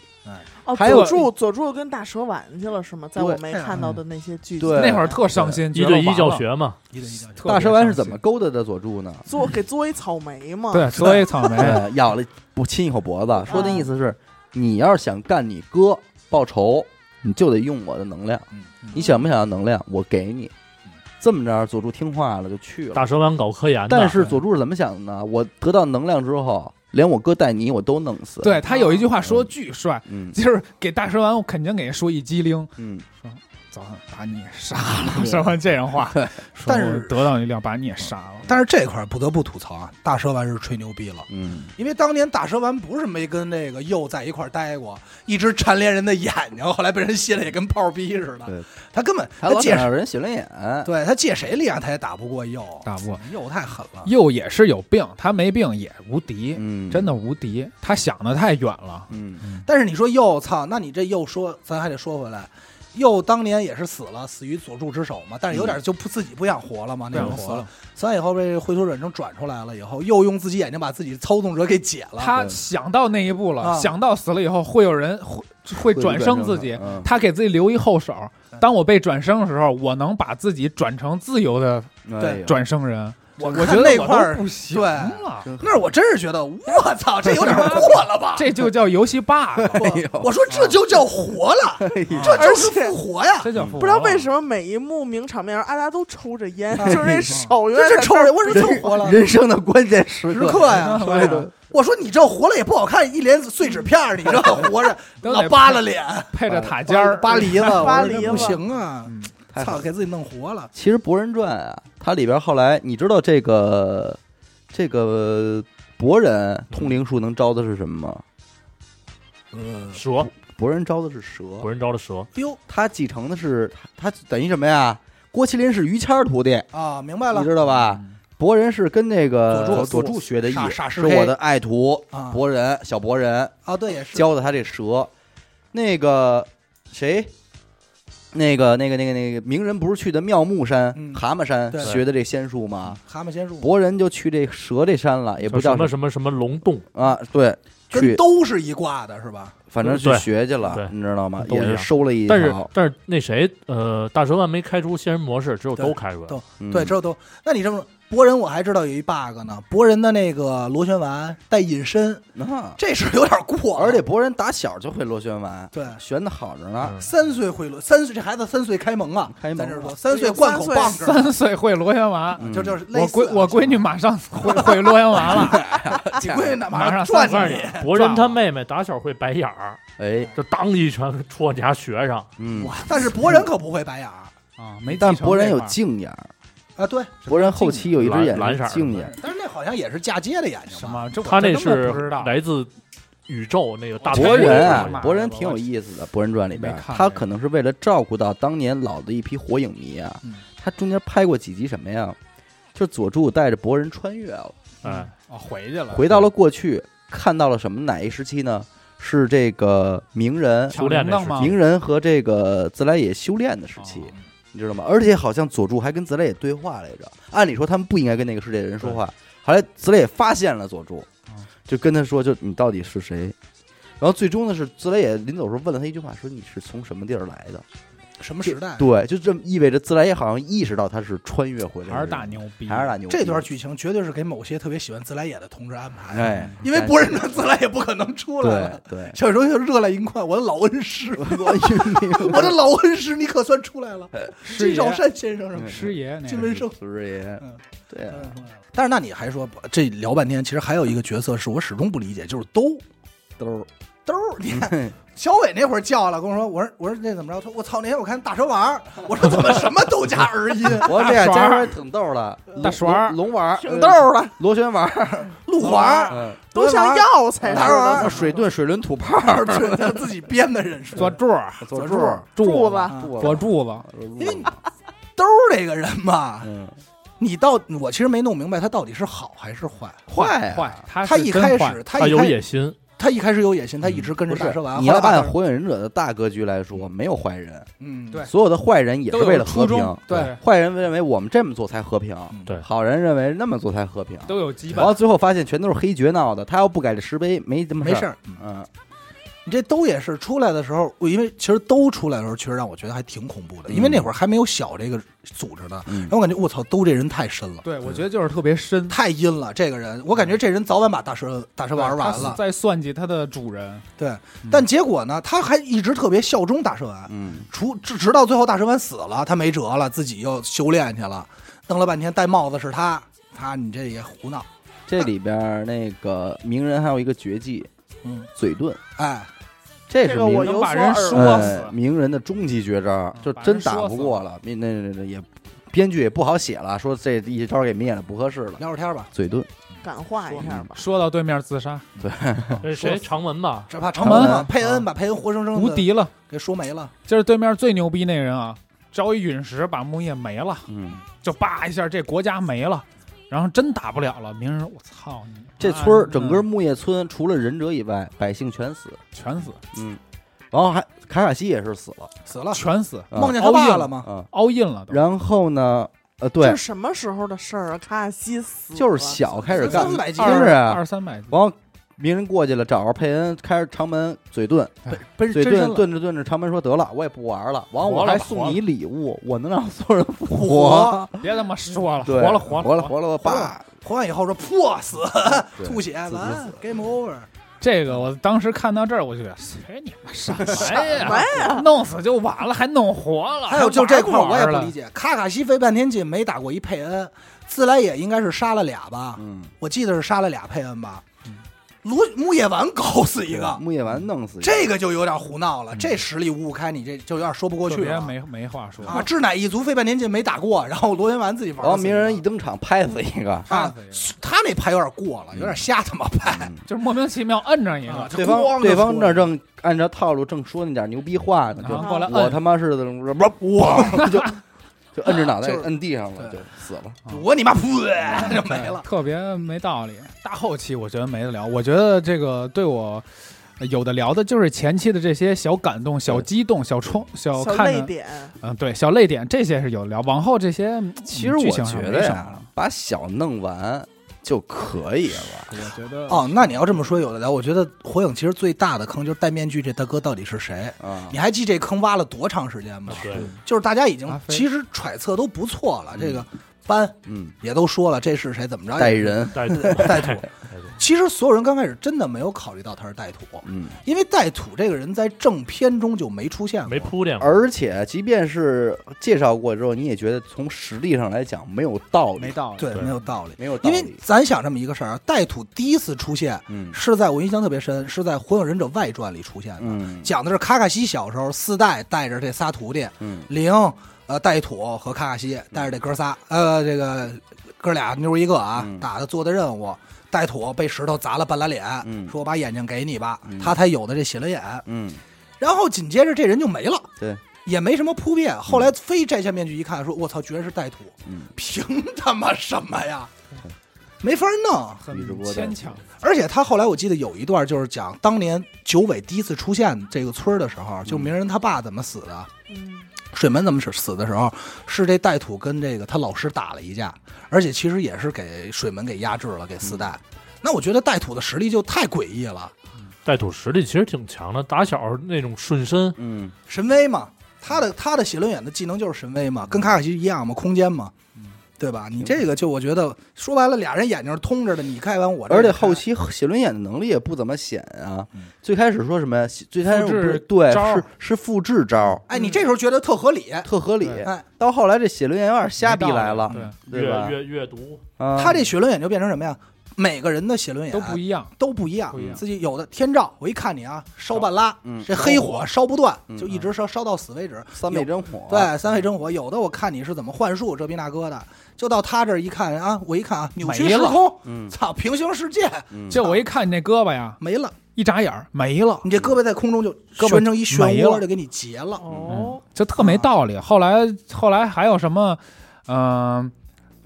Speaker 5: 哦，
Speaker 2: 还有
Speaker 5: 佐助，佐助跟大蛇丸去了是吗？在我没看到的那些剧集，
Speaker 2: 对
Speaker 6: 那会儿特伤心，
Speaker 3: 一
Speaker 6: 觉得
Speaker 3: 对一
Speaker 6: 完
Speaker 3: 教
Speaker 6: 了，
Speaker 3: 学嘛，
Speaker 4: 一对一对
Speaker 6: 特别
Speaker 2: 大蛇丸是
Speaker 6: 伤
Speaker 2: 怎么
Speaker 6: 心？
Speaker 2: 勾搭的佐 助呢？
Speaker 5: 作给作为草莓
Speaker 4: 哦
Speaker 5: 嘛，
Speaker 6: 对，所以草莓
Speaker 2: 对，咬了不亲一口脖子，说那意思是，你要是想干你哥报仇，你就得用我的能量。
Speaker 6: 嗯嗯
Speaker 2: 你想不想要能量？我给你
Speaker 6: 嗯。
Speaker 2: 这么着，佐助听话了就去了。
Speaker 3: 大蛇丸搞科研
Speaker 2: 嗯
Speaker 3: 的，
Speaker 2: 但是佐助是怎么想的呢？我得到能量之后，连我哥带你我都弄死。
Speaker 6: 对，他有一句话说巨帅，
Speaker 2: 嗯
Speaker 6: 就是给大蛇丸，我肯定给说一激灵，
Speaker 2: 嗯，
Speaker 6: 早上把你杀了，什么这种话，说
Speaker 4: 但是
Speaker 6: 我得到力量把你也杀了。
Speaker 4: 但是这块儿不得不吐槽啊，大蛇丸是吹牛逼了。
Speaker 2: 嗯，
Speaker 4: 因为当年大蛇丸不是没跟那个鼬在一块儿待过，一直缠连人的眼睛，后来被人卸了也跟炮逼似
Speaker 2: 对
Speaker 4: 的。他根本
Speaker 2: 他
Speaker 4: 他
Speaker 2: 老
Speaker 4: 借
Speaker 2: 想
Speaker 4: 谁
Speaker 2: 让人血轮眼。
Speaker 4: 对他借谁力量他也打不过鼬，
Speaker 6: 大不过
Speaker 4: 鼬太狠了。
Speaker 6: 又也是有病，他没病也无敌，
Speaker 2: 嗯，
Speaker 6: 真，的无敌。他想的太远了，
Speaker 2: 嗯，
Speaker 4: 但是你说鼬操，那你这鼬说，咱还得说回来，鼬当年也是死了，死于佐助之手嘛，但是有点就不自己不想活了嘛，那种死
Speaker 6: 嗯活
Speaker 4: 了。。死完以后被回头转生转出来了以后，又用自己眼睛把自己操纵者给解了。
Speaker 6: 他想到那一步了，
Speaker 4: 啊
Speaker 6: 想到死了以后会有人会会转生自己，
Speaker 2: 嗯
Speaker 6: 他给自己留一后手
Speaker 4: 对。
Speaker 6: 当我被转生的时候，我能把自己转成自由的
Speaker 2: 哎呦
Speaker 6: 转生人。
Speaker 4: 我
Speaker 6: 我
Speaker 4: 看
Speaker 6: 觉得
Speaker 4: 那
Speaker 6: 我
Speaker 4: 块儿
Speaker 6: 都不行
Speaker 4: 对
Speaker 6: 了，
Speaker 2: 真狠
Speaker 4: 那儿我真是觉得，我操，这有点过了吧？
Speaker 6: 这就叫游戏 bug，
Speaker 4: 我我说这就叫活了，
Speaker 2: 哎
Speaker 4: 这就是复活呀！
Speaker 6: 这叫
Speaker 5: 不知道为
Speaker 6: 么。
Speaker 5: 什么每一幕名场面，阿达都抽着烟，
Speaker 4: 啊
Speaker 5: 就是那手有
Speaker 4: 这
Speaker 5: 点
Speaker 4: 是抽人，我说这活了。
Speaker 2: 人生的关键时
Speaker 4: 时
Speaker 2: 刻，
Speaker 4: 刻呀，
Speaker 6: 对呀
Speaker 4: 我说你这活了也不好看，一脸碎纸片儿，你这活着
Speaker 6: 都
Speaker 4: 老
Speaker 6: 得
Speaker 4: 扒拉脸，
Speaker 6: 配着塔尖儿，
Speaker 4: 扒梨子，
Speaker 5: 扒
Speaker 4: 我说
Speaker 5: 梨
Speaker 4: 这
Speaker 5: 子
Speaker 4: 不行啊！
Speaker 6: 嗯
Speaker 2: 太狠
Speaker 4: 操，给自己弄活了。
Speaker 2: 其实《博人传》啊，它里边后来你知道这个这个博人通灵术能招的是什么吗？嗯
Speaker 3: 蛇，
Speaker 2: 博人招的是蛇，
Speaker 3: 古人招的蛇，
Speaker 4: 丢
Speaker 2: 他继承的是他他等于什么呀？郭麒麟是于谦儿徒弟，
Speaker 4: 啊，明白
Speaker 2: 你
Speaker 4: 了
Speaker 2: 知道吧？博人是跟那个
Speaker 4: 佐助
Speaker 2: 佐助学的艺
Speaker 4: 傻，傻师
Speaker 2: 是
Speaker 4: 黑
Speaker 2: 我的爱徒
Speaker 4: 啊
Speaker 2: 博人小博人
Speaker 4: 啊，对，也是
Speaker 2: 教的他这蛇。那个谁，那个那个那个那个鸣人不是去的妙木山、
Speaker 4: 嗯
Speaker 2: 蛤蟆山
Speaker 4: 对嗯
Speaker 2: 学的这仙术吗？
Speaker 4: 蛤蟆仙术，
Speaker 2: 博人就去这蛇这山了，也不叫
Speaker 3: 叫什么什么什么龙洞，
Speaker 2: 啊，对，
Speaker 4: 跟
Speaker 2: 去
Speaker 4: 都是一挂的，是吧？
Speaker 2: 反正去
Speaker 3: 对
Speaker 2: 学去
Speaker 3: 对
Speaker 2: 了，你知道吗？
Speaker 3: 都一
Speaker 2: 也
Speaker 3: 样
Speaker 2: 是收了一
Speaker 3: 但是
Speaker 2: 条，
Speaker 3: 但是那谁，呃，大蛇丸没开出仙人模式，只有
Speaker 4: 对
Speaker 3: 都开出来
Speaker 4: 都
Speaker 3: 了。
Speaker 2: 嗯
Speaker 4: 对，这都。那你这么说，博人我还知道有一 bug 呢，博人的那个螺旋丸带隐身，
Speaker 2: 啊
Speaker 4: 这是有点过了，
Speaker 2: 而且博人打小就会螺旋丸，
Speaker 4: 对
Speaker 2: 悬的好着呢。
Speaker 3: 嗯
Speaker 4: 三岁会轮，三岁这孩子三岁开蒙啊，
Speaker 2: 开蒙
Speaker 4: 咱这说三岁灌口棒子，
Speaker 6: 三岁会螺旋 丸，
Speaker 2: 嗯
Speaker 4: 就就是类
Speaker 6: 我
Speaker 4: 似
Speaker 6: 闺
Speaker 4: 啊
Speaker 6: 我闺女马上会会螺旋丸了，
Speaker 4: 你闺女呢
Speaker 6: 马上
Speaker 4: 转
Speaker 6: 三
Speaker 4: 你
Speaker 6: 岁，
Speaker 3: 博人他妹妹打小会白眼儿，
Speaker 2: 哎，
Speaker 3: 就当一拳戳你家学上，
Speaker 2: 嗯，
Speaker 4: 哇！但是博人可不会白眼儿
Speaker 6: 啊，没继承
Speaker 2: 但
Speaker 6: 这块儿。
Speaker 2: 博人有镜眼儿，
Speaker 4: 啊，对，
Speaker 2: 博人后期有一只眼
Speaker 3: 蓝蓝
Speaker 2: 是
Speaker 3: 色儿
Speaker 2: 镜眼儿，
Speaker 4: 但是那好像也是嫁接的眼睛吧
Speaker 6: 什？么？这我
Speaker 3: 他那
Speaker 6: 真的不
Speaker 3: 是
Speaker 6: 知道。
Speaker 3: 来自宇宙那个大
Speaker 2: 博人啊，
Speaker 6: 嗯
Speaker 2: 博人挺有意思的，《博人传》里边
Speaker 6: 没，看
Speaker 2: 他可能是为了照顾到当年老的一批火影迷啊
Speaker 6: 嗯，
Speaker 2: 他中间拍过几集什么呀？就是佐助带着博人穿越了，
Speaker 3: 哎，
Speaker 6: 哦，回去了，
Speaker 2: 回到了过去，看到了什么哪一时期呢？是这个鸣人、
Speaker 3: 修炼那
Speaker 6: 那
Speaker 3: 事
Speaker 6: 吗？
Speaker 2: 鸣人和这个自来也修炼的时期，
Speaker 6: 哦
Speaker 2: 你知道吗？而且好像佐助还跟自来也对话来着。按理说他们不应该跟那个世界的人说话，后来自来也发现了佐助
Speaker 6: 嗯，
Speaker 2: 就跟他说：“就你到底是谁？”然后最终呢是自来也临走的时候问了他一句话，说你是从什么地儿来的？
Speaker 4: 什么时代？
Speaker 2: 对，就这么意味着自来也好像意识到他是穿越回来的，
Speaker 6: 还是大，牛逼，
Speaker 2: 还是大牛逼。
Speaker 4: 这段剧情绝对是给某些特别喜欢自来也的同志安排的，
Speaker 2: 哎，
Speaker 4: 因为不认真自来也不可能出来
Speaker 2: 对
Speaker 4: 了。
Speaker 2: 对
Speaker 4: ，小时候就热泪盈眶，我的老 恩师，
Speaker 2: 我晕你
Speaker 4: 我的老恩师，你可算出来了，
Speaker 6: 师
Speaker 4: 金
Speaker 6: 爷嗯
Speaker 4: 少山先生是吧？
Speaker 6: 师爷那
Speaker 4: 金
Speaker 6: 个
Speaker 4: 文生。
Speaker 2: 不是也
Speaker 4: 嗯，
Speaker 2: 对啊，
Speaker 4: 但是那你还说这聊半天，其实还有一个角色是我始终不理解，就是兜
Speaker 2: 兜
Speaker 4: 兜儿。你看
Speaker 2: 儿
Speaker 4: 小伟那会儿叫了，跟我说，我说我说那怎么着？他说我操，那天我看大蛇丸儿，我说怎么什么都加儿音？
Speaker 2: 我这样
Speaker 6: 大
Speaker 2: 加
Speaker 6: 耍
Speaker 2: 上挺逗的，
Speaker 6: 大
Speaker 2: 龙
Speaker 6: 耍
Speaker 2: 龙龙丸儿，
Speaker 5: 挺逗的，
Speaker 2: 螺旋丸儿，
Speaker 4: 鹿啊环儿，
Speaker 2: 嗯
Speaker 5: 都像药材似
Speaker 4: 哪有
Speaker 5: 的
Speaker 4: 啊。
Speaker 2: 水遁、水轮、吐泡儿、
Speaker 4: 对，他自己编的人设。
Speaker 6: 佐助儿
Speaker 2: 佐
Speaker 4: 助儿
Speaker 5: 柱
Speaker 6: 柱
Speaker 5: 子
Speaker 4: 啊
Speaker 2: 助
Speaker 6: 佐助子，
Speaker 2: 因
Speaker 4: 因为兜儿这个人吧，
Speaker 2: 嗯，
Speaker 4: 你到我其实没弄明白他到底是好还是坏。
Speaker 2: 坏啊
Speaker 6: 坏，他他
Speaker 4: 他一开始，
Speaker 3: 他
Speaker 4: 他一
Speaker 3: 有
Speaker 4: 开
Speaker 3: 野心，
Speaker 4: 他一开始有野心，他一直跟
Speaker 2: 嗯不是
Speaker 4: 着大蛇丸。
Speaker 2: 你要
Speaker 4: 后来把
Speaker 2: 按
Speaker 4: 他
Speaker 2: 《火影忍者》的大格局来说，没有坏人，
Speaker 4: 嗯，
Speaker 6: 对
Speaker 2: 所有的坏人也是
Speaker 6: 都有
Speaker 2: 为了和
Speaker 6: 初衷
Speaker 2: 平。
Speaker 6: 对
Speaker 2: 坏人认为我们这么做才和平，
Speaker 3: 对
Speaker 2: 好人认为那么做才和平。
Speaker 6: 都有羁
Speaker 2: 然后
Speaker 6: 绊，
Speaker 2: 最后发现全都是黑爵闹的，他要不改这石碑，没这么
Speaker 4: 没
Speaker 2: 事
Speaker 4: 事
Speaker 2: 儿。
Speaker 4: 儿。
Speaker 2: 嗯，
Speaker 4: 你这兜也是出来的时候，我因为其实兜出来的时候，确实让我觉得还挺恐怖的，
Speaker 2: 嗯
Speaker 4: 因为那会儿还没有小这个组织呢。
Speaker 2: 嗯
Speaker 4: 然后我感觉我操，兜这人太深了，
Speaker 6: 对我觉得就是特别深，
Speaker 4: 太阴了。这个人，我感觉这人早晚把大蛇大蛇
Speaker 6: 对
Speaker 4: 丸
Speaker 6: 他
Speaker 4: 完
Speaker 6: 是
Speaker 4: 了。
Speaker 6: 在算计他的主人，
Speaker 4: 对，但结果呢，他还一直特别效忠大蛇丸，
Speaker 2: 嗯，
Speaker 4: 除直直到最后大蛇丸死了，他没辙了，自己又修炼去了，弄了半天戴帽子是他，他你这也胡闹，
Speaker 2: 这里边儿那个鸣人还有一个绝技
Speaker 4: 嗯，
Speaker 2: 嘴遁，
Speaker 4: 哎，
Speaker 2: 这
Speaker 5: 这
Speaker 2: 是
Speaker 5: 个
Speaker 2: 鸣
Speaker 5: 我
Speaker 2: 人
Speaker 6: 能
Speaker 5: 有所
Speaker 6: 把人
Speaker 5: 耳
Speaker 6: 说
Speaker 5: 闻
Speaker 2: 哎
Speaker 6: 死，嗯
Speaker 2: 鸣人的终极绝招，就
Speaker 6: 把人
Speaker 2: 真打
Speaker 6: 说
Speaker 2: 不
Speaker 6: 死
Speaker 2: 过了。那那那也编剧也不好写了，说这一招给灭了不合适了。
Speaker 4: 聊会儿天吧，
Speaker 2: 嘴遁，
Speaker 5: 感化一下吧。
Speaker 6: 说到对面自杀，
Speaker 2: 哎
Speaker 3: 这哎谁长 门吧？
Speaker 4: 这怕
Speaker 2: 长
Speaker 4: 长门啊
Speaker 2: 门
Speaker 4: 佩恩把佩恩活生生
Speaker 6: 无
Speaker 4: 的
Speaker 6: 敌了，
Speaker 4: 给说没了，
Speaker 6: 就是对面最牛逼那人啊，招一陨石把木叶没了，
Speaker 2: 嗯，
Speaker 6: 就叭一下这国家没了，然后真打不了了，明儿说我操你妈，
Speaker 2: 这村儿
Speaker 6: 嗯
Speaker 2: 整个木叶村除了忍者以外，百姓全死。
Speaker 6: 全死，
Speaker 2: 嗯，然后还卡卡西也是死了。
Speaker 4: 死了，
Speaker 6: 全死
Speaker 2: 啊
Speaker 4: 梦见他爸了吗？
Speaker 2: 嗯，
Speaker 6: ，all in 了都，
Speaker 2: 然后呢？呃，
Speaker 5: 这
Speaker 2: 对
Speaker 5: 是，什么时候的事儿啊？卡卡西死
Speaker 2: 就是
Speaker 5: 了
Speaker 2: 小开始干
Speaker 4: 三，百集
Speaker 2: 真是啊
Speaker 6: 二三百集，
Speaker 2: 然后鸣人过去了，找着佩恩，开着长门嘴遁，
Speaker 6: 奔
Speaker 2: 嘴
Speaker 6: 真
Speaker 2: 遁
Speaker 6: 身了，
Speaker 2: 遁着遁着，长门说得了，我也不玩了，完
Speaker 6: 活
Speaker 2: 我
Speaker 6: 了
Speaker 2: 还
Speaker 6: 吧
Speaker 2: 送
Speaker 6: 活
Speaker 2: 你礼物，我能让所有人 复活。
Speaker 4: 活
Speaker 6: 别他妈说了，
Speaker 2: 对，
Speaker 6: 活了
Speaker 2: 活
Speaker 6: 活
Speaker 2: 了
Speaker 6: 了
Speaker 2: 活了，
Speaker 4: 活
Speaker 2: 爸
Speaker 4: 了，活完以后说破死，
Speaker 2: 对
Speaker 4: 吐血
Speaker 2: 自己死
Speaker 4: 完 game over，
Speaker 6: 这个我当时看到这儿，我就觉得谁你妈什么
Speaker 5: 什么
Speaker 6: 呀，
Speaker 5: 呀？
Speaker 6: 弄死就完了，还弄活了，
Speaker 4: 还有就这块儿我也不理
Speaker 6: 解，
Speaker 4: 解，卡卡西费半天劲没打过一佩恩，自来也应该是杀了俩吧，
Speaker 2: 嗯，
Speaker 4: 我记得是杀了俩佩恩吧，卢木叶丸搞死一个，
Speaker 2: 木叶丸弄死一个
Speaker 4: 这个就有点胡闹
Speaker 2: 嗯
Speaker 4: 了，这实力五五开，你这就有点说不过
Speaker 6: 特
Speaker 4: 去
Speaker 6: 别
Speaker 4: 了。
Speaker 6: 没没话说，
Speaker 4: 啊，志乃一族费半天劲没打过，然后罗云丸自己玩
Speaker 2: 然后
Speaker 4: 了死一
Speaker 2: 鸣
Speaker 4: 个。
Speaker 2: 人一登场拍死一个，
Speaker 6: 杀
Speaker 4: 啊
Speaker 6: 死一个，
Speaker 4: 他那牌有点过了，有点瞎他妈拍。
Speaker 6: 就是莫名其妙摁上一
Speaker 4: 啊
Speaker 6: 个，
Speaker 2: 对
Speaker 4: 咣
Speaker 2: 方
Speaker 4: 就
Speaker 2: 对
Speaker 4: 出
Speaker 2: 方
Speaker 4: 来
Speaker 2: 那
Speaker 4: 了
Speaker 2: 正按照套路正说那点牛逼话呢，
Speaker 6: 然
Speaker 2: 就
Speaker 6: 后过来
Speaker 2: 我
Speaker 6: 啊摁
Speaker 2: 他妈是怎么着不我 就啊就摁着脑袋
Speaker 4: 就是
Speaker 2: 摁地上了，就
Speaker 4: 对
Speaker 2: 死了。
Speaker 6: 啊
Speaker 4: 我你妈噗
Speaker 2: 嗯
Speaker 4: 就没了。
Speaker 6: 特别没道理。大后期我觉得没得聊，我觉得这个对我呃有的聊的就是前期的这些小感动、小激动、小冲、小
Speaker 5: 小
Speaker 6: 看
Speaker 5: 泪
Speaker 6: 的，
Speaker 5: 点，
Speaker 6: 嗯，对，小泪点这些是有的聊。往后这些嗯
Speaker 2: 其实
Speaker 6: 剧
Speaker 2: 我
Speaker 6: 情上
Speaker 2: 觉
Speaker 6: 没
Speaker 2: 得
Speaker 6: 啥
Speaker 2: 呀
Speaker 6: 了，
Speaker 2: 把小弄完就可以了。
Speaker 6: 我觉得
Speaker 4: 哦，那你要这么说，有的聊。我觉得火影其实最大的坑就是戴面具这大哥到底是谁。
Speaker 2: 啊
Speaker 4: 你，还记这坑挖了多长时间吗？
Speaker 3: 对，
Speaker 4: 就是大家已经
Speaker 6: 阿飞
Speaker 4: 其实揣测都不错了，
Speaker 2: 嗯
Speaker 4: 这个班
Speaker 2: 嗯，哎
Speaker 4: 也都说了这是谁怎么着
Speaker 2: 带人，
Speaker 3: 带
Speaker 4: 带土。其实所有人刚开始真的没有考虑到他是带土，
Speaker 2: 嗯，
Speaker 4: 因为带土这个人在正片中就没出现过，
Speaker 3: 没铺垫过，
Speaker 2: 而且即便是介绍过之后，你也觉得从实力上来讲没有道
Speaker 6: 没
Speaker 2: 理，
Speaker 6: 道理。
Speaker 4: 对
Speaker 3: 对
Speaker 4: 没有道理。
Speaker 2: 没有道
Speaker 4: 因
Speaker 2: 理，
Speaker 4: 为咱想这么一个事儿啊，带土第一次出现
Speaker 2: 嗯
Speaker 4: 是在我印象特别深，是在《火影忍者外传》里出现的，
Speaker 2: 嗯
Speaker 4: 讲的是卡卡西小时候四代带着这仨徒弟
Speaker 2: 嗯
Speaker 4: 灵、呃带土和卡卡西带着这哥仨，呃这个哥俩妞儿一个啊，
Speaker 2: 嗯
Speaker 4: 打的做的任务。带土被石头砸了半拉脸，
Speaker 2: 嗯
Speaker 4: 说我把眼睛给你吧，
Speaker 2: 嗯
Speaker 4: 他才有的这血轮眼。
Speaker 2: 嗯，
Speaker 4: 然后紧接着这人就没了，
Speaker 2: 对，
Speaker 4: 也没什么铺垫。后来非摘下面具一看，说我操，居然是带土，
Speaker 2: 嗯
Speaker 4: 凭他妈什么呀？没法弄，
Speaker 2: 宇智
Speaker 6: 很
Speaker 2: 波带
Speaker 6: 牵
Speaker 2: 土
Speaker 6: 强，
Speaker 4: 而且他后来我记得有一段就是讲当年九尾第一次出现这个村儿的时候，
Speaker 2: 嗯
Speaker 4: 就鸣人他爸怎么死的，
Speaker 5: 嗯，
Speaker 4: 水门怎么死死的时候，是这带土跟这个他老师打了一架，而且其实也是给水门给压制了，给四代。那我觉得带土的实力就太诡异了。
Speaker 3: 带土实力其实挺强的，打小那种顺身，
Speaker 2: 嗯
Speaker 4: 神威嘛，他的他的写轮眼的技能就是神威嘛，跟卡卡西一样嘛，空间嘛，对吧？你这个就我觉得说白了，俩人眼睛是通着的，你开完我这个
Speaker 2: 而
Speaker 4: 开，
Speaker 2: 且后期写轮眼的能力也不怎么显啊
Speaker 4: 嗯。
Speaker 2: 最开始说什么呀？最开始
Speaker 6: 复制
Speaker 2: 不是对
Speaker 6: 招儿
Speaker 2: 是是复制招儿，
Speaker 4: 哎，你这时候觉得特合理，
Speaker 2: 特合理。
Speaker 6: 对
Speaker 4: 哎，
Speaker 2: 到后来这写轮眼有点瞎逼来了，
Speaker 6: 对，
Speaker 2: 对
Speaker 3: 阅
Speaker 2: 吧？
Speaker 3: 阅阅读，
Speaker 2: 啊
Speaker 4: 他这血轮眼就变成什么呀？每个人的血轮眼
Speaker 6: 都不一样。
Speaker 4: 都不一样
Speaker 6: 不一样
Speaker 4: 自己有的天照，我一看你啊，烧半拉，
Speaker 2: 嗯
Speaker 4: 这黑火烧不断，
Speaker 2: 嗯
Speaker 4: 就一直烧烧到死为止。
Speaker 2: 三昧真火，
Speaker 4: 对，三昧真火，有的我看你是怎么幻术，这逼那哥的，就到他这儿一看啊，我一看啊，扭曲
Speaker 6: 没
Speaker 4: 时
Speaker 6: 了
Speaker 4: 空，
Speaker 2: 嗯，
Speaker 4: 操，平行世界
Speaker 2: 嗯
Speaker 6: 这我一看你那胳膊呀，
Speaker 4: 没了，
Speaker 6: 一眨眼儿没了，
Speaker 4: 你这胳膊在空中就
Speaker 6: 胳膊
Speaker 4: 旋成一
Speaker 6: 嗯
Speaker 4: 漩
Speaker 6: 没
Speaker 4: 涡，
Speaker 6: 了
Speaker 4: 就给你截了。
Speaker 5: 哦，
Speaker 6: 就特没道理。后来后来还有什么，嗯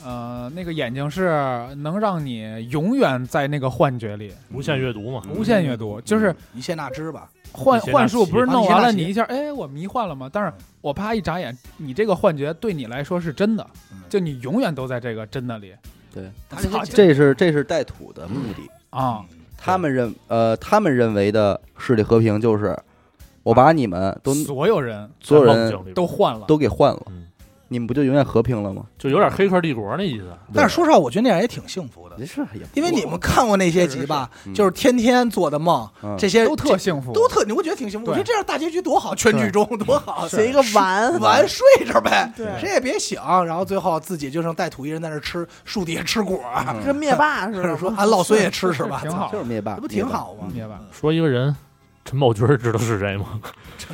Speaker 6: 呃那个眼睛是能让你永远在那个幻觉里
Speaker 3: 无
Speaker 4: 嗯
Speaker 3: 限阅
Speaker 2: 嗯
Speaker 3: 读嘛，
Speaker 6: 嗯无限嗯阅读，就是
Speaker 4: 一切纳之吧，
Speaker 6: 幻
Speaker 3: 一些大
Speaker 6: 幻术
Speaker 3: 棋
Speaker 6: 不是弄完了
Speaker 4: 一些大棋
Speaker 6: 你一下，哎，我迷幻了吗？但是我啪一眨眼，你这个幻觉对你来说是真的
Speaker 4: 嗯，
Speaker 6: 就你永远都在这个真的里
Speaker 2: 对，
Speaker 4: 他这
Speaker 6: 操
Speaker 4: 些
Speaker 2: 嗯这是这是带土的目的。
Speaker 6: 啊。
Speaker 2: 他们认呃，他们认为的世界和平就是我把你们都
Speaker 6: 所有人
Speaker 2: 所有
Speaker 3: 在梦
Speaker 2: 人
Speaker 3: 境里边
Speaker 6: 都换了，
Speaker 2: 都给换了
Speaker 3: 嗯，
Speaker 2: 你们不就永远和平了吗？
Speaker 3: 就有点黑客帝国那意思，
Speaker 4: 但是说实话，我觉得那样也挺幸福
Speaker 6: 嗯
Speaker 4: 的，
Speaker 2: 没事，也不
Speaker 4: 因为你们看过那些集吧，
Speaker 2: 是是
Speaker 4: 就是天天做的梦，
Speaker 2: 嗯
Speaker 4: 这些
Speaker 6: 都特幸福，
Speaker 4: 都特，我觉得挺幸福。我
Speaker 6: 对嗯
Speaker 4: 觉得这样大结局多好，全剧终多好，
Speaker 5: 写一个完，
Speaker 4: 完睡着呗，
Speaker 5: 对
Speaker 4: 谁也别想，然后最后自己就剩带土一人在那儿吃树底下吃果儿，
Speaker 5: 跟灭霸 似
Speaker 4: 或者
Speaker 5: 的，
Speaker 4: 说俺老孙也吃吃吧，
Speaker 6: 挺
Speaker 4: 操
Speaker 6: 好
Speaker 2: 就，是灭霸，
Speaker 4: 这不挺好吗？
Speaker 6: 明白吧？
Speaker 3: 说一个人，陈宝军儿知道是谁吗？
Speaker 2: 灭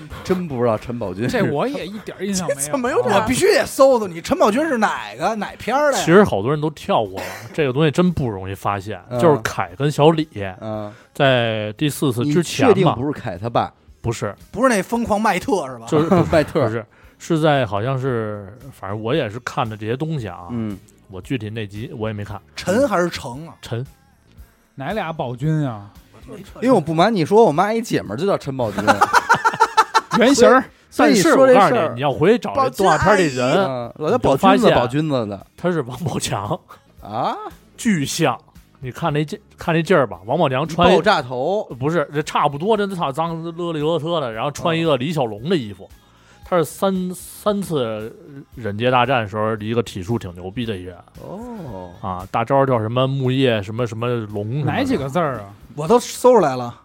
Speaker 2: 霸？真不知道陈宝军
Speaker 6: 这 我也一点印象没有，啊
Speaker 5: 怎么有点
Speaker 4: 我必须得搜搜你，陈宝军是哪个哪片儿的呀？
Speaker 3: 其实好多人都跳过了，这个东西真不容易发现。
Speaker 2: 嗯
Speaker 3: 就是凯跟小李
Speaker 2: 啊，
Speaker 3: 在第四次
Speaker 2: 你
Speaker 3: 之前
Speaker 2: 确定
Speaker 3: 吧，
Speaker 2: 不是凯他爸？
Speaker 3: 不是，
Speaker 4: 不是那疯狂麦特是吧？
Speaker 3: 就是
Speaker 2: 拜
Speaker 3: 不
Speaker 2: 特，
Speaker 3: 是，是在好像是，反正我也是看的这些东西啊，
Speaker 2: 嗯，
Speaker 3: 我具体那集我也没看。
Speaker 4: 陈还是成啊？
Speaker 3: 陈
Speaker 6: 哪俩宝军啊？
Speaker 2: 因为我不瞒你说，我妈一姐们儿就叫陈宝军，
Speaker 6: 原型儿
Speaker 2: 所以
Speaker 3: 但是
Speaker 2: 说这
Speaker 3: 我告
Speaker 2: 事
Speaker 3: 诉
Speaker 2: 儿
Speaker 3: 你，你要回去找
Speaker 5: 宝
Speaker 3: 这
Speaker 5: 君
Speaker 3: 动画片
Speaker 5: 阿
Speaker 3: 里
Speaker 5: 姨
Speaker 3: 人，
Speaker 2: 嗯老叫宝军
Speaker 3: 你就
Speaker 2: 子，
Speaker 3: 发现
Speaker 2: 宝军子的
Speaker 3: 他是王宝强，
Speaker 2: 啊，
Speaker 3: 巨像。你看那劲，看那劲儿吧，王宝强穿一
Speaker 2: 爆炸头，
Speaker 3: 不是这差不多，真的操脏勒里勒特的，然后穿一个李小龙的衣服。他是三三次忍界大战时候一个体术挺牛逼的一人
Speaker 2: 哦，
Speaker 3: 啊，大招叫什么木叶什么什么龙什么的
Speaker 6: 哪几个字儿啊？
Speaker 4: 我都搜出来了，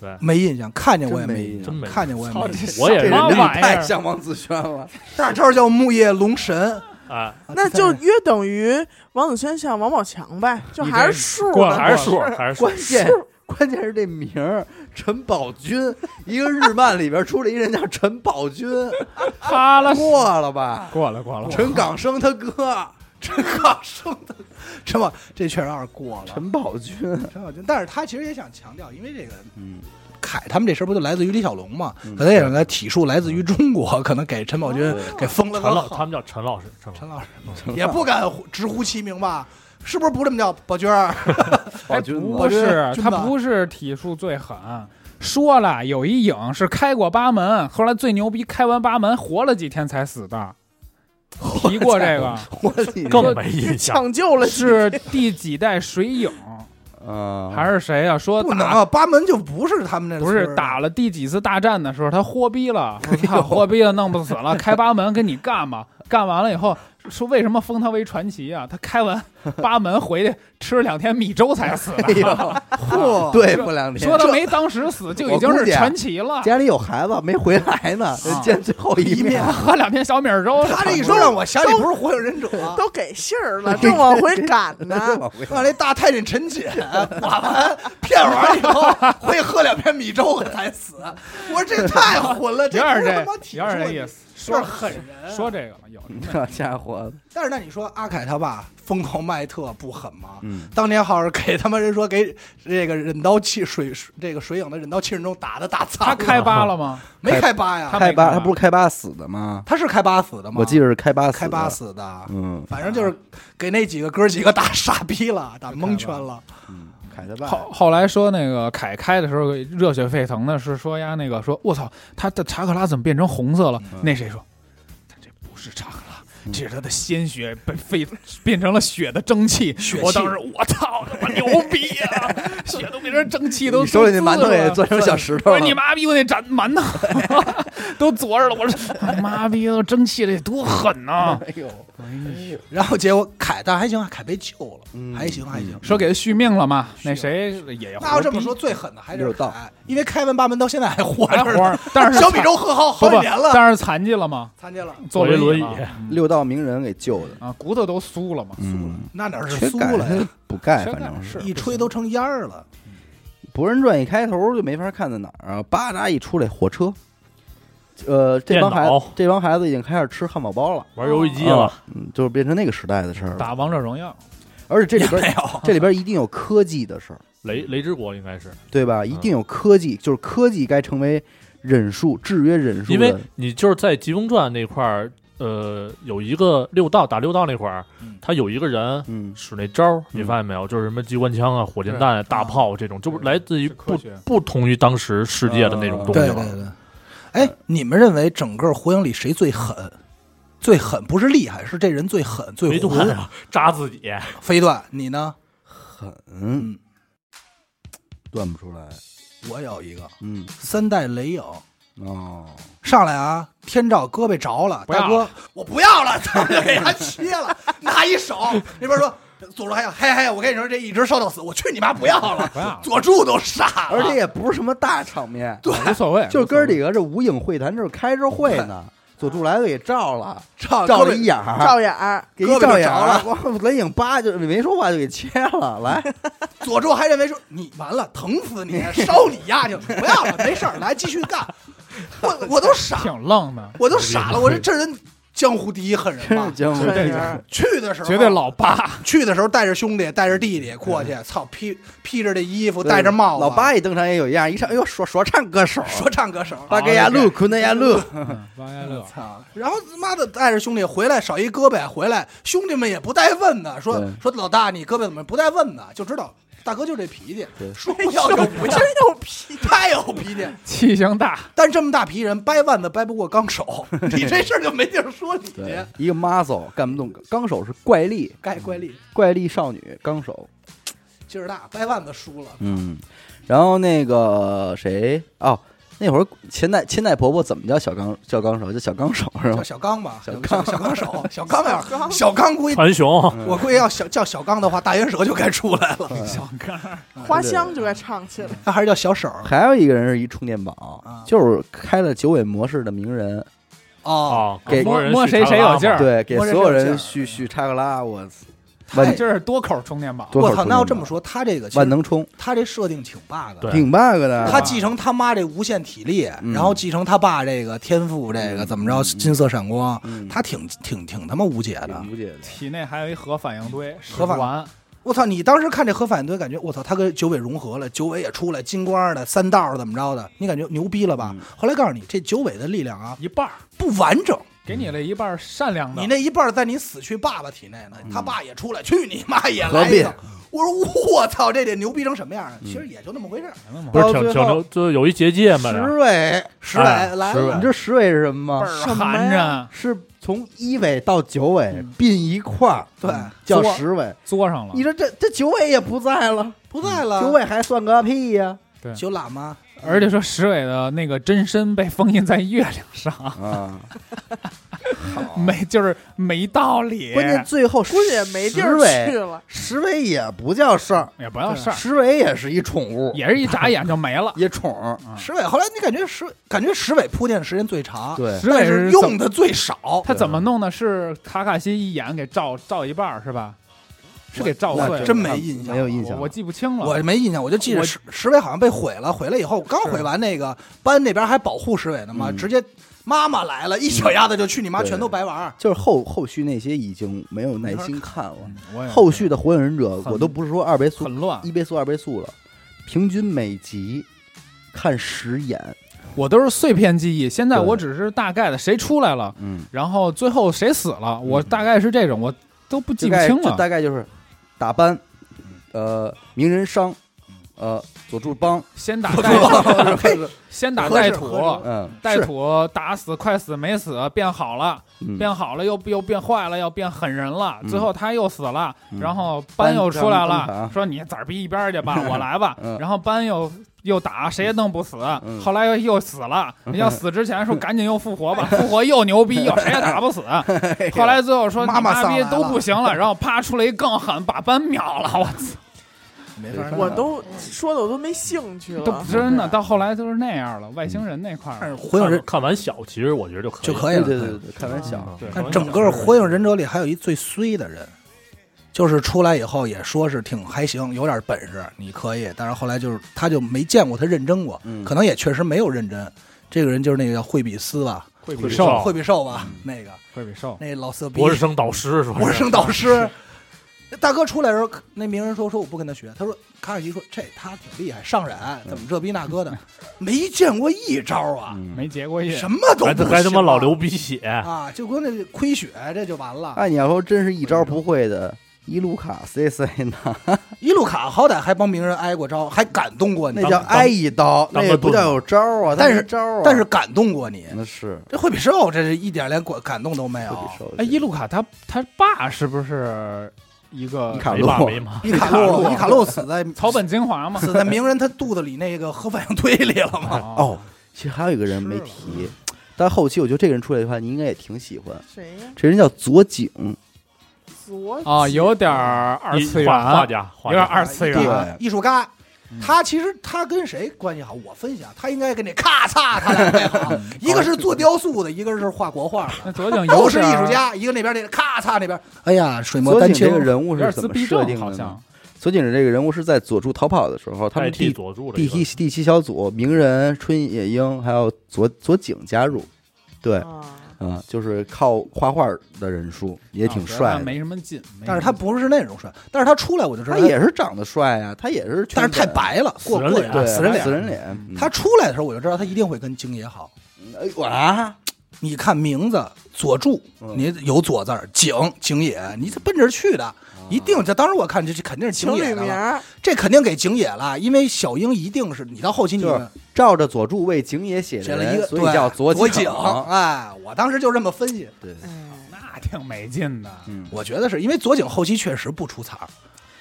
Speaker 3: 对
Speaker 4: 没印象，看见我也
Speaker 2: 真没
Speaker 4: 没印
Speaker 2: 印
Speaker 3: 真
Speaker 2: 象，
Speaker 3: 没
Speaker 4: 象，看见我也没
Speaker 3: 操
Speaker 4: 印象。
Speaker 3: 我也
Speaker 2: 这
Speaker 3: 是
Speaker 2: 人
Speaker 6: 妈
Speaker 2: 真
Speaker 6: 玩意
Speaker 2: 太
Speaker 6: 儿
Speaker 2: 像王子轩 了，
Speaker 4: 大招叫木叶龙神，
Speaker 3: 哎，
Speaker 4: 啊
Speaker 5: 那
Speaker 4: 第三
Speaker 5: 就
Speaker 4: 人
Speaker 5: 约等于王子轩像王宝强呗，就还是数
Speaker 3: 过
Speaker 5: 呢，
Speaker 3: 还是数还是数
Speaker 2: 关键关键是这名儿陈宝军，一个日漫里边出了一人叫陈宝 军，
Speaker 6: 哈了，
Speaker 2: 过了吧？
Speaker 6: 过了，过了，
Speaker 2: 陈港生他哥
Speaker 4: 陈可生的，陈宝这确实有点过了。
Speaker 2: 陈宝军，
Speaker 4: 陈宝军，但是他其实也想强调，因为这个
Speaker 2: 嗯，
Speaker 4: 凯他们这事儿不就来自于李小龙嘛？
Speaker 2: 嗯
Speaker 4: 可能也让他体术来自于中国，可能给陈宝军给封了
Speaker 3: 陈
Speaker 4: 个
Speaker 3: 老
Speaker 4: 号
Speaker 3: 他们叫陈老师，陈老师
Speaker 4: 陈老师也不敢呼直呼其名吧？是不是不这么叫宝娟儿？
Speaker 2: 宝
Speaker 6: 哎
Speaker 2: 军
Speaker 6: 不
Speaker 4: 宝
Speaker 2: 子，
Speaker 4: 军
Speaker 6: 是，
Speaker 4: 军
Speaker 6: 他
Speaker 4: 吧
Speaker 6: 不是体术最狠。说了有一影是开过八门，后来最牛逼开完八门活了几天才死的。提过这个
Speaker 2: 我你
Speaker 3: 更没印象。
Speaker 5: 抢救了
Speaker 6: 是第几代水影
Speaker 2: 嗯，
Speaker 6: 还是谁呀、说
Speaker 4: 不能
Speaker 6: 打
Speaker 4: 啊，八门就不是他们那
Speaker 6: 不是打了第几次大战的时候，他豁逼了，我操，豁逼了，弄不死了，开八门跟你干吧，干完了以后说为什么封他为传奇啊？他开完八门回去吃了两天米粥才死的。
Speaker 2: 哎呦，
Speaker 4: 嚯，
Speaker 2: 对付两天
Speaker 6: 说，他没当时死就已经是传奇了。
Speaker 2: 家里有孩子没回来呢，
Speaker 6: 啊
Speaker 2: 见最后一面，
Speaker 6: 喝两天小米粥，
Speaker 4: 他这一说让我想起不是火影忍者，
Speaker 5: 都给信儿了，正往回赶呢。
Speaker 4: 让那大太监陈锦打完骗完 以后会喝两片米粥才死。我说这太混了，
Speaker 6: 有
Speaker 4: 这
Speaker 6: 点
Speaker 4: 不是他妈
Speaker 6: 这，
Speaker 4: 体
Speaker 6: 有
Speaker 4: 术
Speaker 6: 点这
Speaker 4: 问
Speaker 6: 意
Speaker 4: 题
Speaker 6: 思。
Speaker 4: 有
Speaker 6: 说
Speaker 4: 点狠人。
Speaker 6: 说这个吧，有
Speaker 2: 那家伙，
Speaker 4: 但是那你说阿凯他爸疯狂麦特不狠吗？
Speaker 2: 嗯，
Speaker 4: 当年好像给他们人说给这个忍刀气水水这个水影的忍刀气人中打的打残
Speaker 6: 他
Speaker 4: 了，
Speaker 6: 开八了吗？
Speaker 4: 没开八呀？
Speaker 6: 他
Speaker 4: 他
Speaker 6: 没
Speaker 2: 开八
Speaker 6: 看
Speaker 2: 他不是开八死的吗？
Speaker 4: 是开八死的吗？
Speaker 2: 我记
Speaker 4: 得
Speaker 2: 得是开八死的
Speaker 4: 开八，死的，
Speaker 2: 嗯，
Speaker 4: 反正就是给那几个哥几个打 傻逼了，打蒙圈了。
Speaker 2: 凯他爸，
Speaker 6: 后后来说那个凯开的时候热血沸腾的是说呀那个说我操他的查克拉怎么变成红色了？那谁说他这不是查克拉，这是他的鲜血被沸变成了血的蒸汽。
Speaker 4: 血
Speaker 6: 我
Speaker 4: 气
Speaker 6: 当时我操，我牛逼啊！血都变成蒸汽，都
Speaker 2: 你手里那
Speaker 6: 都
Speaker 2: 馒
Speaker 6: 滋
Speaker 2: 头
Speaker 6: 了
Speaker 2: 也 做成小石头
Speaker 6: 不
Speaker 2: 了
Speaker 6: 是。你妈逼，我那斩馒头都啄着了。我说妈逼，都蒸汽这多狠呐、
Speaker 2: 哎呦，
Speaker 4: 然后结果凯，但还行，啊凯被救了，
Speaker 2: 嗯
Speaker 4: 还行还行。
Speaker 6: 说给他续命了嘛？
Speaker 4: 是
Speaker 6: 那谁也
Speaker 4: 那要这么说，最狠的还是
Speaker 2: 有道
Speaker 4: 凯，因为凯文巴门到现在还活
Speaker 6: 还
Speaker 4: 着
Speaker 6: 活
Speaker 4: 呢，
Speaker 6: 儿，但是
Speaker 4: 小米粥喝好
Speaker 6: 不
Speaker 4: 好
Speaker 6: 不
Speaker 4: 几年了，
Speaker 6: 但是残疾了吗？
Speaker 4: 参加了，
Speaker 6: 坐
Speaker 3: 坐一
Speaker 6: 轮
Speaker 3: 轮椅
Speaker 6: 了嗯
Speaker 2: 六道名人给救的，
Speaker 6: 啊，骨头都酥了嘛。
Speaker 2: 嗯，
Speaker 4: 那哪是
Speaker 2: 缺
Speaker 4: 苏
Speaker 2: 钙
Speaker 4: 了呀？
Speaker 2: 补钙，
Speaker 6: 缺钙
Speaker 2: 哎反正
Speaker 6: 是
Speaker 4: 一吹都成烟儿了。
Speaker 2: 《博人传》一开头就没法看在哪儿啊，巴扎一出来火车，呃，这帮孩
Speaker 3: 电
Speaker 2: 子
Speaker 3: 脑
Speaker 2: 这帮孩子已经开始吃汉堡包了，
Speaker 3: 玩游戏机
Speaker 4: 啊
Speaker 3: 了，
Speaker 2: 嗯，就是变成那个时代的事儿了。
Speaker 6: 打王者荣耀，
Speaker 2: 而且这里
Speaker 4: 也
Speaker 2: 边
Speaker 4: 没 有，
Speaker 2: 这里边一定有科技的事儿，
Speaker 3: 雷雷之国应该是，
Speaker 2: 对吧？一定有科技，就是科技该成为忍术制约忍术
Speaker 3: 因为
Speaker 2: 的，
Speaker 3: 你就是在疾风传那块儿，呃，有一个六道打六道那块儿
Speaker 4: 嗯，
Speaker 3: 他有一个人
Speaker 2: 嗯，
Speaker 3: 使那招儿，
Speaker 2: 嗯
Speaker 3: 你发现没有？就是什么机关枪啊、火箭弹啊、大炮这种，就是
Speaker 6: 是
Speaker 3: 来自于
Speaker 6: 是科
Speaker 3: 不
Speaker 6: 学
Speaker 3: 不同于当时世界的那种东
Speaker 4: 呃对
Speaker 3: 西
Speaker 4: 对
Speaker 3: 了。
Speaker 4: 对。哎，你们认为整个火影里谁最狠？最狠不是厉害，是这人最狠最
Speaker 3: 没
Speaker 4: 混。
Speaker 3: 断啊，扎自己，
Speaker 4: 飞段，你呢？
Speaker 2: 狠，断不出来，
Speaker 4: 我有一个
Speaker 2: 嗯，
Speaker 4: 三代雷影，
Speaker 2: 哦，
Speaker 4: 上来啊，天照胳膊着了，
Speaker 6: 不要
Speaker 4: 大哥，我不要了， 操，就给他切了，拿一手，那边说。佐助还有，嘿嘿，我跟你说，这一直烧到死，我去你妈！不要了，
Speaker 6: 不要了
Speaker 4: 佐助都傻了，
Speaker 2: 而且也不是什么大场面，
Speaker 4: 对，
Speaker 6: 无所谓，
Speaker 2: 就是哥儿几个这无影会谈，这是开着会呢，佐助来了给照了，
Speaker 4: 照
Speaker 2: 照
Speaker 4: 胳
Speaker 2: 了
Speaker 4: 膊
Speaker 2: 一眼儿，
Speaker 5: 照眼儿，
Speaker 2: 给
Speaker 4: 胳
Speaker 2: 一
Speaker 4: 膊就
Speaker 2: 照眼
Speaker 4: 着
Speaker 2: 儿
Speaker 4: 了，
Speaker 2: 光雷影八就没说话就给切了， 来，
Speaker 4: 佐助还认为说你完了，疼死你，烧你丫 去，不要了，没事儿，来继续干。我我都傻，
Speaker 6: 挺愣的，
Speaker 4: 我都傻了，我说这人江湖第一狠人
Speaker 2: 真
Speaker 4: 吧
Speaker 2: 是？江湖
Speaker 5: 对
Speaker 2: 人
Speaker 5: 眼儿，
Speaker 4: 去的时候
Speaker 6: 绝对老八。
Speaker 4: 去的时候带着兄弟带着弟弟过去，操披披着这衣服，戴着帽子，
Speaker 2: 嗯老八一登场也啊有一样，一上哎呦说说唱歌手，
Speaker 4: 说唱歌手，
Speaker 2: 八格亚路库内亚路，
Speaker 6: 嗯王家乐，
Speaker 4: 操！然后他妈的带着兄弟回来，少一胳膊回来，兄弟们也不带问的，说
Speaker 2: 对
Speaker 4: 说老大你胳膊怎么不带问的，就知道大哥就这脾气
Speaker 2: 对，
Speaker 4: 说不要就不要，
Speaker 5: 真有皮，
Speaker 4: 太有脾气。
Speaker 6: 气性大，
Speaker 4: 但这么大批人掰腕子掰不过 纲手，你这事儿就没地儿说理去
Speaker 2: 对。，一个 muscle 干不动，纲手是怪力，
Speaker 4: 该怪力，
Speaker 2: 怪力少女纲手，
Speaker 4: 劲儿大，掰腕子输了。
Speaker 2: 嗯，然后那个谁哦，那会儿千代千代婆婆怎么叫小纲叫纲手？叫小纲手是
Speaker 4: 叫
Speaker 2: 吧？
Speaker 4: 小刚吧，
Speaker 2: 小
Speaker 4: 刚，小刚手，小刚 要是小刚估计，
Speaker 3: 传
Speaker 6: 哦
Speaker 3: 雄，
Speaker 2: 嗯
Speaker 4: 我估计要小叫小刚的话，大冤蛇就该出来了，
Speaker 6: 小杆儿
Speaker 2: 啊
Speaker 5: 花香就该唱起来。
Speaker 2: 嗯
Speaker 4: 那 还是叫小手
Speaker 2: 还有一个人是一充电宝
Speaker 4: 啊，
Speaker 2: 就是开了九尾模式的名人，
Speaker 4: 哦，
Speaker 3: 啊，
Speaker 2: 给
Speaker 3: 摸人
Speaker 6: 摸
Speaker 3: 是
Speaker 6: 谁谁
Speaker 3: 查拉
Speaker 6: 有劲
Speaker 3: 嘛
Speaker 6: 儿
Speaker 2: 对，给
Speaker 4: 摸
Speaker 2: 所
Speaker 4: 着
Speaker 2: 有
Speaker 4: 手劲
Speaker 2: 人
Speaker 4: 儿
Speaker 2: 续续查克拉，我万
Speaker 4: 万能
Speaker 6: 这是多口充电宝。
Speaker 2: 多
Speaker 4: 哎我
Speaker 2: 口
Speaker 4: 操！
Speaker 2: 充
Speaker 4: 那要
Speaker 2: 电
Speaker 4: 这么
Speaker 2: 宝
Speaker 4: 说，他这个其
Speaker 2: 啊
Speaker 4: 实
Speaker 2: 万能充，
Speaker 4: 他这设定挺 bug 的
Speaker 3: 对。
Speaker 2: 挺 bug 的。啊
Speaker 4: 他继承他妈这无限体力，
Speaker 2: 嗯
Speaker 4: 然后继承他爸这个天赋，这个怎么着金色闪光，
Speaker 2: 嗯
Speaker 4: 他挺挺挺他妈无解的
Speaker 2: 挺。无解的，
Speaker 6: 体内还有一核反应堆，
Speaker 4: 核反
Speaker 6: 环
Speaker 4: 我操！你当时看这核反应堆，感觉我操，他跟九尾融合了，九尾也出来金光的三道怎么着的，你感觉牛逼了吧？
Speaker 2: 嗯
Speaker 4: 后来告诉你，这九尾的力量啊
Speaker 6: 一半儿，
Speaker 4: 不完整，
Speaker 6: 给你了一半儿善良的。嗯
Speaker 4: 你那一半在你死去爸爸体内呢，他爸也出来，去你妈也
Speaker 2: 合
Speaker 4: 来一
Speaker 2: 并
Speaker 4: 个。我说我操，这得牛逼成什么样啊？
Speaker 6: 嗯
Speaker 4: 其实也就那么回事儿，
Speaker 3: 不是
Speaker 2: 到
Speaker 3: 挺
Speaker 2: 最
Speaker 3: 挺
Speaker 2: 后
Speaker 3: 牛，就有一结界嘛，
Speaker 2: 十尾，
Speaker 4: 哎十尾来
Speaker 3: 十尾
Speaker 4: 了，
Speaker 2: 你知道十尾是什么
Speaker 6: 倍
Speaker 2: 吗？
Speaker 6: 儿
Speaker 5: 什么
Speaker 6: 寒碜，
Speaker 2: 是从一尾到九尾并一块儿，
Speaker 4: 嗯对
Speaker 2: 叫
Speaker 6: 嘬
Speaker 2: 十尾。
Speaker 6: 作上了
Speaker 2: 你。说这这九尾也不在了，
Speaker 4: 不在了。
Speaker 2: 九尾还算个屁呀！
Speaker 4: 九喇嘛，
Speaker 6: 而且说石伟的那个真身被封印在月亮上，
Speaker 2: 啊，
Speaker 6: 没就是没道理。
Speaker 2: 关键最后
Speaker 5: 估计也没地
Speaker 2: 十
Speaker 5: 儿去
Speaker 2: 尾，
Speaker 5: 了，
Speaker 2: 十尾也不叫事儿，
Speaker 6: 也不要事儿，
Speaker 2: 十尾也是一宠物，
Speaker 6: 也是一眨眼就没 了。
Speaker 2: 也宠。
Speaker 6: 嗯
Speaker 4: 石尾后来你感觉石感觉石尾铺垫时间最长，
Speaker 2: 对，
Speaker 6: 石
Speaker 4: 但
Speaker 6: 伟
Speaker 4: 是
Speaker 6: 怎
Speaker 4: 用
Speaker 6: 么
Speaker 4: 的最少。
Speaker 6: 他怎么弄的？是卡卡西一眼给照照一半儿是吧？是给照
Speaker 2: 那
Speaker 6: 碎了，
Speaker 4: 真没印象
Speaker 2: 没有印
Speaker 6: 我
Speaker 2: 象。
Speaker 6: 我记不清了。
Speaker 4: 我没印象，我就记
Speaker 6: 我
Speaker 4: 着石石尾好像被毁了，毁了以后刚毁完那个班那边还保护石尾呢嘛，
Speaker 2: 嗯
Speaker 4: 直接妈妈来了，一脚丫子就去你妈，
Speaker 2: 对
Speaker 4: 全都白玩儿。
Speaker 2: 就是后后续那些已经没有耐心看了
Speaker 6: 嗯。我也
Speaker 2: 后续的火影忍者，
Speaker 6: 很
Speaker 2: 我都不是说二倍速、
Speaker 6: 很乱，
Speaker 2: 一倍速、二倍速了，平均每集看十眼。
Speaker 6: 我都是碎片记忆。现在
Speaker 2: 对
Speaker 6: 我只是大概的谁出来了，
Speaker 2: 嗯，
Speaker 6: 然后最后谁死了，我大概是这种，我都不记
Speaker 2: 大
Speaker 6: 不
Speaker 2: 概
Speaker 6: 清
Speaker 2: 就
Speaker 6: 了。
Speaker 2: 大概就是打班，呃，鸣人伤，呃，佐助帮，
Speaker 6: 先 打带，先打带
Speaker 4: 合
Speaker 6: 土
Speaker 4: 适，合
Speaker 2: 嗯
Speaker 6: 带土打死快死没死变好了，
Speaker 2: 嗯，
Speaker 6: 变好了又又变坏了，要变狠人了，
Speaker 2: 嗯
Speaker 6: 最后他又死了，
Speaker 2: 嗯
Speaker 6: 然后班又出来
Speaker 2: 班长
Speaker 6: 了，说你咋逼一边儿去吧， 我来吧
Speaker 2: 嗯，
Speaker 6: 然后班又。又打谁也弄不死
Speaker 2: 嗯，
Speaker 6: 后来又又死了。人要死之前说赶紧又复活 吧，复活又牛逼，又谁也打不
Speaker 2: 哎
Speaker 6: 死。后来最后说
Speaker 4: 妈
Speaker 6: 你
Speaker 4: 妈
Speaker 6: 妈
Speaker 4: 上
Speaker 6: 逼
Speaker 4: 来
Speaker 6: 都
Speaker 4: 了
Speaker 6: 不行了，然后啪出来一更狠，把班秒了。我操！
Speaker 4: 没
Speaker 2: 嗯
Speaker 4: 法弄
Speaker 5: 我都说的我都没兴趣
Speaker 6: 都
Speaker 5: 了。
Speaker 6: 真的到后来都是那样了，
Speaker 2: 嗯
Speaker 6: 外星人那块
Speaker 4: 但
Speaker 6: 儿
Speaker 4: 是火影
Speaker 3: 看
Speaker 4: 忍
Speaker 3: 看完小，其实我觉得就可以
Speaker 4: 就可以
Speaker 2: 对
Speaker 4: 了。
Speaker 2: 哎对对对，开玩笑，啊
Speaker 3: 嗯
Speaker 6: 对
Speaker 4: 但整个火影忍者里还有一最衰的人，就是出来以后也说是挺还行，有点本事，你可以。但是后来就是他就没见过他认真过，
Speaker 2: 嗯
Speaker 4: 可能也确实没有认真。这个人就是那个叫惠比斯吧，
Speaker 6: 惠
Speaker 3: 比寿
Speaker 6: 寿，
Speaker 4: 惠比寿吧，那个
Speaker 6: 惠比寿，
Speaker 4: 那老色逼，
Speaker 3: 哦博士生导师说是吧，
Speaker 4: 博士生导师。那大哥出来的时候，那鸣人说：“说我不跟他学。”他说：“卡卡西说这他挺厉害，上染怎么这逼那哥的，没见过一招啊，
Speaker 2: 嗯
Speaker 6: 没结过业，
Speaker 4: 什么都
Speaker 3: 还
Speaker 4: 不
Speaker 3: 还他妈
Speaker 4: 行
Speaker 3: 老流鼻血，
Speaker 4: 啊，就跟那亏血这就完了。”
Speaker 2: 哎按你要说，真是一招不会的，伊卢卡 C C 呢，
Speaker 4: 伊路卡好歹还帮鸣人挨过招，还感动过你
Speaker 2: 那，叫挨一刀，那
Speaker 3: 当个
Speaker 2: 也不叫有招啊，
Speaker 4: 但是
Speaker 2: 他没招啊，
Speaker 4: 但是感动过你。
Speaker 2: 那是
Speaker 4: 这惠比寿这是一点连管感动都没有。
Speaker 6: 哎，伊路卡他他爸是不是一个
Speaker 2: 伊卡
Speaker 3: 没
Speaker 2: 洛
Speaker 3: 爸没妈，
Speaker 4: 伊卡
Speaker 6: 伊卡
Speaker 4: 洛，
Speaker 6: 洛
Speaker 4: 伊卡洛死在
Speaker 6: 草本精华 嘛？
Speaker 4: 死在鸣人他肚子里那个核反应堆里了嘛？
Speaker 6: 哦，
Speaker 2: 哦，其实还有一个人没提，但后期我觉得这个人出来的话，你应该也挺喜欢。
Speaker 5: 谁呀？
Speaker 2: 这人叫佐井，
Speaker 5: 左
Speaker 6: 啊，有点儿二次元，
Speaker 3: 画画家，画
Speaker 6: 有
Speaker 3: 家
Speaker 6: 点 二次
Speaker 2: 啊
Speaker 4: 对
Speaker 6: 元，
Speaker 4: 啊
Speaker 6: 啊
Speaker 4: 艺术家
Speaker 6: 嗯。
Speaker 4: 他其实他跟谁关系好？我分析啊，他应该跟这咔嚓他俩配好，
Speaker 2: 嗯
Speaker 4: 一个是做雕塑的，一个是画国画的，
Speaker 6: 那佐井
Speaker 4: 都
Speaker 6: 有
Speaker 4: 是
Speaker 6: 点
Speaker 4: 艺
Speaker 6: 儿
Speaker 4: 术，家。一个那边那个咔嚓那边，哎呀，水墨
Speaker 2: 佐
Speaker 4: 丹
Speaker 2: 井
Speaker 4: 青
Speaker 2: 这个人物
Speaker 6: 有
Speaker 2: 是
Speaker 6: 点
Speaker 2: 怎
Speaker 6: 自
Speaker 2: 么
Speaker 6: 闭
Speaker 2: 设定
Speaker 6: 症好
Speaker 2: 的呢
Speaker 6: 像？。
Speaker 2: 佐井这个人物是在佐助逃跑的时候，他
Speaker 3: 代
Speaker 2: 们
Speaker 3: 替
Speaker 2: 第
Speaker 3: 佐助的
Speaker 2: 第
Speaker 3: 一个
Speaker 2: 七第七小组鸣人、春野樱还有佐佐井加入，对，啊、
Speaker 5: 啊，
Speaker 2: 就是靠画画的人数也挺
Speaker 6: 啊
Speaker 2: 帅
Speaker 6: 他
Speaker 2: 的，
Speaker 6: 没什么劲，没
Speaker 4: 但是
Speaker 6: 什
Speaker 4: 他
Speaker 6: 么
Speaker 4: 不是那种帅，但是他出来我就知道
Speaker 2: 他也是长得帅啊，他也是圈子，
Speaker 4: 但是太白了，过
Speaker 3: 死人
Speaker 4: 过
Speaker 3: 脸
Speaker 4: 瘾
Speaker 2: 对，
Speaker 4: 死人脸
Speaker 2: 死。人脸，嗯
Speaker 4: 他出来的时候我就知道他一定会跟京爷好。
Speaker 2: 哎呦啊，
Speaker 4: 你看名字佐助
Speaker 2: 嗯，啊
Speaker 4: 你有佐字儿，景景野，你这奔着去的，一定。这当时我看这这肯定是
Speaker 5: 情
Speaker 4: 景野
Speaker 5: 侣
Speaker 4: 的
Speaker 5: 名
Speaker 4: 了，
Speaker 5: 儿，
Speaker 4: 这肯定给景野了，因为小樱一定是你到后期你
Speaker 2: 就是照着佐助为景野写
Speaker 4: 写
Speaker 2: 的
Speaker 4: 了一
Speaker 2: 人，
Speaker 4: 个
Speaker 2: 所
Speaker 4: 对
Speaker 2: 以叫佐
Speaker 4: 佐
Speaker 2: 井。啊
Speaker 4: 哎，我当时就这么分析，
Speaker 2: 对，
Speaker 5: 哎，
Speaker 6: 那挺没劲的，
Speaker 2: 嗯，
Speaker 4: 我觉得是因为佐井后期确实不出彩儿，
Speaker 2: 啊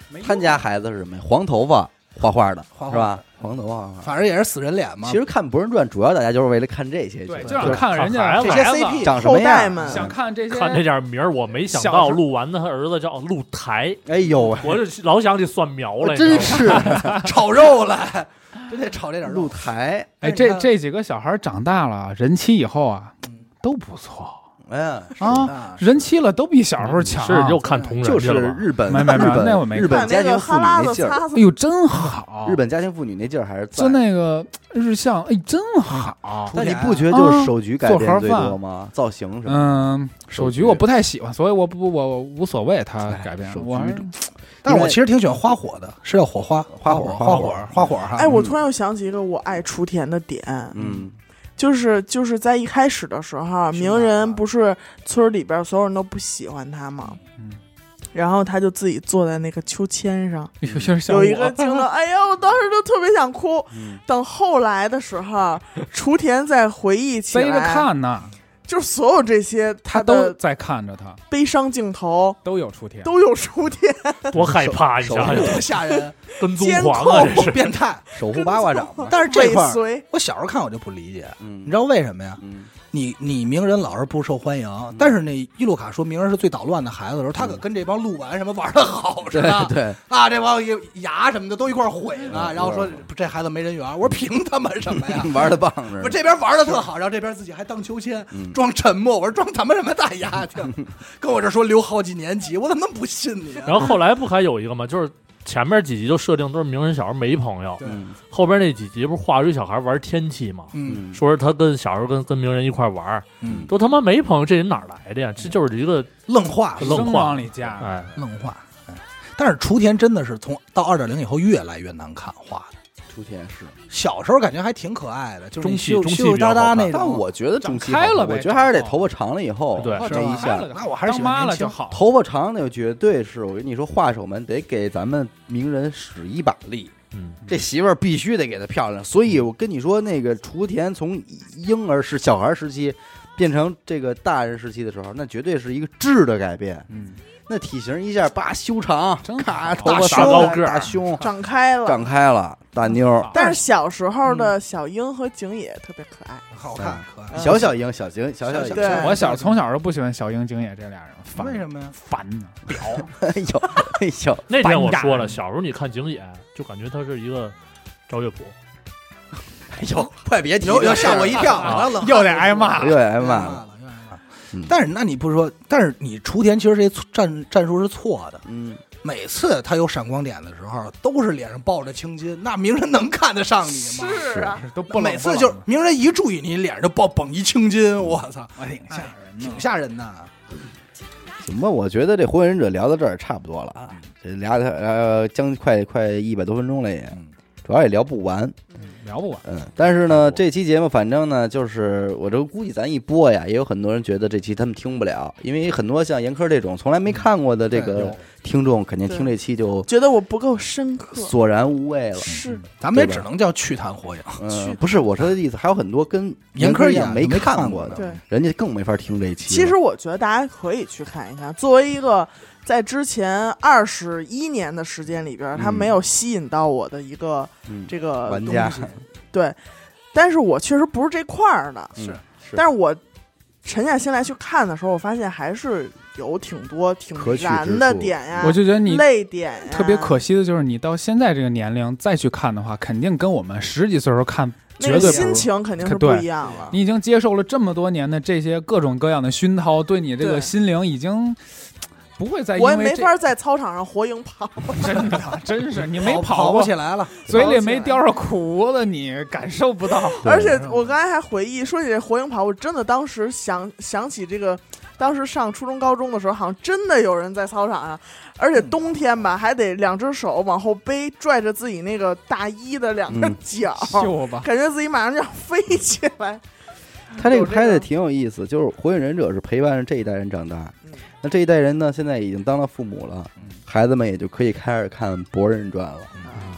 Speaker 6: 没
Speaker 2: 他家孩子是什么呀？黄头发，画画的，
Speaker 4: 画画的
Speaker 2: 是吧？黄头发画画。
Speaker 4: 反正也是死人脸嘛
Speaker 2: 其。实看《博人传》，主要大家就是为了看这些，
Speaker 6: 对，
Speaker 2: 就
Speaker 6: 就是想看人家
Speaker 3: 看
Speaker 4: 这
Speaker 3: 孩
Speaker 4: 些
Speaker 6: 孩子
Speaker 4: CP
Speaker 2: 长什么
Speaker 5: 后代
Speaker 2: 样
Speaker 5: 们。
Speaker 6: 想看这些，
Speaker 3: 看这点名儿，我没想到录完的他儿子叫露台，
Speaker 2: 哎呦喂，
Speaker 3: 我这老想起蒜苗来，你知道
Speaker 2: 真
Speaker 3: 吗
Speaker 2: 是
Speaker 4: 炒 肉了，真得炒这点
Speaker 2: 露
Speaker 4: 肉。
Speaker 2: 台，
Speaker 6: 哎，
Speaker 4: 但是
Speaker 6: 这
Speaker 4: 你看
Speaker 6: 这几个小孩长大了，人妻以后啊
Speaker 4: 嗯，
Speaker 6: 都不错
Speaker 2: 哎呀，
Speaker 6: 啊，
Speaker 4: 啊，
Speaker 6: 人妻了都比小
Speaker 2: 嗯
Speaker 6: 时候强。
Speaker 3: 是又看同人去
Speaker 2: 就是
Speaker 3: 了吧
Speaker 2: 日本，
Speaker 6: 没没没
Speaker 2: 日本
Speaker 6: 那我没看
Speaker 2: 日
Speaker 5: 把
Speaker 2: 本家
Speaker 5: 那
Speaker 2: 庭
Speaker 5: 个
Speaker 2: 妇
Speaker 5: 哈
Speaker 2: 女那
Speaker 5: 喇
Speaker 2: 劲
Speaker 5: 子
Speaker 2: 儿，嗯
Speaker 5: 擦擦
Speaker 6: 哎，呦，真好！
Speaker 2: 日本家庭妇女那劲儿还是在
Speaker 6: 就。那个日向，哎，真好。
Speaker 2: 但你不觉得就是手局改
Speaker 6: 啊
Speaker 2: 变
Speaker 6: 做
Speaker 2: 最
Speaker 6: 盒饭
Speaker 2: 多吗？造型什么的？
Speaker 6: 嗯，手
Speaker 2: 手
Speaker 6: 局
Speaker 2: 局
Speaker 6: 我不太喜欢，所以我不我我无所谓它改变
Speaker 2: 哎。手
Speaker 6: 我还是
Speaker 4: 但是我其实挺喜欢花火的，是叫火花，
Speaker 2: 花火
Speaker 4: 火，
Speaker 2: 花
Speaker 4: 花
Speaker 2: 火
Speaker 4: 火，花火哈。
Speaker 5: 哎，我突然又想起一个我爱雏田的点，
Speaker 2: 嗯，
Speaker 5: 就是就是在一开始的时候，
Speaker 4: 是
Speaker 5: 鸣
Speaker 4: 吧
Speaker 5: 人不是村儿里边所有人都不喜欢他嘛，
Speaker 6: 嗯
Speaker 5: 然后他就自己坐在那个秋千上，
Speaker 6: 有点像
Speaker 5: 有一个
Speaker 6: 我，
Speaker 5: 镜 头，哎呀，我当时就特别想哭。
Speaker 2: 嗯
Speaker 5: 等后来的时候，雏田再回忆起
Speaker 6: 塞着
Speaker 5: 来，
Speaker 6: 看呢，
Speaker 5: 就是所有这些
Speaker 6: 他
Speaker 5: 他
Speaker 6: 都
Speaker 5: 的
Speaker 6: 在看着他，
Speaker 5: 悲伤镜头
Speaker 6: 都有出帖。
Speaker 5: 都有雏田，
Speaker 3: 多害怕，你想
Speaker 2: 哎
Speaker 3: 想，
Speaker 4: 多吓人，
Speaker 3: 跟踪
Speaker 5: 监控
Speaker 3: 狂啊，这是。
Speaker 4: 变态。
Speaker 2: 守护八卦 掌嘛。
Speaker 4: 但是这
Speaker 5: 尾
Speaker 4: 块儿，
Speaker 5: 随。
Speaker 4: 我小时候看我就不理解，
Speaker 2: 嗯
Speaker 4: 你知道为什么呀？
Speaker 2: 嗯
Speaker 4: 你你鸣人老是不受欢迎，但是那伊路卡说鸣人是最捣乱的孩子的时候，他可跟这帮鹿丸什么玩的好似
Speaker 2: 嗯对
Speaker 4: 的，
Speaker 2: 对，
Speaker 4: 啊，这帮牙什么的都一块儿毁了，
Speaker 2: 嗯
Speaker 4: 然后说
Speaker 2: 对
Speaker 4: 这孩子没人缘儿，我说凭他妈什么呀？
Speaker 2: 玩的棒着
Speaker 4: 我
Speaker 2: 呢。
Speaker 4: 这边玩的特好，然后这边自己还荡秋千，
Speaker 2: 嗯
Speaker 4: 装沉默，我说装他妈什么大丫头，跟我这说留好几年级，我怎么那么不信你啊？
Speaker 3: 然后后来不还有一个吗？就是前面几集就设定都是鸣人小时候没朋友，
Speaker 4: 对
Speaker 2: 嗯
Speaker 3: 后边那几集不是画出一小孩玩天气吗？
Speaker 4: 嗯
Speaker 2: 嗯，
Speaker 3: 说是他跟小时候跟跟鸣人一块玩，
Speaker 4: 嗯，
Speaker 3: 都他妈没朋友，这人哪儿来的呀？这就是一个
Speaker 4: 愣话
Speaker 3: 愣
Speaker 6: 生
Speaker 3: 话
Speaker 6: 往里加，
Speaker 3: 哎，
Speaker 4: 愣话，哎但是雏田真的是从到二点零以后越来越难看画的。
Speaker 2: 雏田是，
Speaker 4: 小时候感觉还挺可爱的，就是那
Speaker 3: 中气
Speaker 4: 羞
Speaker 3: 中气
Speaker 4: 羞羞答答那种。
Speaker 2: 但我觉得中期
Speaker 6: 长开了呗
Speaker 2: 我觉得还是得头发长了以后，
Speaker 3: 对
Speaker 2: 这一
Speaker 6: 开
Speaker 2: 下
Speaker 6: 了就好
Speaker 4: 那我还是喜
Speaker 6: 当妈
Speaker 4: 欢
Speaker 6: 了
Speaker 4: 年轻
Speaker 6: 就好。
Speaker 2: 头发长的绝对是我跟你说，画手们得给咱们名人使一把力，
Speaker 3: 嗯，
Speaker 2: 这媳妇儿必须得给她漂亮。所以我跟你说，那个雏田从婴儿时、小孩时期变成这个大人时期的时候，那绝对是一个质的改变。
Speaker 6: 嗯，
Speaker 2: 那体型一下叭修长
Speaker 6: 真，
Speaker 2: 咔
Speaker 6: 好
Speaker 2: 大
Speaker 3: 我
Speaker 2: 胸
Speaker 3: 打高个儿
Speaker 2: 大胸
Speaker 5: 长开了。
Speaker 2: 长开了，大妞儿，
Speaker 6: 嗯
Speaker 5: 但是小时候的小樱和景野特别可爱，
Speaker 4: 好看可爱。
Speaker 2: 小小鹰，小型小小
Speaker 4: 小
Speaker 2: 鹰，
Speaker 5: 对
Speaker 6: 我小从小就不喜欢小英、景野这俩人，烦
Speaker 4: 嗯为什么呀？
Speaker 6: 烦呢？
Speaker 2: 哎呦哎呦，
Speaker 3: 那天我
Speaker 6: 反感
Speaker 3: 说了，小时候你看景野，就感觉他是一个赵月普，
Speaker 2: 哎呦，快别提哎
Speaker 4: 有有
Speaker 2: 这
Speaker 4: 吓我一
Speaker 2: 事
Speaker 4: 跳，
Speaker 3: 啊
Speaker 4: 我冷汗
Speaker 6: 又得挨骂
Speaker 2: 儿了，又挨
Speaker 4: 又
Speaker 2: 骂了。
Speaker 4: 了，又挨骂了
Speaker 2: 嗯。
Speaker 4: 但是那你不说，但是你雏田其实这些战战术是错的。
Speaker 2: 嗯，
Speaker 4: 每次他有闪光点的时候，都是脸上抱着青筋，那鸣人能看得上你吗？
Speaker 5: 是啊，
Speaker 6: 都不冷
Speaker 4: 每次就是鸣人一注意你，脸上就抱绷一青筋，我操，
Speaker 6: 我挺吓人的，
Speaker 4: 挺吓人的。
Speaker 2: 行吧，我觉得这《火影忍者》聊到这儿差不多了啊，这俩呃将快快一百多分钟了也，主要也聊不完。
Speaker 6: 嗯聊不完。
Speaker 2: 嗯，但是呢，
Speaker 3: 我
Speaker 2: 这期节目反正呢，就是我这估计咱一播呀，也有很多人觉得这期他们听不了，因为很多像严科这种从来没看过的这个
Speaker 6: 有
Speaker 2: 听众，肯定
Speaker 5: 对
Speaker 2: 听这期就
Speaker 5: 觉得我不够深刻。
Speaker 2: 索然无味了。
Speaker 5: 是，
Speaker 6: 嗯
Speaker 4: 咱们也
Speaker 2: 对吧
Speaker 4: 只能叫去谈火影，
Speaker 2: 嗯，不是我说的意思，还有很多跟
Speaker 4: 严
Speaker 2: 科
Speaker 4: 苛
Speaker 2: 一
Speaker 4: 一
Speaker 2: 样
Speaker 4: 样
Speaker 2: 没
Speaker 4: 没
Speaker 2: 看
Speaker 4: 看
Speaker 2: 过
Speaker 4: 过
Speaker 2: 的
Speaker 4: 的，
Speaker 5: 对。
Speaker 6: 嗯
Speaker 2: 人家更没法听这期了。
Speaker 5: 其实我觉得大家可以去看一看，作为一个在之前二十一年的时间里边，它
Speaker 2: 嗯
Speaker 5: 没有吸引到我的一个
Speaker 2: 嗯
Speaker 5: 这个
Speaker 2: 玩家
Speaker 5: 东西对，但是我确实不是这块儿的，
Speaker 2: 嗯是
Speaker 5: 但是我沉下心来去看的时候，我发现还是有挺多挺
Speaker 2: 可取之
Speaker 5: 燃的
Speaker 2: 处
Speaker 5: 点呀，
Speaker 6: 我就觉得你
Speaker 5: 泪点
Speaker 4: 啊
Speaker 5: 呀，
Speaker 6: 特别可惜的就是，你到现在这个年龄再去看的话，肯定跟我
Speaker 4: 嗯
Speaker 6: 们十几岁时候看
Speaker 5: 那
Speaker 6: 绝
Speaker 5: 个
Speaker 6: 对
Speaker 5: 心
Speaker 6: 不。
Speaker 5: 情肯定是
Speaker 6: 可
Speaker 5: 不
Speaker 6: 对
Speaker 5: 一样了。
Speaker 6: 你已经接受了这么多年的这些各种各样的熏陶，对你这
Speaker 5: 对
Speaker 6: 个心灵已经不会再因
Speaker 5: 我也
Speaker 6: 为
Speaker 5: 没
Speaker 6: 这
Speaker 5: 法在操场上活营跑，
Speaker 6: 真 的，真是你没
Speaker 4: 跑
Speaker 6: 跑
Speaker 4: 不
Speaker 6: 过，
Speaker 4: 起来了。
Speaker 6: 嘴里没叼着苦的，你感受不到。
Speaker 2: 对
Speaker 5: 而且我刚才还回忆说起这活营跑，我真的当时想想起这个，当时上初中高中的时候，好像真的有人在操场上，而且冬天吧，还得两只手往后背，拽着自己那个大衣的两个
Speaker 2: 嗯
Speaker 5: 角，
Speaker 6: 秀吧，
Speaker 5: 感觉自己马上就要飞起来。
Speaker 2: 嗯他这
Speaker 5: 有
Speaker 2: 个
Speaker 5: 这
Speaker 2: 拍的
Speaker 5: 个
Speaker 2: 挺有意思，就是《火影忍者》是陪伴着这一代人长大
Speaker 5: 嗯，
Speaker 2: 那这一代人呢，现在已经当了父母了
Speaker 6: 嗯，
Speaker 2: 孩子们也就可以开始看《博人传》了，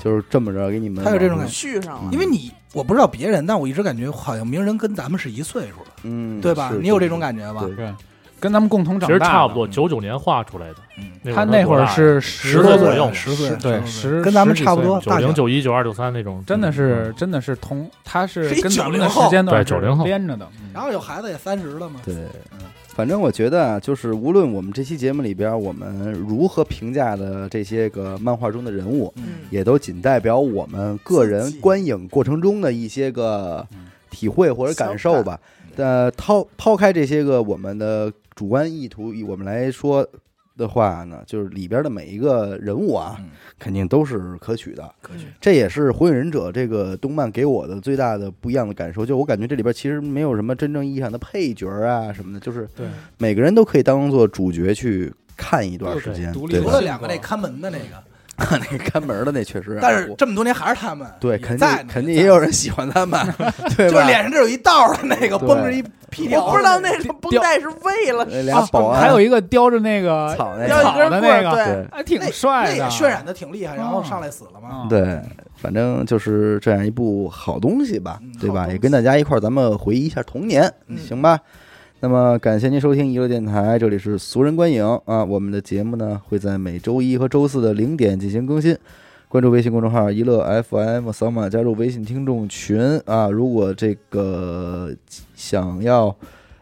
Speaker 2: 就是这么着给你们。
Speaker 4: 嗯他有这种感觉
Speaker 5: 续上了，
Speaker 4: 因为你我不知道别人，但我一直感觉好像鸣人跟咱们是一岁数的，
Speaker 2: 嗯，
Speaker 4: 对吧？你有这种
Speaker 2: 感
Speaker 4: 感觉吧
Speaker 2: 对？
Speaker 6: 对，跟咱们共同长大
Speaker 3: 其实
Speaker 6: 的，嗯
Speaker 3: 差不多，九九年画出来的。
Speaker 4: 嗯，
Speaker 6: 他那会儿是十
Speaker 3: 十多
Speaker 6: 左
Speaker 3: 左右
Speaker 4: 十岁，
Speaker 6: 对，
Speaker 4: 十
Speaker 6: 十
Speaker 4: 跟咱们差不多
Speaker 6: 十几岁
Speaker 3: 九
Speaker 4: 大
Speaker 3: 零
Speaker 4: 小
Speaker 3: 九一九二九三那种，
Speaker 6: 真的是真的是同，他是
Speaker 4: 是一
Speaker 6: 跟咱们的
Speaker 4: 90后
Speaker 6: 时间段
Speaker 3: 嗯对90后
Speaker 6: 连着的。嗯
Speaker 4: 然后有孩子也三十了嘛，
Speaker 2: 对，反正我觉得啊，就是无论我们这期节目里边，我们如何评价的这些个漫画中的人物，
Speaker 5: 嗯，
Speaker 2: 也都仅代表我们个人
Speaker 5: 自己
Speaker 2: 观影过程中的一些个
Speaker 6: 嗯
Speaker 2: 体会或者感受吧。呃，抛抛开这些个我们的主观意图，以我们来说的话呢，就是里边的每一个人物啊，
Speaker 4: 嗯
Speaker 2: 肯定都是可取的。
Speaker 4: 可取。
Speaker 2: 这也是《火影忍者》这个动漫给我的最大的不一样的感受，就我感觉这里边其实没有什么真正意义上的配角啊什么的，就是
Speaker 6: 对
Speaker 2: 每个人都可以当做主角去看一段时间，
Speaker 6: 对独立
Speaker 2: 对
Speaker 4: 除
Speaker 2: 吧
Speaker 4: 了？两个那看门的那 个，
Speaker 2: 那看门的那确实啊，
Speaker 4: 但是
Speaker 2: 我
Speaker 4: 这么多年还是他们。
Speaker 2: 对
Speaker 4: 也
Speaker 2: 肯
Speaker 4: 在
Speaker 2: 定
Speaker 4: 呢
Speaker 2: 肯定
Speaker 4: 也在
Speaker 2: 也有人喜欢他们， 对
Speaker 4: 就是
Speaker 2: 吧？
Speaker 4: 脸上这有一道儿的那个，
Speaker 2: 对
Speaker 4: 绷着一屁条。
Speaker 5: 我不知道那个绷带是为了
Speaker 2: 那
Speaker 5: 什
Speaker 2: 呃俩
Speaker 5: 么，
Speaker 2: 保安
Speaker 6: 啊还有一个叼着那个嗯
Speaker 2: 草那
Speaker 5: 要
Speaker 2: 个
Speaker 5: 一根
Speaker 6: 草的
Speaker 5: 棍儿
Speaker 6: 那个
Speaker 5: 对
Speaker 2: 对，
Speaker 6: 还挺
Speaker 4: 那
Speaker 6: 帅
Speaker 4: 那也
Speaker 6: 的，
Speaker 4: 渲染的挺厉害，然后
Speaker 6: 嗯
Speaker 4: 上来死了嘛。
Speaker 6: 嗯，
Speaker 2: 对，反正就是这样一部好东西吧
Speaker 4: 嗯，
Speaker 2: 对
Speaker 5: 好
Speaker 2: 吧？
Speaker 5: 东
Speaker 2: 也
Speaker 5: 西
Speaker 2: 跟大家一块儿，咱们回忆一下童年，
Speaker 4: 嗯
Speaker 2: 行吧？那么感谢您收听娱乐电台，这里是俗人观影啊。我们的节目呢会在每周一和周四的零点进行更新。关注微信公众号“一乐 FM”，扫码加入微信听众群啊！如果这个想要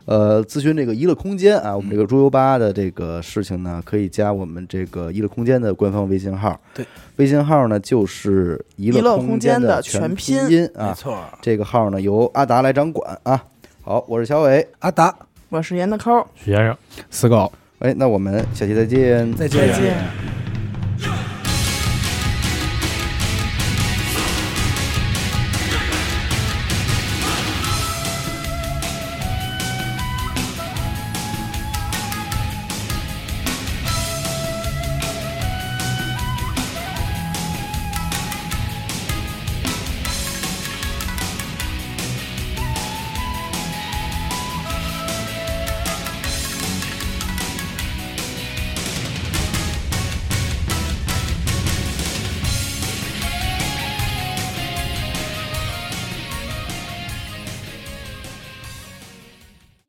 Speaker 2: 呃咨询这个一乐空间啊，我们这个桌游吧的这个事情呢，可以加我们这个一乐空间的官方微信号。
Speaker 4: 对，
Speaker 2: 微信号呢就是一
Speaker 5: 一乐
Speaker 2: 空
Speaker 5: 空间
Speaker 2: 的
Speaker 5: 的
Speaker 2: 全
Speaker 5: 全拼
Speaker 2: 音
Speaker 4: 没
Speaker 2: 啊。
Speaker 4: 错，
Speaker 2: 这个号呢由阿达来掌管啊。好，我是小伟，
Speaker 4: 阿达，
Speaker 5: 我是严的抠儿，
Speaker 3: 许先生。
Speaker 6: 死狗。
Speaker 2: 哎，那我们下期再见。
Speaker 4: 再
Speaker 5: 再见。